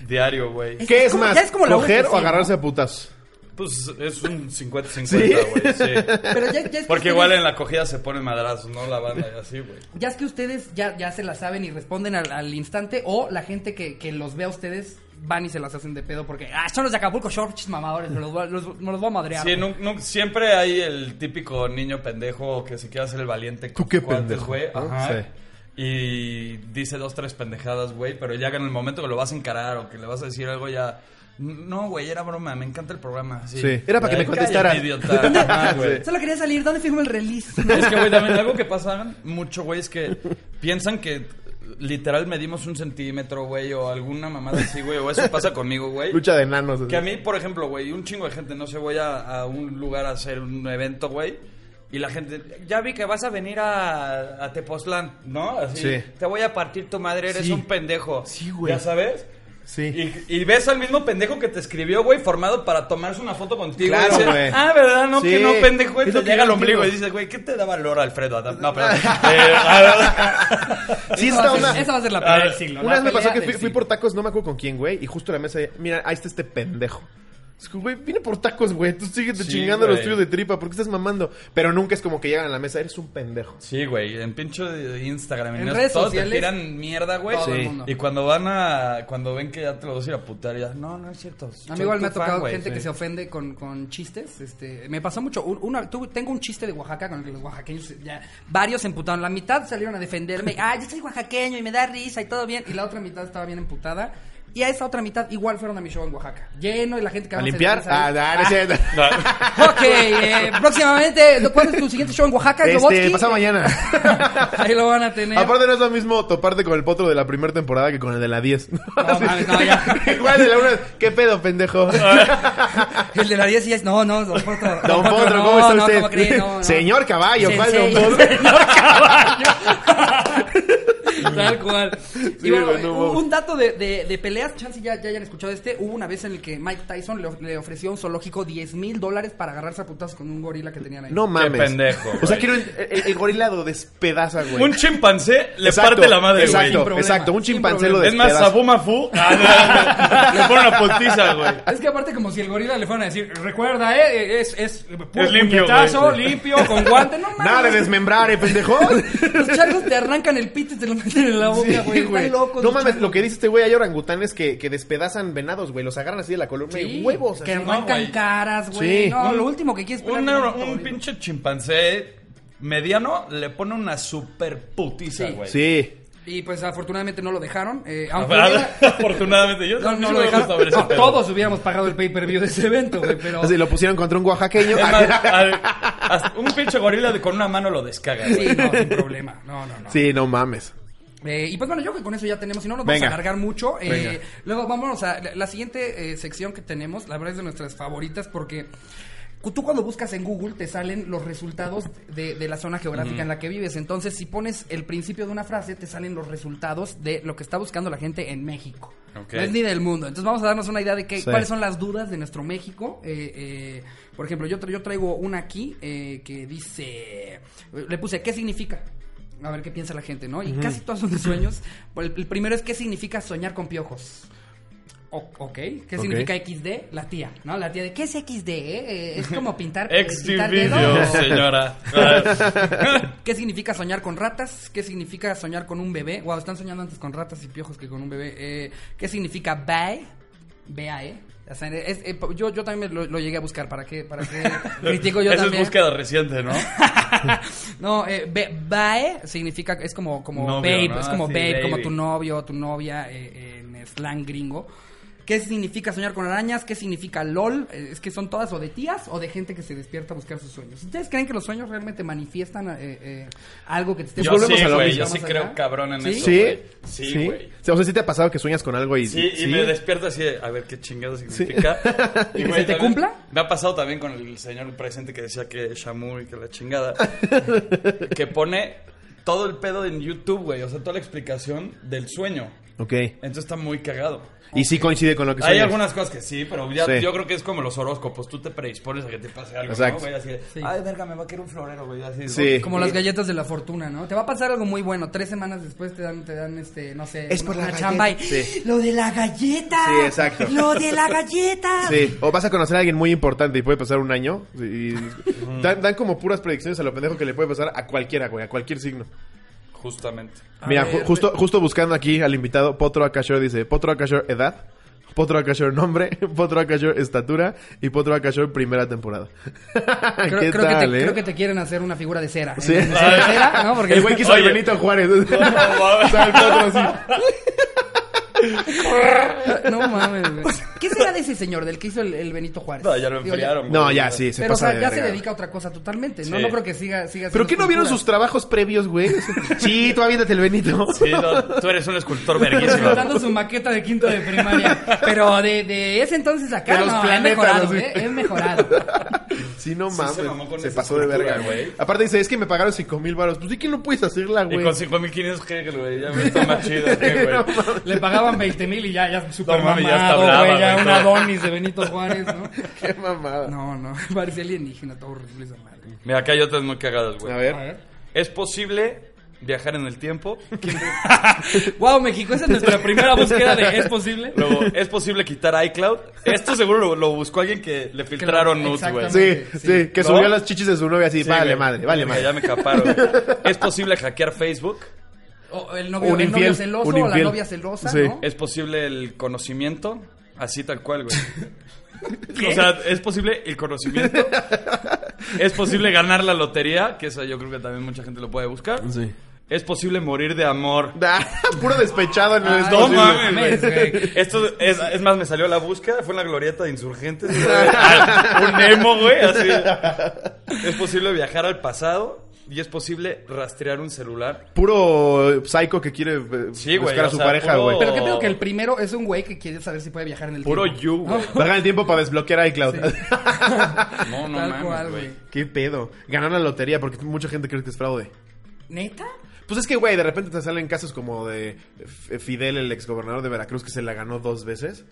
[SPEAKER 3] Diario, güey.
[SPEAKER 2] ¿Qué
[SPEAKER 4] Es
[SPEAKER 2] es
[SPEAKER 4] como-
[SPEAKER 2] más?
[SPEAKER 4] ya es como la
[SPEAKER 2] ¿Coger o
[SPEAKER 4] UFC, ¿no?
[SPEAKER 2] agarrarse a putas?
[SPEAKER 3] Pues es un 50-50,
[SPEAKER 2] ¿Sí?
[SPEAKER 3] güey. Sí.
[SPEAKER 1] Pero ya, ya es que
[SPEAKER 3] Porque
[SPEAKER 1] ustedes-
[SPEAKER 3] igual en la cogida se ponen madrazos, ¿no? La banda y así, güey.
[SPEAKER 1] Ya es que ustedes ya, ya se la saben y responden al, al instante, o la gente que, que los ve a ustedes van y se las hacen de pedo porque, ah, son los de Acapulco Shore, chis mamadores, me los, voy a- los- me los voy a madrear.
[SPEAKER 3] Sí, nun- nun- siempre hay el típico niño pendejo que se quiere hacer el valiente. con
[SPEAKER 2] Tú qué
[SPEAKER 3] sus cuates,
[SPEAKER 2] pendejo,
[SPEAKER 3] güey.
[SPEAKER 2] ¿no?
[SPEAKER 3] Ajá.
[SPEAKER 2] Sí.
[SPEAKER 3] Y dice dos, tres pendejadas, güey. Pero ya que en el momento que lo vas a encarar o que le vas a decir algo, ya. No, güey, era broma. Me encanta el programa. Sí.
[SPEAKER 2] Sí, era para que
[SPEAKER 3] Ya,
[SPEAKER 2] me contestara.
[SPEAKER 3] cállate, idiota. Ajá, güey.
[SPEAKER 4] Solo quería salir, ¿dónde firmo el release?
[SPEAKER 3] Es que, güey, también algo que pasa mucho, güey, es que piensan que literal medimos un centímetro, güey, o alguna mamada así, güey, o eso pasa conmigo, güey.
[SPEAKER 2] Lucha de enanos. así.
[SPEAKER 3] Que a mí, por ejemplo, güey, un chingo de gente, no sé, voy a, a un lugar a hacer un evento, güey. Y la gente, ya vi que vas a venir a, a Tepoztlán, ¿no? Así,
[SPEAKER 2] Sí.
[SPEAKER 3] Te voy a partir tu madre, eres
[SPEAKER 2] Sí.
[SPEAKER 3] un pendejo.
[SPEAKER 2] Sí, güey.
[SPEAKER 3] ¿Ya sabes?
[SPEAKER 2] Sí.
[SPEAKER 3] Y, y ves al mismo pendejo que te escribió, güey, formado para tomarse una foto contigo.
[SPEAKER 2] Claro,
[SPEAKER 3] y dices,
[SPEAKER 2] güey.
[SPEAKER 3] Ah, ¿verdad? No,
[SPEAKER 2] Sí.
[SPEAKER 3] que no, pendejo.
[SPEAKER 2] Es
[SPEAKER 3] Y te
[SPEAKER 2] lo que
[SPEAKER 3] llega
[SPEAKER 2] yo
[SPEAKER 3] al ombligo y
[SPEAKER 2] digo.
[SPEAKER 3] dices, güey, ¿qué te da valor, Alfredo? Adam? No, perdón. Eh, a ver.
[SPEAKER 2] Sí,
[SPEAKER 1] Esa va,
[SPEAKER 2] está
[SPEAKER 1] a ser-
[SPEAKER 2] una... Ah,
[SPEAKER 1] esa va a ser la
[SPEAKER 3] A
[SPEAKER 1] pelea
[SPEAKER 3] ver,
[SPEAKER 1] del siglo.
[SPEAKER 2] Una
[SPEAKER 1] la
[SPEAKER 2] vez me pasó
[SPEAKER 1] pelea
[SPEAKER 2] que
[SPEAKER 1] del
[SPEAKER 2] fui, fui
[SPEAKER 1] siglo.
[SPEAKER 2] por tacos, no me acuerdo con quién, güey, y justo la mesa, mira, ahí está este pendejo. Es que, güey, vine por tacos, güey, tú síguete
[SPEAKER 3] Sí,
[SPEAKER 2] chingando los
[SPEAKER 3] güey.
[SPEAKER 2] tuyos de tripa, ¿por qué estás mamando? Pero nunca es como que llegan a la mesa, eres un pendejo.
[SPEAKER 3] Sí, güey, en pincho de Instagram,
[SPEAKER 1] En
[SPEAKER 3] en redes
[SPEAKER 1] redes
[SPEAKER 3] todos te
[SPEAKER 1] sociales,
[SPEAKER 3] tiran mierda, güey.
[SPEAKER 1] todo
[SPEAKER 2] el
[SPEAKER 3] Sí.
[SPEAKER 1] mundo.
[SPEAKER 3] Y cuando van a cuando ven que ya te lo vas a ir a putear, ya, no, no es cierto.
[SPEAKER 1] A
[SPEAKER 3] soy
[SPEAKER 1] mí igual
[SPEAKER 3] tu
[SPEAKER 1] me ha
[SPEAKER 3] fan,
[SPEAKER 1] tocado
[SPEAKER 3] güey".
[SPEAKER 1] gente que
[SPEAKER 3] Sí.
[SPEAKER 1] se ofende con, con chistes. Este, me pasó mucho. Un- Una, tuve- tengo un chiste de Oaxaca con el que los oaxaqueños ya varios se emputaron. La mitad salieron a defenderme. Ah, yo soy oaxaqueño y me da risa y todo bien. Y la otra mitad estaba bien emputada. Y a esa otra mitad igual fueron a mi show en Oaxaca. Lleno y la gente que
[SPEAKER 2] ¿A limpiar? Ah, nah, no es cierto.
[SPEAKER 1] Ok, eh, próximamente, ¿cuál es tu siguiente show en Oaxaca?
[SPEAKER 2] Este,
[SPEAKER 1] Slobodsky?
[SPEAKER 2] pasado Ah, mañana.
[SPEAKER 1] Ahí lo van a tener.
[SPEAKER 2] Aparte no es lo mismo toparte con el potro de la primera temporada que con el de la 10.
[SPEAKER 1] No, mames, no, ya.
[SPEAKER 2] Igual de la una, ¿qué pedo, pendejo?
[SPEAKER 1] El de la 10 y es, no, no, don Potro.
[SPEAKER 2] Don
[SPEAKER 1] Potro,
[SPEAKER 2] Potro,
[SPEAKER 1] no,
[SPEAKER 2] ¿cómo está
[SPEAKER 1] no,
[SPEAKER 2] usted?
[SPEAKER 1] ¿cómo cree? No, no.
[SPEAKER 2] Señor caballo,
[SPEAKER 1] Sí,
[SPEAKER 2] ¿cuál
[SPEAKER 1] sí,
[SPEAKER 2] Don
[SPEAKER 1] ya
[SPEAKER 2] Potro?
[SPEAKER 1] sé, señor caballo. Tal cual.
[SPEAKER 2] Sí,
[SPEAKER 1] y bueno,
[SPEAKER 2] güey, no
[SPEAKER 1] un-
[SPEAKER 2] mames.
[SPEAKER 1] un dato de, de- de peleas, chance ya, ya hayan escuchado este. Hubo una vez en el que Mike Tyson le, of- le ofreció a un zoológico 10 mil dólares para agarrarse a putazos con un gorila que tenían ahí.
[SPEAKER 2] No mames.
[SPEAKER 3] pendejo,
[SPEAKER 2] O sea,
[SPEAKER 3] güey.
[SPEAKER 2] quiero. El, el- el gorila lo despedaza, güey.
[SPEAKER 3] Un chimpancé le
[SPEAKER 2] Exacto,
[SPEAKER 3] parte la madre, güey.
[SPEAKER 2] Exacto,
[SPEAKER 1] Sin problema,
[SPEAKER 2] exacto. Un
[SPEAKER 1] sin
[SPEAKER 2] chimpancé lo
[SPEAKER 1] problema.
[SPEAKER 3] Es más,
[SPEAKER 2] despedaza.
[SPEAKER 3] Sabu Mafu ah, no, le pone una potiza, güey.
[SPEAKER 1] Es que aparte como si el gorila le fueran a decir, recuerda, eh, es, es,
[SPEAKER 3] Es limpio,
[SPEAKER 1] puñetazo,
[SPEAKER 3] güey.
[SPEAKER 1] limpio, con guante, no mames.
[SPEAKER 2] Nada de desmembrar, eh, pendejo.
[SPEAKER 1] Los charcos te arrancan el pito y te lo meten en la boca, güey.
[SPEAKER 2] Sí, güey.
[SPEAKER 1] Están locos.
[SPEAKER 2] no
[SPEAKER 1] los
[SPEAKER 2] mames,
[SPEAKER 1] charcos.
[SPEAKER 2] lo que dice este güey, hay orangutanes que, que despedazan venados, güey. Los agarran así de la columna
[SPEAKER 1] Sí,
[SPEAKER 2] y huevos.
[SPEAKER 1] Que
[SPEAKER 2] así.
[SPEAKER 1] arrancan
[SPEAKER 3] güey.
[SPEAKER 1] caras, güey.
[SPEAKER 2] Sí.
[SPEAKER 1] No,
[SPEAKER 3] Un-
[SPEAKER 1] lo último que quieres es
[SPEAKER 3] Una-
[SPEAKER 1] pelear con
[SPEAKER 3] un
[SPEAKER 1] gorila.
[SPEAKER 3] pinche chimpancé mediano le pone una super putiza,
[SPEAKER 1] Sí.
[SPEAKER 3] güey.
[SPEAKER 2] Sí.
[SPEAKER 1] Y pues afortunadamente no lo dejaron. eh,
[SPEAKER 3] Ah,
[SPEAKER 1] aunque hubiera-
[SPEAKER 3] Afortunadamente, yo
[SPEAKER 1] No, no
[SPEAKER 3] también
[SPEAKER 1] lo
[SPEAKER 3] me gusta
[SPEAKER 1] dejaron.
[SPEAKER 3] ver ese
[SPEAKER 1] No,
[SPEAKER 3] pedo.
[SPEAKER 1] todos hubiéramos pagado el pay-per-view de ese evento, güey, pero...
[SPEAKER 2] Así lo pusieron contra un oaxaqueño.
[SPEAKER 3] Es más, al- hasta un pinche gorila de- con una mano lo descaga, güey.
[SPEAKER 1] Sí, no, sin problema. No, no, no.
[SPEAKER 2] sí, no mames.
[SPEAKER 1] Eh, y pues bueno, yo creo que con eso ya tenemos, si no nos vamos
[SPEAKER 2] Venga.
[SPEAKER 1] a alargar mucho. Eh,
[SPEAKER 2] Venga.
[SPEAKER 1] luego vámonos a la, la siguiente eh, sección que tenemos, la verdad es de nuestras favoritas porque cu- tú cuando buscas en Google te salen los resultados de, de la zona geográfica en la que vives. Entonces, si pones el principio de una frase, te salen los resultados de lo que está buscando la gente en México.
[SPEAKER 3] Ok.
[SPEAKER 1] No es ni del mundo. Entonces vamos a darnos una idea de qué,
[SPEAKER 2] Sí.
[SPEAKER 1] cuáles son las dudas de nuestro México. Eh, eh, por ejemplo, yo, tra- yo traigo una aquí eh, que dice, le puse, ¿qué significa? A ver qué piensa la gente, ¿no? Y casi todos son de sueños. Bueno, El, el primero es, ¿qué significa soñar con piojos? O- ok, ¿qué significa XD? La tía, ¿no? La tía de, ¿qué es XD? eh? Eh, Es como pintar, eh, pintar
[SPEAKER 3] Exdividio,
[SPEAKER 1] dedos.
[SPEAKER 3] señora.
[SPEAKER 1] ¿Qué significa soñar con ratas? ¿Qué significa soñar con un bebé? Wow, están soñando antes con ratas y piojos que con un bebé. Eh, ¿Qué significa BAE? B-A-E. O sea, es- eh, yo, yo también lo, lo llegué a buscar. ¿Para qué, para qué critico yo
[SPEAKER 3] Esa
[SPEAKER 1] también?
[SPEAKER 3] es búsqueda reciente, ¿no?
[SPEAKER 1] No, eh, be- bae significa, es como, como
[SPEAKER 3] Novio,
[SPEAKER 1] babe,
[SPEAKER 3] ¿no?
[SPEAKER 1] es como
[SPEAKER 3] Sí,
[SPEAKER 1] babe,
[SPEAKER 3] baby.
[SPEAKER 1] como tu novio, tu novia eh, en slang gringo. ¿Qué significa soñar con arañas? ¿Qué significa LOL? Eh, Es que son todas o de tías o de gente que se despierta a buscar sus sueños. ¿Ustedes creen que los sueños realmente manifiestan eh, eh, algo que te esté
[SPEAKER 3] Yo
[SPEAKER 2] volvemos
[SPEAKER 3] sí,
[SPEAKER 2] a lo
[SPEAKER 3] güey,
[SPEAKER 2] mismo.
[SPEAKER 3] yo sí
[SPEAKER 1] Vamos
[SPEAKER 3] creo
[SPEAKER 1] allá.
[SPEAKER 3] cabrón en
[SPEAKER 1] ¿Sí?
[SPEAKER 3] eso.
[SPEAKER 2] ¿Sí?
[SPEAKER 3] güey. Sí, güey.
[SPEAKER 2] O sea, sí te ha pasado que sueñas con algo y.
[SPEAKER 3] Sí, y me despierto así de, a ver qué chingado significa.
[SPEAKER 1] ¿Y que
[SPEAKER 3] güey,
[SPEAKER 1] se te
[SPEAKER 3] también
[SPEAKER 1] cumpla?
[SPEAKER 3] Me ha pasado también con el señor presente que decía que Shamu y que la chingada. que pone todo el pedo en YouTube, güey. O sea, toda la explicación del sueño.
[SPEAKER 2] Ok.
[SPEAKER 3] Entonces está muy cagado.
[SPEAKER 2] Y sí coincide con lo que
[SPEAKER 3] Hay
[SPEAKER 2] sueñas.
[SPEAKER 3] algunas cosas que sí, pero ya,
[SPEAKER 2] Sí.
[SPEAKER 3] yo creo que es como los horóscopos. Tú te predispones a que te pase algo,
[SPEAKER 2] Exacto.
[SPEAKER 3] ¿no, güey? Así de, ay, verga, me va a querer un florero, güey. Así,
[SPEAKER 2] Sí.
[SPEAKER 1] Como las galletas de la fortuna, ¿no? Te va a pasar algo muy bueno. Tres semanas después te dan, te dan este, no sé,
[SPEAKER 2] Es por
[SPEAKER 1] una
[SPEAKER 2] la
[SPEAKER 1] chamba y,
[SPEAKER 2] galleta. Sí.
[SPEAKER 1] ¡Lo de la galleta!
[SPEAKER 2] Sí, exacto.
[SPEAKER 1] ¡Lo de la galleta!
[SPEAKER 2] Sí, o vas a conocer a alguien muy importante y puede pasar un año. Y dan, dan como puras predicciones a lo pendejo que le puede pasar a cualquiera, güey, a cualquier signo.
[SPEAKER 3] Justamente.
[SPEAKER 1] A
[SPEAKER 2] Mira,
[SPEAKER 1] ver,
[SPEAKER 2] ju- justo, justo buscando aquí al invitado, Potro Akashor dice, Potro Akashor edad, Potro Akashor nombre, Potro Akashor estatura y Potro Akashor primera temporada.
[SPEAKER 1] Creo,
[SPEAKER 2] ¿Qué
[SPEAKER 1] creo que
[SPEAKER 2] tal,
[SPEAKER 1] te,
[SPEAKER 2] eh?
[SPEAKER 1] creo que te quieren hacer una figura de cera.
[SPEAKER 2] Sí.
[SPEAKER 1] ¿eh? De cera, ¿no? Porque
[SPEAKER 2] El güey quiso al
[SPEAKER 3] Oye.
[SPEAKER 2] Benito Juárez.
[SPEAKER 3] No, no,
[SPEAKER 2] O sea, el Potro así.
[SPEAKER 1] No mames, güey.
[SPEAKER 4] ¿Qué será de ese señor, del que hizo el, el Benito Juárez?
[SPEAKER 3] No, ya lo
[SPEAKER 4] Digo,
[SPEAKER 3] enfriaron.
[SPEAKER 2] No,
[SPEAKER 3] güey.
[SPEAKER 2] ya sí, se
[SPEAKER 1] Pero, o
[SPEAKER 2] pasa
[SPEAKER 1] sea,
[SPEAKER 2] de
[SPEAKER 1] ya se
[SPEAKER 2] verga.
[SPEAKER 1] dedica a otra cosa totalmente. No,
[SPEAKER 3] Sí.
[SPEAKER 1] no creo que siga, siga
[SPEAKER 2] ¿Pero
[SPEAKER 1] haciendo
[SPEAKER 2] qué no vieron sus
[SPEAKER 1] esculturas.
[SPEAKER 2] trabajos previos, güey? Sí, tú aviéntate el Benito.
[SPEAKER 3] Sí, no, tú eres un escultor verguísimo.
[SPEAKER 5] Presentando su maqueta de quinto de primaria.
[SPEAKER 1] Pero de, de ese entonces acá
[SPEAKER 2] De los
[SPEAKER 1] no, he
[SPEAKER 2] planetas,
[SPEAKER 1] mejorado,
[SPEAKER 2] así.
[SPEAKER 1] ¿eh? He mejorado.
[SPEAKER 2] Sí, no mames.
[SPEAKER 3] se
[SPEAKER 2] se
[SPEAKER 3] mamó con esa
[SPEAKER 2] pasó de
[SPEAKER 3] escultura,
[SPEAKER 2] verga, güey.
[SPEAKER 3] güey.
[SPEAKER 2] Aparte dice, es que me pagaron 5 mil baros. Pues sí que no puedes hacerla,
[SPEAKER 3] Y
[SPEAKER 2] güey.
[SPEAKER 3] con 5500 que güey, ya me está más chido, güey.
[SPEAKER 2] No mames.
[SPEAKER 5] Le pagaban 20 mil y ya, ya super
[SPEAKER 3] No mames, ya está
[SPEAKER 5] mamado,
[SPEAKER 3] brava,
[SPEAKER 5] güey. Ya
[SPEAKER 3] güey.
[SPEAKER 5] un Adonis de Benito Juárez, ¿no?
[SPEAKER 2] Qué mamada.
[SPEAKER 1] No, no, parecía alienígena, todo horrible esa madre.
[SPEAKER 3] Mira, acá hay otras muy cagadas,
[SPEAKER 2] A
[SPEAKER 3] güey.
[SPEAKER 2] ver.
[SPEAKER 3] ¿Es posible viajar en el tiempo?
[SPEAKER 5] Wow, México, esa es nuestra primera búsqueda de ¿es posible?
[SPEAKER 3] Luego, ¿es posible quitar iCloud? Esto seguro lo, lo buscó alguien que le filtraron nudes, güey.
[SPEAKER 5] exactamente.
[SPEAKER 2] Sí, sí, que
[SPEAKER 3] ¿No?
[SPEAKER 2] subió las chichis de su novia así.
[SPEAKER 3] Sí,
[SPEAKER 2] vale,
[SPEAKER 3] güey.
[SPEAKER 2] madre, vale,
[SPEAKER 3] Mira,
[SPEAKER 2] madre.
[SPEAKER 3] Ya me caparon. ¿Es posible hackear Facebook?
[SPEAKER 1] O el novio,
[SPEAKER 2] Un
[SPEAKER 1] el novio
[SPEAKER 2] infiel,
[SPEAKER 1] celoso,
[SPEAKER 2] un
[SPEAKER 1] o la
[SPEAKER 2] infiel.
[SPEAKER 1] novia celosa,
[SPEAKER 2] Sí.
[SPEAKER 1] ¿no?
[SPEAKER 3] ¿Es posible el conocimiento? Así tal cual, güey. O sea, ¿es posible el conocimiento? ¿Es posible ganar la lotería? Que eso yo creo que también mucha gente lo puede buscar.
[SPEAKER 2] Sí.
[SPEAKER 3] ¿Es posible morir de amor?
[SPEAKER 2] Ah, Puro despechado en el
[SPEAKER 5] Ay,
[SPEAKER 2] es
[SPEAKER 5] no
[SPEAKER 2] posible.
[SPEAKER 5] mames, güey.
[SPEAKER 3] Esto es, es más, me salió la búsqueda, fue en la glorieta de insurgentes. güey. Ah, Un emo, güey, así. Es posible viajar al pasado y es posible rastrear un celular.
[SPEAKER 2] Puro psycho que quiere eh,
[SPEAKER 3] Sí, güey,
[SPEAKER 2] buscar a
[SPEAKER 3] o
[SPEAKER 2] su
[SPEAKER 3] sea,
[SPEAKER 2] pareja,
[SPEAKER 3] puro-
[SPEAKER 2] güey.
[SPEAKER 1] Pero que tengo que el primero es un güey que quiere saber si puede viajar en el
[SPEAKER 3] Puro
[SPEAKER 1] tiempo.
[SPEAKER 3] you, güey.
[SPEAKER 2] Hagan el tiempo para desbloquear iCloud.
[SPEAKER 3] No, no
[SPEAKER 1] Tal
[SPEAKER 3] mames,
[SPEAKER 1] cual,
[SPEAKER 3] güey.
[SPEAKER 1] güey.
[SPEAKER 2] ¿Qué pedo? Ganar la lotería porque mucha gente cree que es fraude.
[SPEAKER 1] ¿Neta?
[SPEAKER 2] Pues es que, güey, de repente te salen casos como de F- Fidel, el exgobernador de Veracruz, que se la ganó dos veces.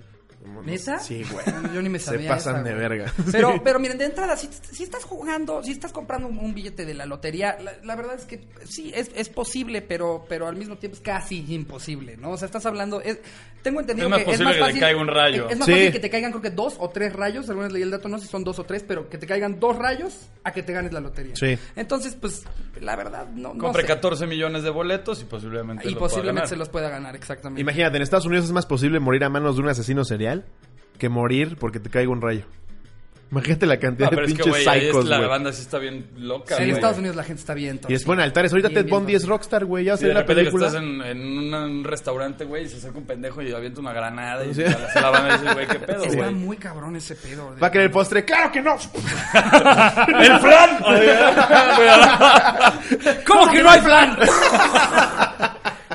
[SPEAKER 2] Como, no
[SPEAKER 1] ¿Neta?
[SPEAKER 2] sé, Sí, güey.
[SPEAKER 1] Yo ni me
[SPEAKER 2] Se
[SPEAKER 1] sabía
[SPEAKER 2] pasan
[SPEAKER 1] esa,
[SPEAKER 2] de
[SPEAKER 1] güey.
[SPEAKER 2] verga.
[SPEAKER 1] Pero, pero miren, de entrada, si, si estás jugando, si estás comprando un, un billete de la lotería, la, la verdad es que sí, es, es posible, pero, pero al mismo tiempo es casi imposible, ¿no? O sea, estás hablando... es- tengo entendido
[SPEAKER 3] Es más
[SPEAKER 1] que
[SPEAKER 3] posible que le caiga un rayo.
[SPEAKER 1] Es más
[SPEAKER 2] Sí.
[SPEAKER 1] fácil que te caigan, creo que dos o tres rayos, alguna vez leí el dato, no sé si son dos o tres, pero que te caigan dos rayos a que te ganes la lotería.
[SPEAKER 2] Sí.
[SPEAKER 1] Entonces, pues, la verdad, no, no
[SPEAKER 3] Compré
[SPEAKER 1] sé.
[SPEAKER 3] 14 millones de boletos y posiblemente
[SPEAKER 1] Y
[SPEAKER 3] los pueda ganar.
[SPEAKER 1] posiblemente se los pueda ganar, exactamente.
[SPEAKER 2] Imagínate, en Estados Unidos es más posible morir a manos de un asesino serial que morir porque te caiga un rayo. Imagínate la
[SPEAKER 3] Ah,
[SPEAKER 2] cantidad de
[SPEAKER 3] pero es que,
[SPEAKER 2] pinches
[SPEAKER 3] güey, ahí es
[SPEAKER 2] psychos,
[SPEAKER 3] la
[SPEAKER 2] güey.
[SPEAKER 3] banda sí está bien loca,
[SPEAKER 1] en
[SPEAKER 3] güey.
[SPEAKER 1] Estados Unidos la gente está bien.
[SPEAKER 2] Y después en
[SPEAKER 1] torcida.
[SPEAKER 2] altares. Ahorita
[SPEAKER 1] Sí,
[SPEAKER 2] Ted
[SPEAKER 1] bien
[SPEAKER 2] Bondi es
[SPEAKER 1] torcida.
[SPEAKER 2] rockstar, güey. Ya
[SPEAKER 3] Y de
[SPEAKER 2] sé la
[SPEAKER 3] repente que
[SPEAKER 2] película.
[SPEAKER 3] estás en, en un, un restaurante, güey, y se acerca un pendejo y avienta una granada y se la hace la banda y dice, güey, qué pedo,
[SPEAKER 1] Está
[SPEAKER 3] güey.
[SPEAKER 1] muy cabrón ese pedo. de-
[SPEAKER 2] ¿Va a querer postre? ¡Claro que no!
[SPEAKER 3] ¡El plan!
[SPEAKER 1] ¿Cómo que no hay plan?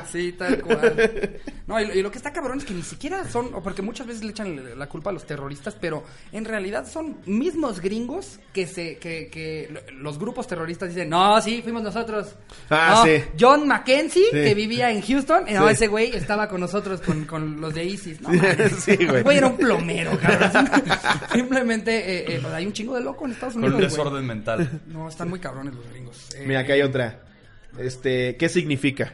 [SPEAKER 1] Sí, tal cual. No, y, lo- y lo que está cabrón es que ni siquiera son, o porque muchas veces le echan la culpa a los terroristas, pero en realidad son mismos gringos que se, que, que lo- los grupos terroristas dicen, no, sí, fuimos nosotros.
[SPEAKER 2] Ah,
[SPEAKER 1] No,
[SPEAKER 2] sí.
[SPEAKER 1] John Mackenzie,
[SPEAKER 2] Sí.
[SPEAKER 1] que vivía en Houston, no,
[SPEAKER 2] Sí.
[SPEAKER 1] ese güey estaba con nosotros, con, con los de ISIS. No,
[SPEAKER 2] Sí, güey.
[SPEAKER 1] El güey era un plomero, cabrón. Simplemente, eh, eh, pues, hay un chingo de loco en Estados
[SPEAKER 3] Con
[SPEAKER 1] Unidos.
[SPEAKER 3] un
[SPEAKER 1] güey.
[SPEAKER 3] desorden mental.
[SPEAKER 1] No, están muy cabrones los gringos. Eh,
[SPEAKER 2] Mira, aquí hay otra. Este, ¿qué significa?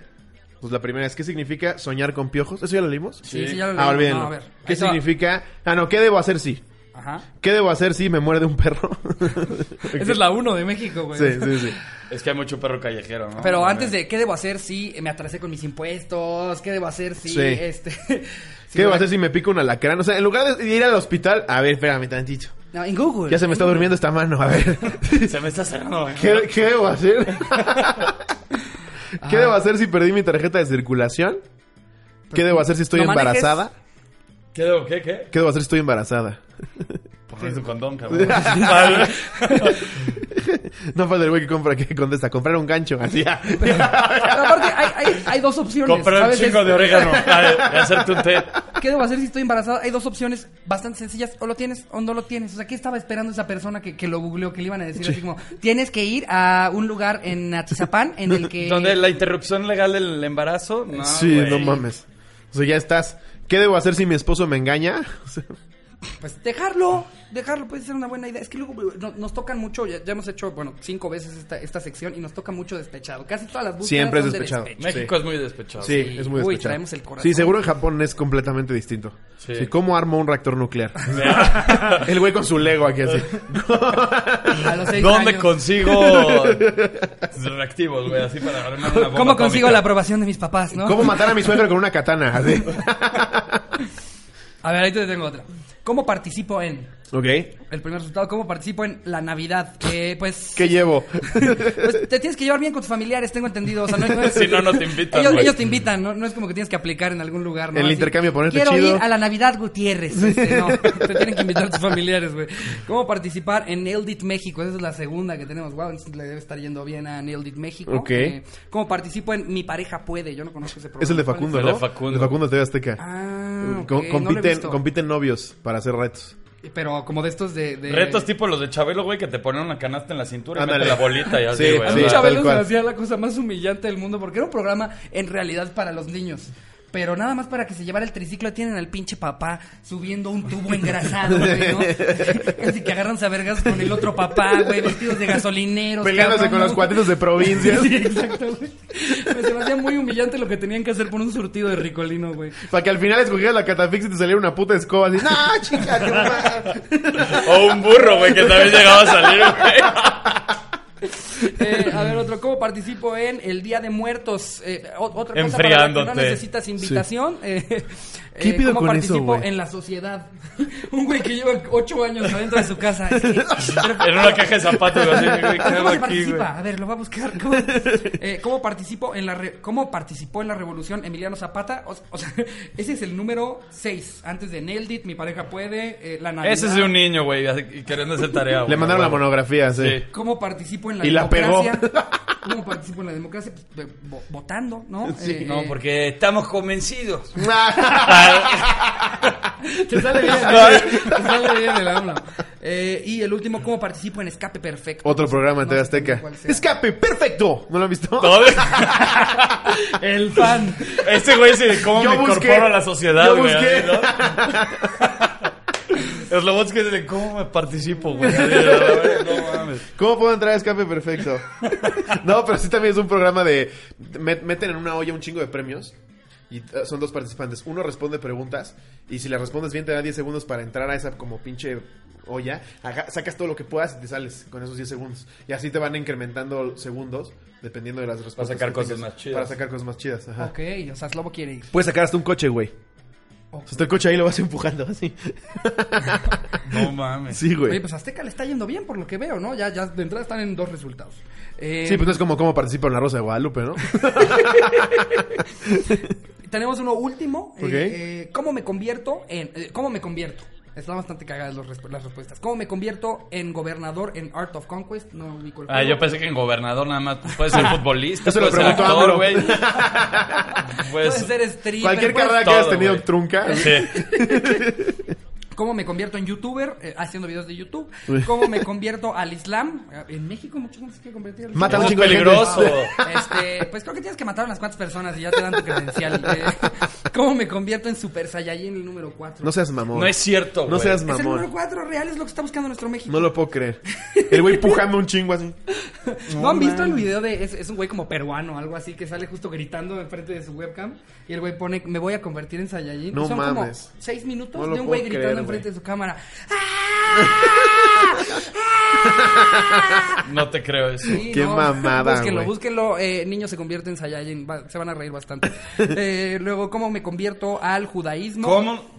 [SPEAKER 2] Pues la primera es, ¿qué significa soñar con piojos? ¿Eso ya lo leímos?
[SPEAKER 1] Sí, sí, ya lo
[SPEAKER 2] Ah,
[SPEAKER 1] leí.
[SPEAKER 2] olvídenlo.
[SPEAKER 1] No, a ver.
[SPEAKER 2] ¿Qué
[SPEAKER 1] Ahí te va.
[SPEAKER 2] significa? Ah, no, ¿qué debo hacer si?
[SPEAKER 1] Ajá.
[SPEAKER 2] ¿Qué debo hacer si me muerde un perro?
[SPEAKER 5] Esa es la uno de México, güey.
[SPEAKER 2] sí, Ah, sí, sí.
[SPEAKER 3] Es que hay mucho perro callejero, ¿no?
[SPEAKER 1] Pero
[SPEAKER 3] También.
[SPEAKER 1] antes de qué debo hacer si me atrasé con mis impuestos, qué debo hacer si
[SPEAKER 2] Sí.
[SPEAKER 1] este si
[SPEAKER 2] ¿Qué debo
[SPEAKER 1] me-
[SPEAKER 2] hacer si me pica un alacrán? O sea, en lugar de ir al hospital, a ver, espérame tantito.
[SPEAKER 1] No, en Google.
[SPEAKER 2] Ya se me está durmiendo esta mano, a ver.
[SPEAKER 3] Se me está cerrando. ¿eh? güey.
[SPEAKER 2] ¿Qué, qué debo hacer? ¿Qué debo
[SPEAKER 1] Ah.
[SPEAKER 2] hacer si perdí mi tarjeta de circulación? ¿Qué debo hacer si estoy
[SPEAKER 1] No manejes.
[SPEAKER 2] embarazada?
[SPEAKER 3] ¿Qué debo? ¿Qué? ¿Qué?
[SPEAKER 2] ¿Qué debo hacer si estoy embarazada?
[SPEAKER 3] Poner tu condón, cabrón. Vale.
[SPEAKER 2] No falta el güey que compra que contesta, comprar un gancho. Así, ya.
[SPEAKER 1] Pero aparte hay, hay, hay dos opciones.
[SPEAKER 3] Comprar un
[SPEAKER 1] ¿sabes?
[SPEAKER 3] chingo
[SPEAKER 1] Es-
[SPEAKER 3] de orégano. Vale, y hacerte un té.
[SPEAKER 1] ¿Qué debo hacer si estoy embarazada? Hay dos opciones bastante sencillas. O lo tienes o no lo tienes. O sea, ¿qué estaba esperando esa persona que, que lo googleó? Que le iban a decir así como, tienes que ir a un lugar en Atizapán en el que...
[SPEAKER 3] Donde la interrupción legal del embarazo. No,
[SPEAKER 2] sí,
[SPEAKER 3] Ah, güey.
[SPEAKER 2] no mames. O sea, ya estás. ¿Qué debo hacer si mi esposo me engaña? O sea,
[SPEAKER 1] Pues dejarlo, dejarlo puede ser una buena idea. Es que luego no- nos tocan mucho, ya, ya hemos hecho, bueno, cinco veces esta, esta sección y nos toca mucho despechado. Casi todas las búsquedas
[SPEAKER 2] Siempre es
[SPEAKER 1] son de
[SPEAKER 2] despechado.
[SPEAKER 3] México es muy despechado.
[SPEAKER 2] Sí, es muy
[SPEAKER 1] Uy,
[SPEAKER 2] despechado.
[SPEAKER 1] traemos el corazón.
[SPEAKER 2] Sí, seguro en Japón es completamente distinto. Sí.
[SPEAKER 3] Sí.
[SPEAKER 2] ¿Cómo armo un reactor nuclear? el güey con su Lego aquí así.
[SPEAKER 1] A los seis
[SPEAKER 3] ¿Dónde
[SPEAKER 1] años.
[SPEAKER 3] consigo reactivos, güey? Así para armar una bomba
[SPEAKER 1] ¿Cómo consigo la
[SPEAKER 3] atómica?
[SPEAKER 1] aprobación de mis papás, no?
[SPEAKER 2] ¿Cómo matar a mi suegro con una katana? Así.
[SPEAKER 1] A ver, ahí te tengo otra. ¿Cómo participo en?
[SPEAKER 2] Ok.
[SPEAKER 1] El primer resultado, ¿cómo participo en la Navidad? Eh, pues,
[SPEAKER 2] ¿Qué llevo?
[SPEAKER 1] pues te tienes que llevar bien con tus familiares, tengo entendido. O sea, no, no es-
[SPEAKER 3] Si no, no te invitan,
[SPEAKER 1] Ellos,
[SPEAKER 3] güey.
[SPEAKER 1] ellos te invitan, ¿no? no es como que tienes que aplicar en algún lugar. ¿no?
[SPEAKER 2] El intercambio, ponerte
[SPEAKER 1] Quiero
[SPEAKER 2] chido".
[SPEAKER 1] ir a la Navidad Gutiérrez. este, no, te tienen que invitar tus familiares, güey. ¿Cómo participar en Nailed It México? Esa es la segunda que tenemos. Wow, entonces le debe estar yendo bien a Nailed It México. Eh,
[SPEAKER 2] Ok.
[SPEAKER 1] ¿Cómo participo en Mi Pareja Puede? Yo no conozco ese programa.
[SPEAKER 2] Es el de
[SPEAKER 1] ¿Cuál
[SPEAKER 2] Facundo,
[SPEAKER 3] El
[SPEAKER 2] ¿no?
[SPEAKER 3] de Facundo.
[SPEAKER 2] El de Facundo TV Azteca.
[SPEAKER 1] Ah, ok,
[SPEAKER 2] Com-
[SPEAKER 1] no lo he
[SPEAKER 2] compiten,
[SPEAKER 1] visto.
[SPEAKER 2] compiten novios para hacer retos.
[SPEAKER 1] Pero como de estos de... de-
[SPEAKER 3] Retos tipo los de Chabelo, güey, que te ponen una canasta en la cintura y
[SPEAKER 2] Ándale.
[SPEAKER 3] meten la bolita y así,
[SPEAKER 2] Sí,
[SPEAKER 3] güey.
[SPEAKER 2] sí.
[SPEAKER 1] A mí
[SPEAKER 3] ¿verdad?
[SPEAKER 1] Chabelo
[SPEAKER 2] tal
[SPEAKER 1] se me
[SPEAKER 2] cual.
[SPEAKER 1] hacía la cosa más humillante del mundo porque era un programa en realidad para los niños. Pero nada más para que se llevara el triciclo tienen al pinche papá subiendo un tubo engrasado, güey, ¿no? Casi que agarran a vergas con el otro papá, güey, vestidos de gasolineros.
[SPEAKER 2] Peleándose
[SPEAKER 1] cabrón,
[SPEAKER 2] con
[SPEAKER 1] ¿no?
[SPEAKER 2] los cuatitos de provincia.
[SPEAKER 1] Sí, exacto, güey. Pues se me hacía muy humillante lo que tenían que hacer por un surtido de ricolino, güey.
[SPEAKER 2] Para que al final escogieras la catafix y te saliera una puta escoba. Así, ¡No, chica! qué mamada".
[SPEAKER 3] O un burro, güey, que también llegaba a salir, güey.
[SPEAKER 1] Eh, a ver, otro, ¿cómo participo en el Día de Muertos? Eh, o- otra cosa para la que no
[SPEAKER 3] Enfriándote.
[SPEAKER 1] necesitas invitación. eh,
[SPEAKER 2] ¿Qué
[SPEAKER 1] eh,
[SPEAKER 2] pido
[SPEAKER 1] ¿Cómo
[SPEAKER 2] con eso,
[SPEAKER 1] participo
[SPEAKER 2] güey?
[SPEAKER 1] en la sociedad? Un güey que lleva ocho años adentro de su casa. es que- pero-
[SPEAKER 3] En una caja de zapatos, güey. así, güey, ¿qué hago
[SPEAKER 1] ¿Cómo se
[SPEAKER 3] aquí,
[SPEAKER 1] participa?
[SPEAKER 3] güey?
[SPEAKER 1] A ver, lo va a buscar. ¿Cómo, eh, ¿cómo participo en la re- ¿Cómo participó en la revolución Emiliano Zapata? O, o sea, ese es el número 6. Antes de Neldit, mi pareja puede, eh, la Navidad.
[SPEAKER 3] Ese es de un niño, güey, así- y queriendo hacer tarea, güey.
[SPEAKER 2] Le mandaron la
[SPEAKER 3] güey.
[SPEAKER 2] monografía, sí.
[SPEAKER 3] Sí.
[SPEAKER 1] ¿Cómo participo en la
[SPEAKER 2] Y la
[SPEAKER 1] democracia?
[SPEAKER 2] pegó.
[SPEAKER 1] ¿Cómo participo en la democracia? Pues, ve- vo- votando, ¿no? Eh,
[SPEAKER 3] No,
[SPEAKER 1] eh,
[SPEAKER 3] porque estamos convencidos.
[SPEAKER 1] Te sale bien, te sale bien el AMLO. Eh, y el último, ¿cómo participo en Escape Perfecto?
[SPEAKER 2] Otro programa en
[SPEAKER 1] No
[SPEAKER 2] TV
[SPEAKER 1] sé
[SPEAKER 2] Azteca.
[SPEAKER 1] cuál sea.
[SPEAKER 2] ¡Escape! ¡Perfecto! ¿No lo han visto?
[SPEAKER 3] Todavía-
[SPEAKER 1] El fan.
[SPEAKER 3] Este güey dice, ¿cómo
[SPEAKER 2] Yo
[SPEAKER 3] me
[SPEAKER 2] busqué.
[SPEAKER 3] incorporo a la sociedad,
[SPEAKER 2] Yo
[SPEAKER 3] güey?
[SPEAKER 2] busqué.
[SPEAKER 3] así, ¿no? Slobodsky dice, ¿cómo me participo, güey? Así, a la verga, No mames.
[SPEAKER 2] ¿Cómo puedo entrar a escape perfecto? no, pero sí también es un programa de. met- meten en una olla un chingo de premios. Y eh, son dos participantes. Uno responde preguntas. Y si le respondes bien, te da 10 segundos para entrar a esa como pinche olla. Aga- sacas todo lo que puedas y te sales con esos 10 segundos. Y así te van incrementando segundos. Dependiendo de las respuestas.
[SPEAKER 3] sacar
[SPEAKER 2] que
[SPEAKER 3] cosas
[SPEAKER 2] tengas.
[SPEAKER 3] más chidas.
[SPEAKER 2] Para sacar cosas más chidas. Ajá.
[SPEAKER 1] Ok, o sea, Slobo quiere ir.
[SPEAKER 2] Puedes sacar hasta un coche, güey. O sea, está el coche ahí lo vas empujando así.
[SPEAKER 3] No mames.
[SPEAKER 2] Sí, güey.
[SPEAKER 1] Oye, pues Azteca le está yendo bien por lo que veo, ¿no? Ya, ya de entrada están en dos resultados. Eh,
[SPEAKER 2] Sí, pues no es como cómo participa en la Rosa de Guadalupe, ¿no?
[SPEAKER 1] Tenemos uno último. eh,
[SPEAKER 2] Ok.
[SPEAKER 1] eh, ¿Cómo me convierto en... eh, ¿Cómo me convierto? Están bastante cagadas los resp- las respuestas. ¿Cómo me convierto en gobernador en Art of Conquest? No ubico el
[SPEAKER 3] Ah, yo
[SPEAKER 1] juego.
[SPEAKER 3] pensé que en gobernador nada más pues, puede ser futbolista,
[SPEAKER 2] Eso lo
[SPEAKER 3] puede ser
[SPEAKER 2] preguntó
[SPEAKER 3] actor,
[SPEAKER 2] AMLO.
[SPEAKER 3] güey.
[SPEAKER 1] Puede
[SPEAKER 3] Pues,
[SPEAKER 1] ser streamer.
[SPEAKER 2] Cualquier
[SPEAKER 1] puede-
[SPEAKER 2] carrera que
[SPEAKER 3] todo,
[SPEAKER 2] hayas tenido
[SPEAKER 3] güey.
[SPEAKER 2] trunca.
[SPEAKER 3] sí.
[SPEAKER 1] ¿Cómo me convierto en youtuber eh, haciendo videos de YouTube? ¿Cómo me convierto al Islam? Eh, En México mucha gente se quiere convertir al Islam.
[SPEAKER 2] Mata
[SPEAKER 3] Eso
[SPEAKER 2] un
[SPEAKER 3] es
[SPEAKER 2] chingo de gente.
[SPEAKER 3] peligroso.
[SPEAKER 1] Este, pues creo que tienes que matar a unas cuantas personas y ya te dan tu credencial. Eh, ¿Cómo me convierto en Super Saiyajin el número 4?
[SPEAKER 2] No seas mamón.
[SPEAKER 3] No es cierto, güey.
[SPEAKER 2] No seas
[SPEAKER 1] es el número
[SPEAKER 2] mamón.
[SPEAKER 1] 4 real, es lo que está buscando nuestro México.
[SPEAKER 2] No lo puedo creer. El güey pujando un chingo así.
[SPEAKER 1] ¿No, han visto el video de es, es un güey como peruano, algo así, que sale justo gritando enfrente de su webcam y el güey pone, me voy a convertir en Saiyajin?
[SPEAKER 2] No
[SPEAKER 1] Y Son
[SPEAKER 2] mames.
[SPEAKER 1] como seis minutos
[SPEAKER 2] No lo
[SPEAKER 1] de un güey
[SPEAKER 2] puedo
[SPEAKER 1] gritando
[SPEAKER 2] creer,
[SPEAKER 1] enfrente
[SPEAKER 2] güey.
[SPEAKER 1] de su cámara.
[SPEAKER 3] No te creo eso.
[SPEAKER 1] Sí,
[SPEAKER 2] Qué mamada,
[SPEAKER 1] Búsquenlo,
[SPEAKER 2] güey.
[SPEAKER 1] búsquenlo. Eh, niño se convierte en Saiyajin. va- se van a reír bastante. Eh, luego, ¿cómo me convierto al judaísmo?
[SPEAKER 3] ¿Cómo?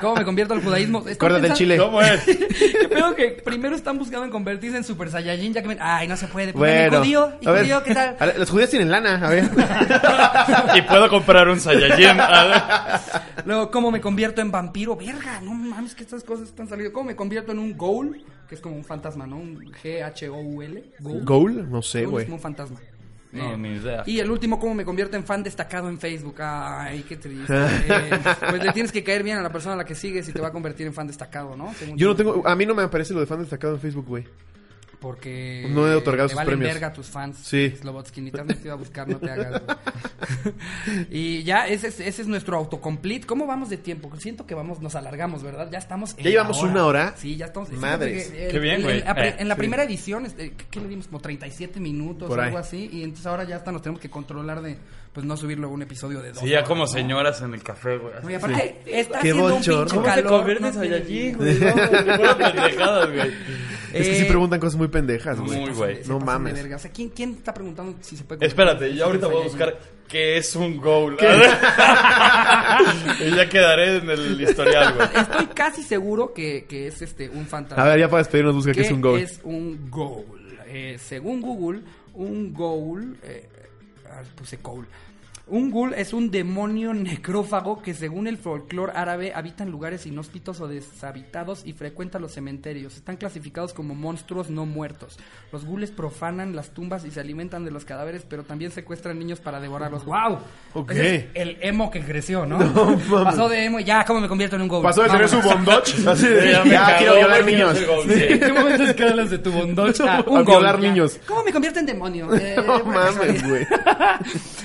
[SPEAKER 1] ¿Cómo me convierto al judaísmo? Estoy
[SPEAKER 2] Corda del
[SPEAKER 1] pensando-
[SPEAKER 2] chile.
[SPEAKER 3] ¿Cómo es?
[SPEAKER 1] Yo creo que primero están buscando en convertirse en Super Saiyajin, ya que... ven- Ay, no se puede. Bueno.
[SPEAKER 2] Bueno.
[SPEAKER 1] judío? ¿Y
[SPEAKER 2] a ver.
[SPEAKER 1] judío qué tal?
[SPEAKER 2] A ver, los judíos tienen lana, a ver.
[SPEAKER 3] Y puedo comprar un Saiyajin. A ver.
[SPEAKER 1] Luego, ¿cómo me convierto en vampiro? Verga, no mames que estas cosas están saliendo. ¿Cómo me convierto en un ghoul? Que es como un fantasma, ¿no? Un G-H-O-U-L. Ghoul.
[SPEAKER 2] Goal, no sé,
[SPEAKER 1] Ghoul es
[SPEAKER 2] güey.
[SPEAKER 1] como un fantasma.
[SPEAKER 3] No, ni idea.
[SPEAKER 1] Y el último, ¿cómo me convierto en fan destacado en Facebook? Ay, qué triste. Eh, pues le tienes que caer bien a la persona a la que sigues y te va a convertir en fan destacado, ¿no? Según
[SPEAKER 2] Yo no
[SPEAKER 1] tú.
[SPEAKER 2] tengo, a mí no me aparece lo de fan destacado en Facebook, güey.
[SPEAKER 1] Porque.
[SPEAKER 2] no he otorgado
[SPEAKER 1] te
[SPEAKER 2] sus
[SPEAKER 1] valen
[SPEAKER 2] premios.
[SPEAKER 1] verga a tus fans.
[SPEAKER 2] Sí.
[SPEAKER 1] Slobotsky, ni te te iba a buscar, no te hagas. güey. y ya, ese es, ese es nuestro autocomplete. ¿Cómo vamos de tiempo? Siento que vamos, nos alargamos, ¿verdad? Ya estamos. en
[SPEAKER 2] ¿Ya llevamos
[SPEAKER 1] la
[SPEAKER 2] una hora?
[SPEAKER 1] Sí, ya estamos.
[SPEAKER 2] Madres.
[SPEAKER 1] fíjate que, eh,
[SPEAKER 3] Qué bien,
[SPEAKER 1] en-
[SPEAKER 3] güey.
[SPEAKER 1] En, la pri-
[SPEAKER 3] Eh,
[SPEAKER 1] en la
[SPEAKER 2] sí.
[SPEAKER 1] primera edición, este, ¿qué le dimos? Como 37 minutos,
[SPEAKER 2] Por ahí.
[SPEAKER 1] algo así. Y entonces ahora ya hasta nos tenemos que controlar de pues no subirlo a un episodio de dos.
[SPEAKER 3] Sí, ya
[SPEAKER 1] horas,
[SPEAKER 3] como
[SPEAKER 1] ¿no?
[SPEAKER 3] señoras en el café, güey.
[SPEAKER 1] No, y aparte, ay, está
[SPEAKER 2] Qué
[SPEAKER 1] haciendo un
[SPEAKER 2] bonchorno.
[SPEAKER 1] pinche
[SPEAKER 2] ¿Cómo
[SPEAKER 1] calor.
[SPEAKER 3] conviertes
[SPEAKER 1] no sé.
[SPEAKER 3] güey? No, güey, puras pendejadas, güey.
[SPEAKER 2] Es que
[SPEAKER 1] Eh,
[SPEAKER 2] sí preguntan cosas muy pendejas, güey.
[SPEAKER 3] Muy, güey.
[SPEAKER 1] Se
[SPEAKER 2] Eh, No
[SPEAKER 1] pasan de
[SPEAKER 2] mames.
[SPEAKER 1] verga. O sea, ¿quién, ¿quién está preguntando si se puede comer?
[SPEAKER 3] Espérate, yo ahorita voy a buscar qué es un goal. y ya quedaré en el historial, güey.
[SPEAKER 1] Estoy casi seguro que, que es este un fantasma.
[SPEAKER 2] A ver, ya para despedirnos, busca
[SPEAKER 1] ¿qué
[SPEAKER 2] que es un goal.
[SPEAKER 1] Es un goal. Eh, según Google, un goal. eh, ah, puse goal. Un ghoul es un demonio necrófago que según el folclore árabe habita en lugares inhóspitos o deshabitados y frecuenta los cementerios. Están clasificados como monstruos no muertos. Los ghouls profanan las tumbas y se alimentan de los cadáveres, pero también secuestran niños para devorarlos. ¡Wow!
[SPEAKER 2] Ok.
[SPEAKER 1] Ese es el emo que creció, ¿no?
[SPEAKER 2] mames.
[SPEAKER 1] Pasó de emo y ya, ¿cómo me convierto en un ghoul?
[SPEAKER 2] Pasó de tener
[SPEAKER 1] Vámonos.
[SPEAKER 2] su bondoch. Así de,
[SPEAKER 3] Ya
[SPEAKER 2] ya,
[SPEAKER 3] me cagó,
[SPEAKER 2] quiero violar
[SPEAKER 3] güey,
[SPEAKER 2] niños.
[SPEAKER 3] quiero ser goal, sí.
[SPEAKER 5] ¿En qué momento es que hablas de tu bondocho?
[SPEAKER 1] Ah,
[SPEAKER 2] A
[SPEAKER 1] un
[SPEAKER 2] violar
[SPEAKER 1] gol, ya.
[SPEAKER 2] niños.
[SPEAKER 1] ¿Cómo me convierte en demonio? Eh,
[SPEAKER 2] No
[SPEAKER 1] bueno,
[SPEAKER 2] mames, güey.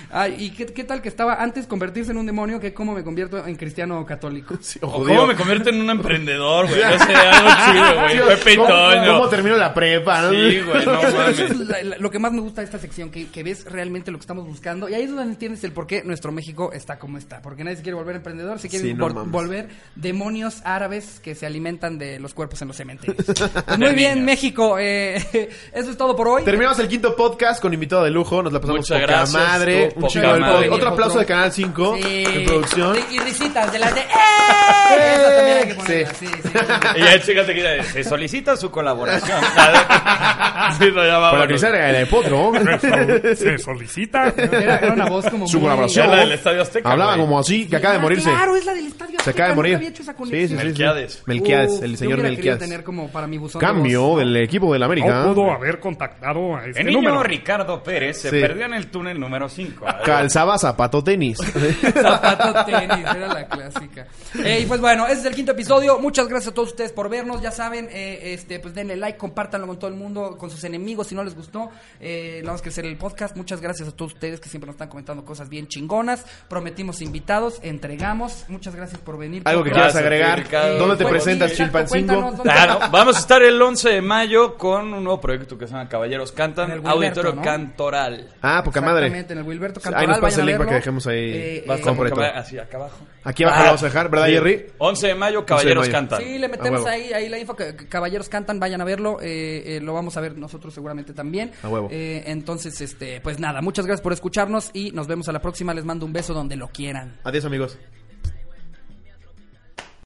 [SPEAKER 1] Ay, ¿y qué, qué tal que estaba antes convertirse en un demonio que cómo me convierto en cristiano o católico?
[SPEAKER 2] Sí, o
[SPEAKER 3] O
[SPEAKER 2] judío. Ah,
[SPEAKER 3] ¿Cómo me convierto en un emprendedor, güey? No sé, algo chido,
[SPEAKER 2] Sí,
[SPEAKER 3] güey.
[SPEAKER 2] o-
[SPEAKER 3] Pepe y
[SPEAKER 2] ¿cómo- ¿Cómo
[SPEAKER 3] Toño.
[SPEAKER 2] termino la prepa? no?
[SPEAKER 3] Sí, güey, no
[SPEAKER 1] Eso, eso es
[SPEAKER 3] mames.
[SPEAKER 1] la- la- lo que más me gusta de esta sección, que, que ves realmente lo que estamos buscando. Y ahí es donde entiendes el por qué nuestro México está como está. Porque nadie se quiere volver emprendedor, se quieren
[SPEAKER 2] Sí, no
[SPEAKER 1] vol-
[SPEAKER 2] mames.
[SPEAKER 1] volver demonios árabes que se alimentan de los cuerpos en los cementerios. Pues muy bien, México. eh, eso es todo por hoy.
[SPEAKER 2] Terminamos el quinto podcast con invitado de lujo. Nos la pasamos
[SPEAKER 3] Muchas
[SPEAKER 2] poca
[SPEAKER 3] gracias,
[SPEAKER 2] madre.
[SPEAKER 3] estuvo
[SPEAKER 2] Un
[SPEAKER 3] poca
[SPEAKER 2] chingo del
[SPEAKER 3] madre.
[SPEAKER 2] podcast. Otro aplauso de Canal 5
[SPEAKER 1] Sí.
[SPEAKER 2] en producción.
[SPEAKER 1] Y risitas de las de ¡Eh! Esa también hay que ponerla,
[SPEAKER 2] Sí.
[SPEAKER 1] sí, sí, sí.
[SPEAKER 3] Y ya, chécate que ya se solicita su colaboración. sí, no, ya
[SPEAKER 2] Para
[SPEAKER 3] vámonos. Este
[SPEAKER 2] realizar el potro.
[SPEAKER 5] Se solicita.
[SPEAKER 1] Era, era una voz como
[SPEAKER 2] Su
[SPEAKER 1] muy-
[SPEAKER 2] colaboración.
[SPEAKER 3] Ya la del Estadio Azteca,
[SPEAKER 2] Hablaba
[SPEAKER 3] güey.
[SPEAKER 2] como así, que acaba de
[SPEAKER 1] Ah,
[SPEAKER 2] morirse.
[SPEAKER 1] Claro, es la del estadio.
[SPEAKER 2] Se
[SPEAKER 1] Azteca,
[SPEAKER 2] acaba de
[SPEAKER 1] nunca
[SPEAKER 2] morir.
[SPEAKER 1] había hecho esa
[SPEAKER 2] Sí,
[SPEAKER 1] conexión.
[SPEAKER 2] sí, sí, sí.
[SPEAKER 3] Melquiades.
[SPEAKER 2] Melquiades,
[SPEAKER 1] Uf,
[SPEAKER 2] el
[SPEAKER 1] Uh, yo
[SPEAKER 2] señor
[SPEAKER 1] hubiera querido
[SPEAKER 2] Melquiades.
[SPEAKER 1] tener como para mi buzón de
[SPEAKER 2] Cambio
[SPEAKER 1] voz.
[SPEAKER 2] del equipo del América. ¿eh?
[SPEAKER 5] No pudo haber contactado a este
[SPEAKER 3] El niño
[SPEAKER 5] número.
[SPEAKER 3] Ricardo Pérez se
[SPEAKER 2] Sí. Ah,
[SPEAKER 3] perdió en el túnel número Ah, 5.
[SPEAKER 2] Calzaba zapato tenis.
[SPEAKER 1] Zapato tenis, era la clásica. Eh, y pues bueno, ese es el quinto episodio. Muchas gracias a todos ustedes por vernos. Ya saben, eh, este, pues denle like, compártanlo con todo el mundo, con sus enemigos si no les gustó. Eh, vamos a hacer el podcast. Muchas gracias a todos ustedes que siempre nos están comentando cosas bien chingonas. Prometimos invitados, entregamos. Muchas gracias por venir.
[SPEAKER 2] Algo que
[SPEAKER 3] Gracias,
[SPEAKER 2] quieras agregar.
[SPEAKER 3] Ricardo.
[SPEAKER 2] ¿Dónde te
[SPEAKER 1] bueno,
[SPEAKER 2] presentas,
[SPEAKER 1] sí, exacto,
[SPEAKER 2] Chilpancingo?
[SPEAKER 1] cuéntanos, ¿dónde-
[SPEAKER 3] Claro, vamos a estar el 11 de mayo con un nuevo proyecto que se llama Caballeros
[SPEAKER 1] En el
[SPEAKER 3] Cantan,
[SPEAKER 1] Wilberto,
[SPEAKER 3] Auditorio
[SPEAKER 1] ¿no?
[SPEAKER 3] Cantoral.
[SPEAKER 2] Ah, poca madre.
[SPEAKER 1] Exactamente, en el Wilberto
[SPEAKER 2] Ahí nos
[SPEAKER 1] Cantoral,
[SPEAKER 2] pasa
[SPEAKER 1] vayan
[SPEAKER 2] el
[SPEAKER 1] a
[SPEAKER 2] link
[SPEAKER 1] verlo.
[SPEAKER 2] para que dejemos ahí.
[SPEAKER 1] Eh,
[SPEAKER 3] Va a
[SPEAKER 1] eh,
[SPEAKER 3] estar
[SPEAKER 2] completo.
[SPEAKER 3] muy cabrón. así, acá abajo.
[SPEAKER 2] Aquí abajo lo vamos a dejar, ¿verdad, Jerry?
[SPEAKER 3] 11 de mayo,
[SPEAKER 2] 11
[SPEAKER 3] Caballeros
[SPEAKER 2] de mayo.
[SPEAKER 3] Cantan.
[SPEAKER 1] Sí, le metemos
[SPEAKER 2] Ah, huevo.
[SPEAKER 1] ahí, ahí la info que, que caballeros cantan, vayan a verlo, eh, eh, lo vamos a ver nosotros seguramente también.
[SPEAKER 2] A Ah, huevo.
[SPEAKER 1] Eh, entonces, este, pues nada, muchas gracias por escucharnos y nos vemos a la próxima. Les mando un beso donde lo quieran.
[SPEAKER 2] Adiós, amigos.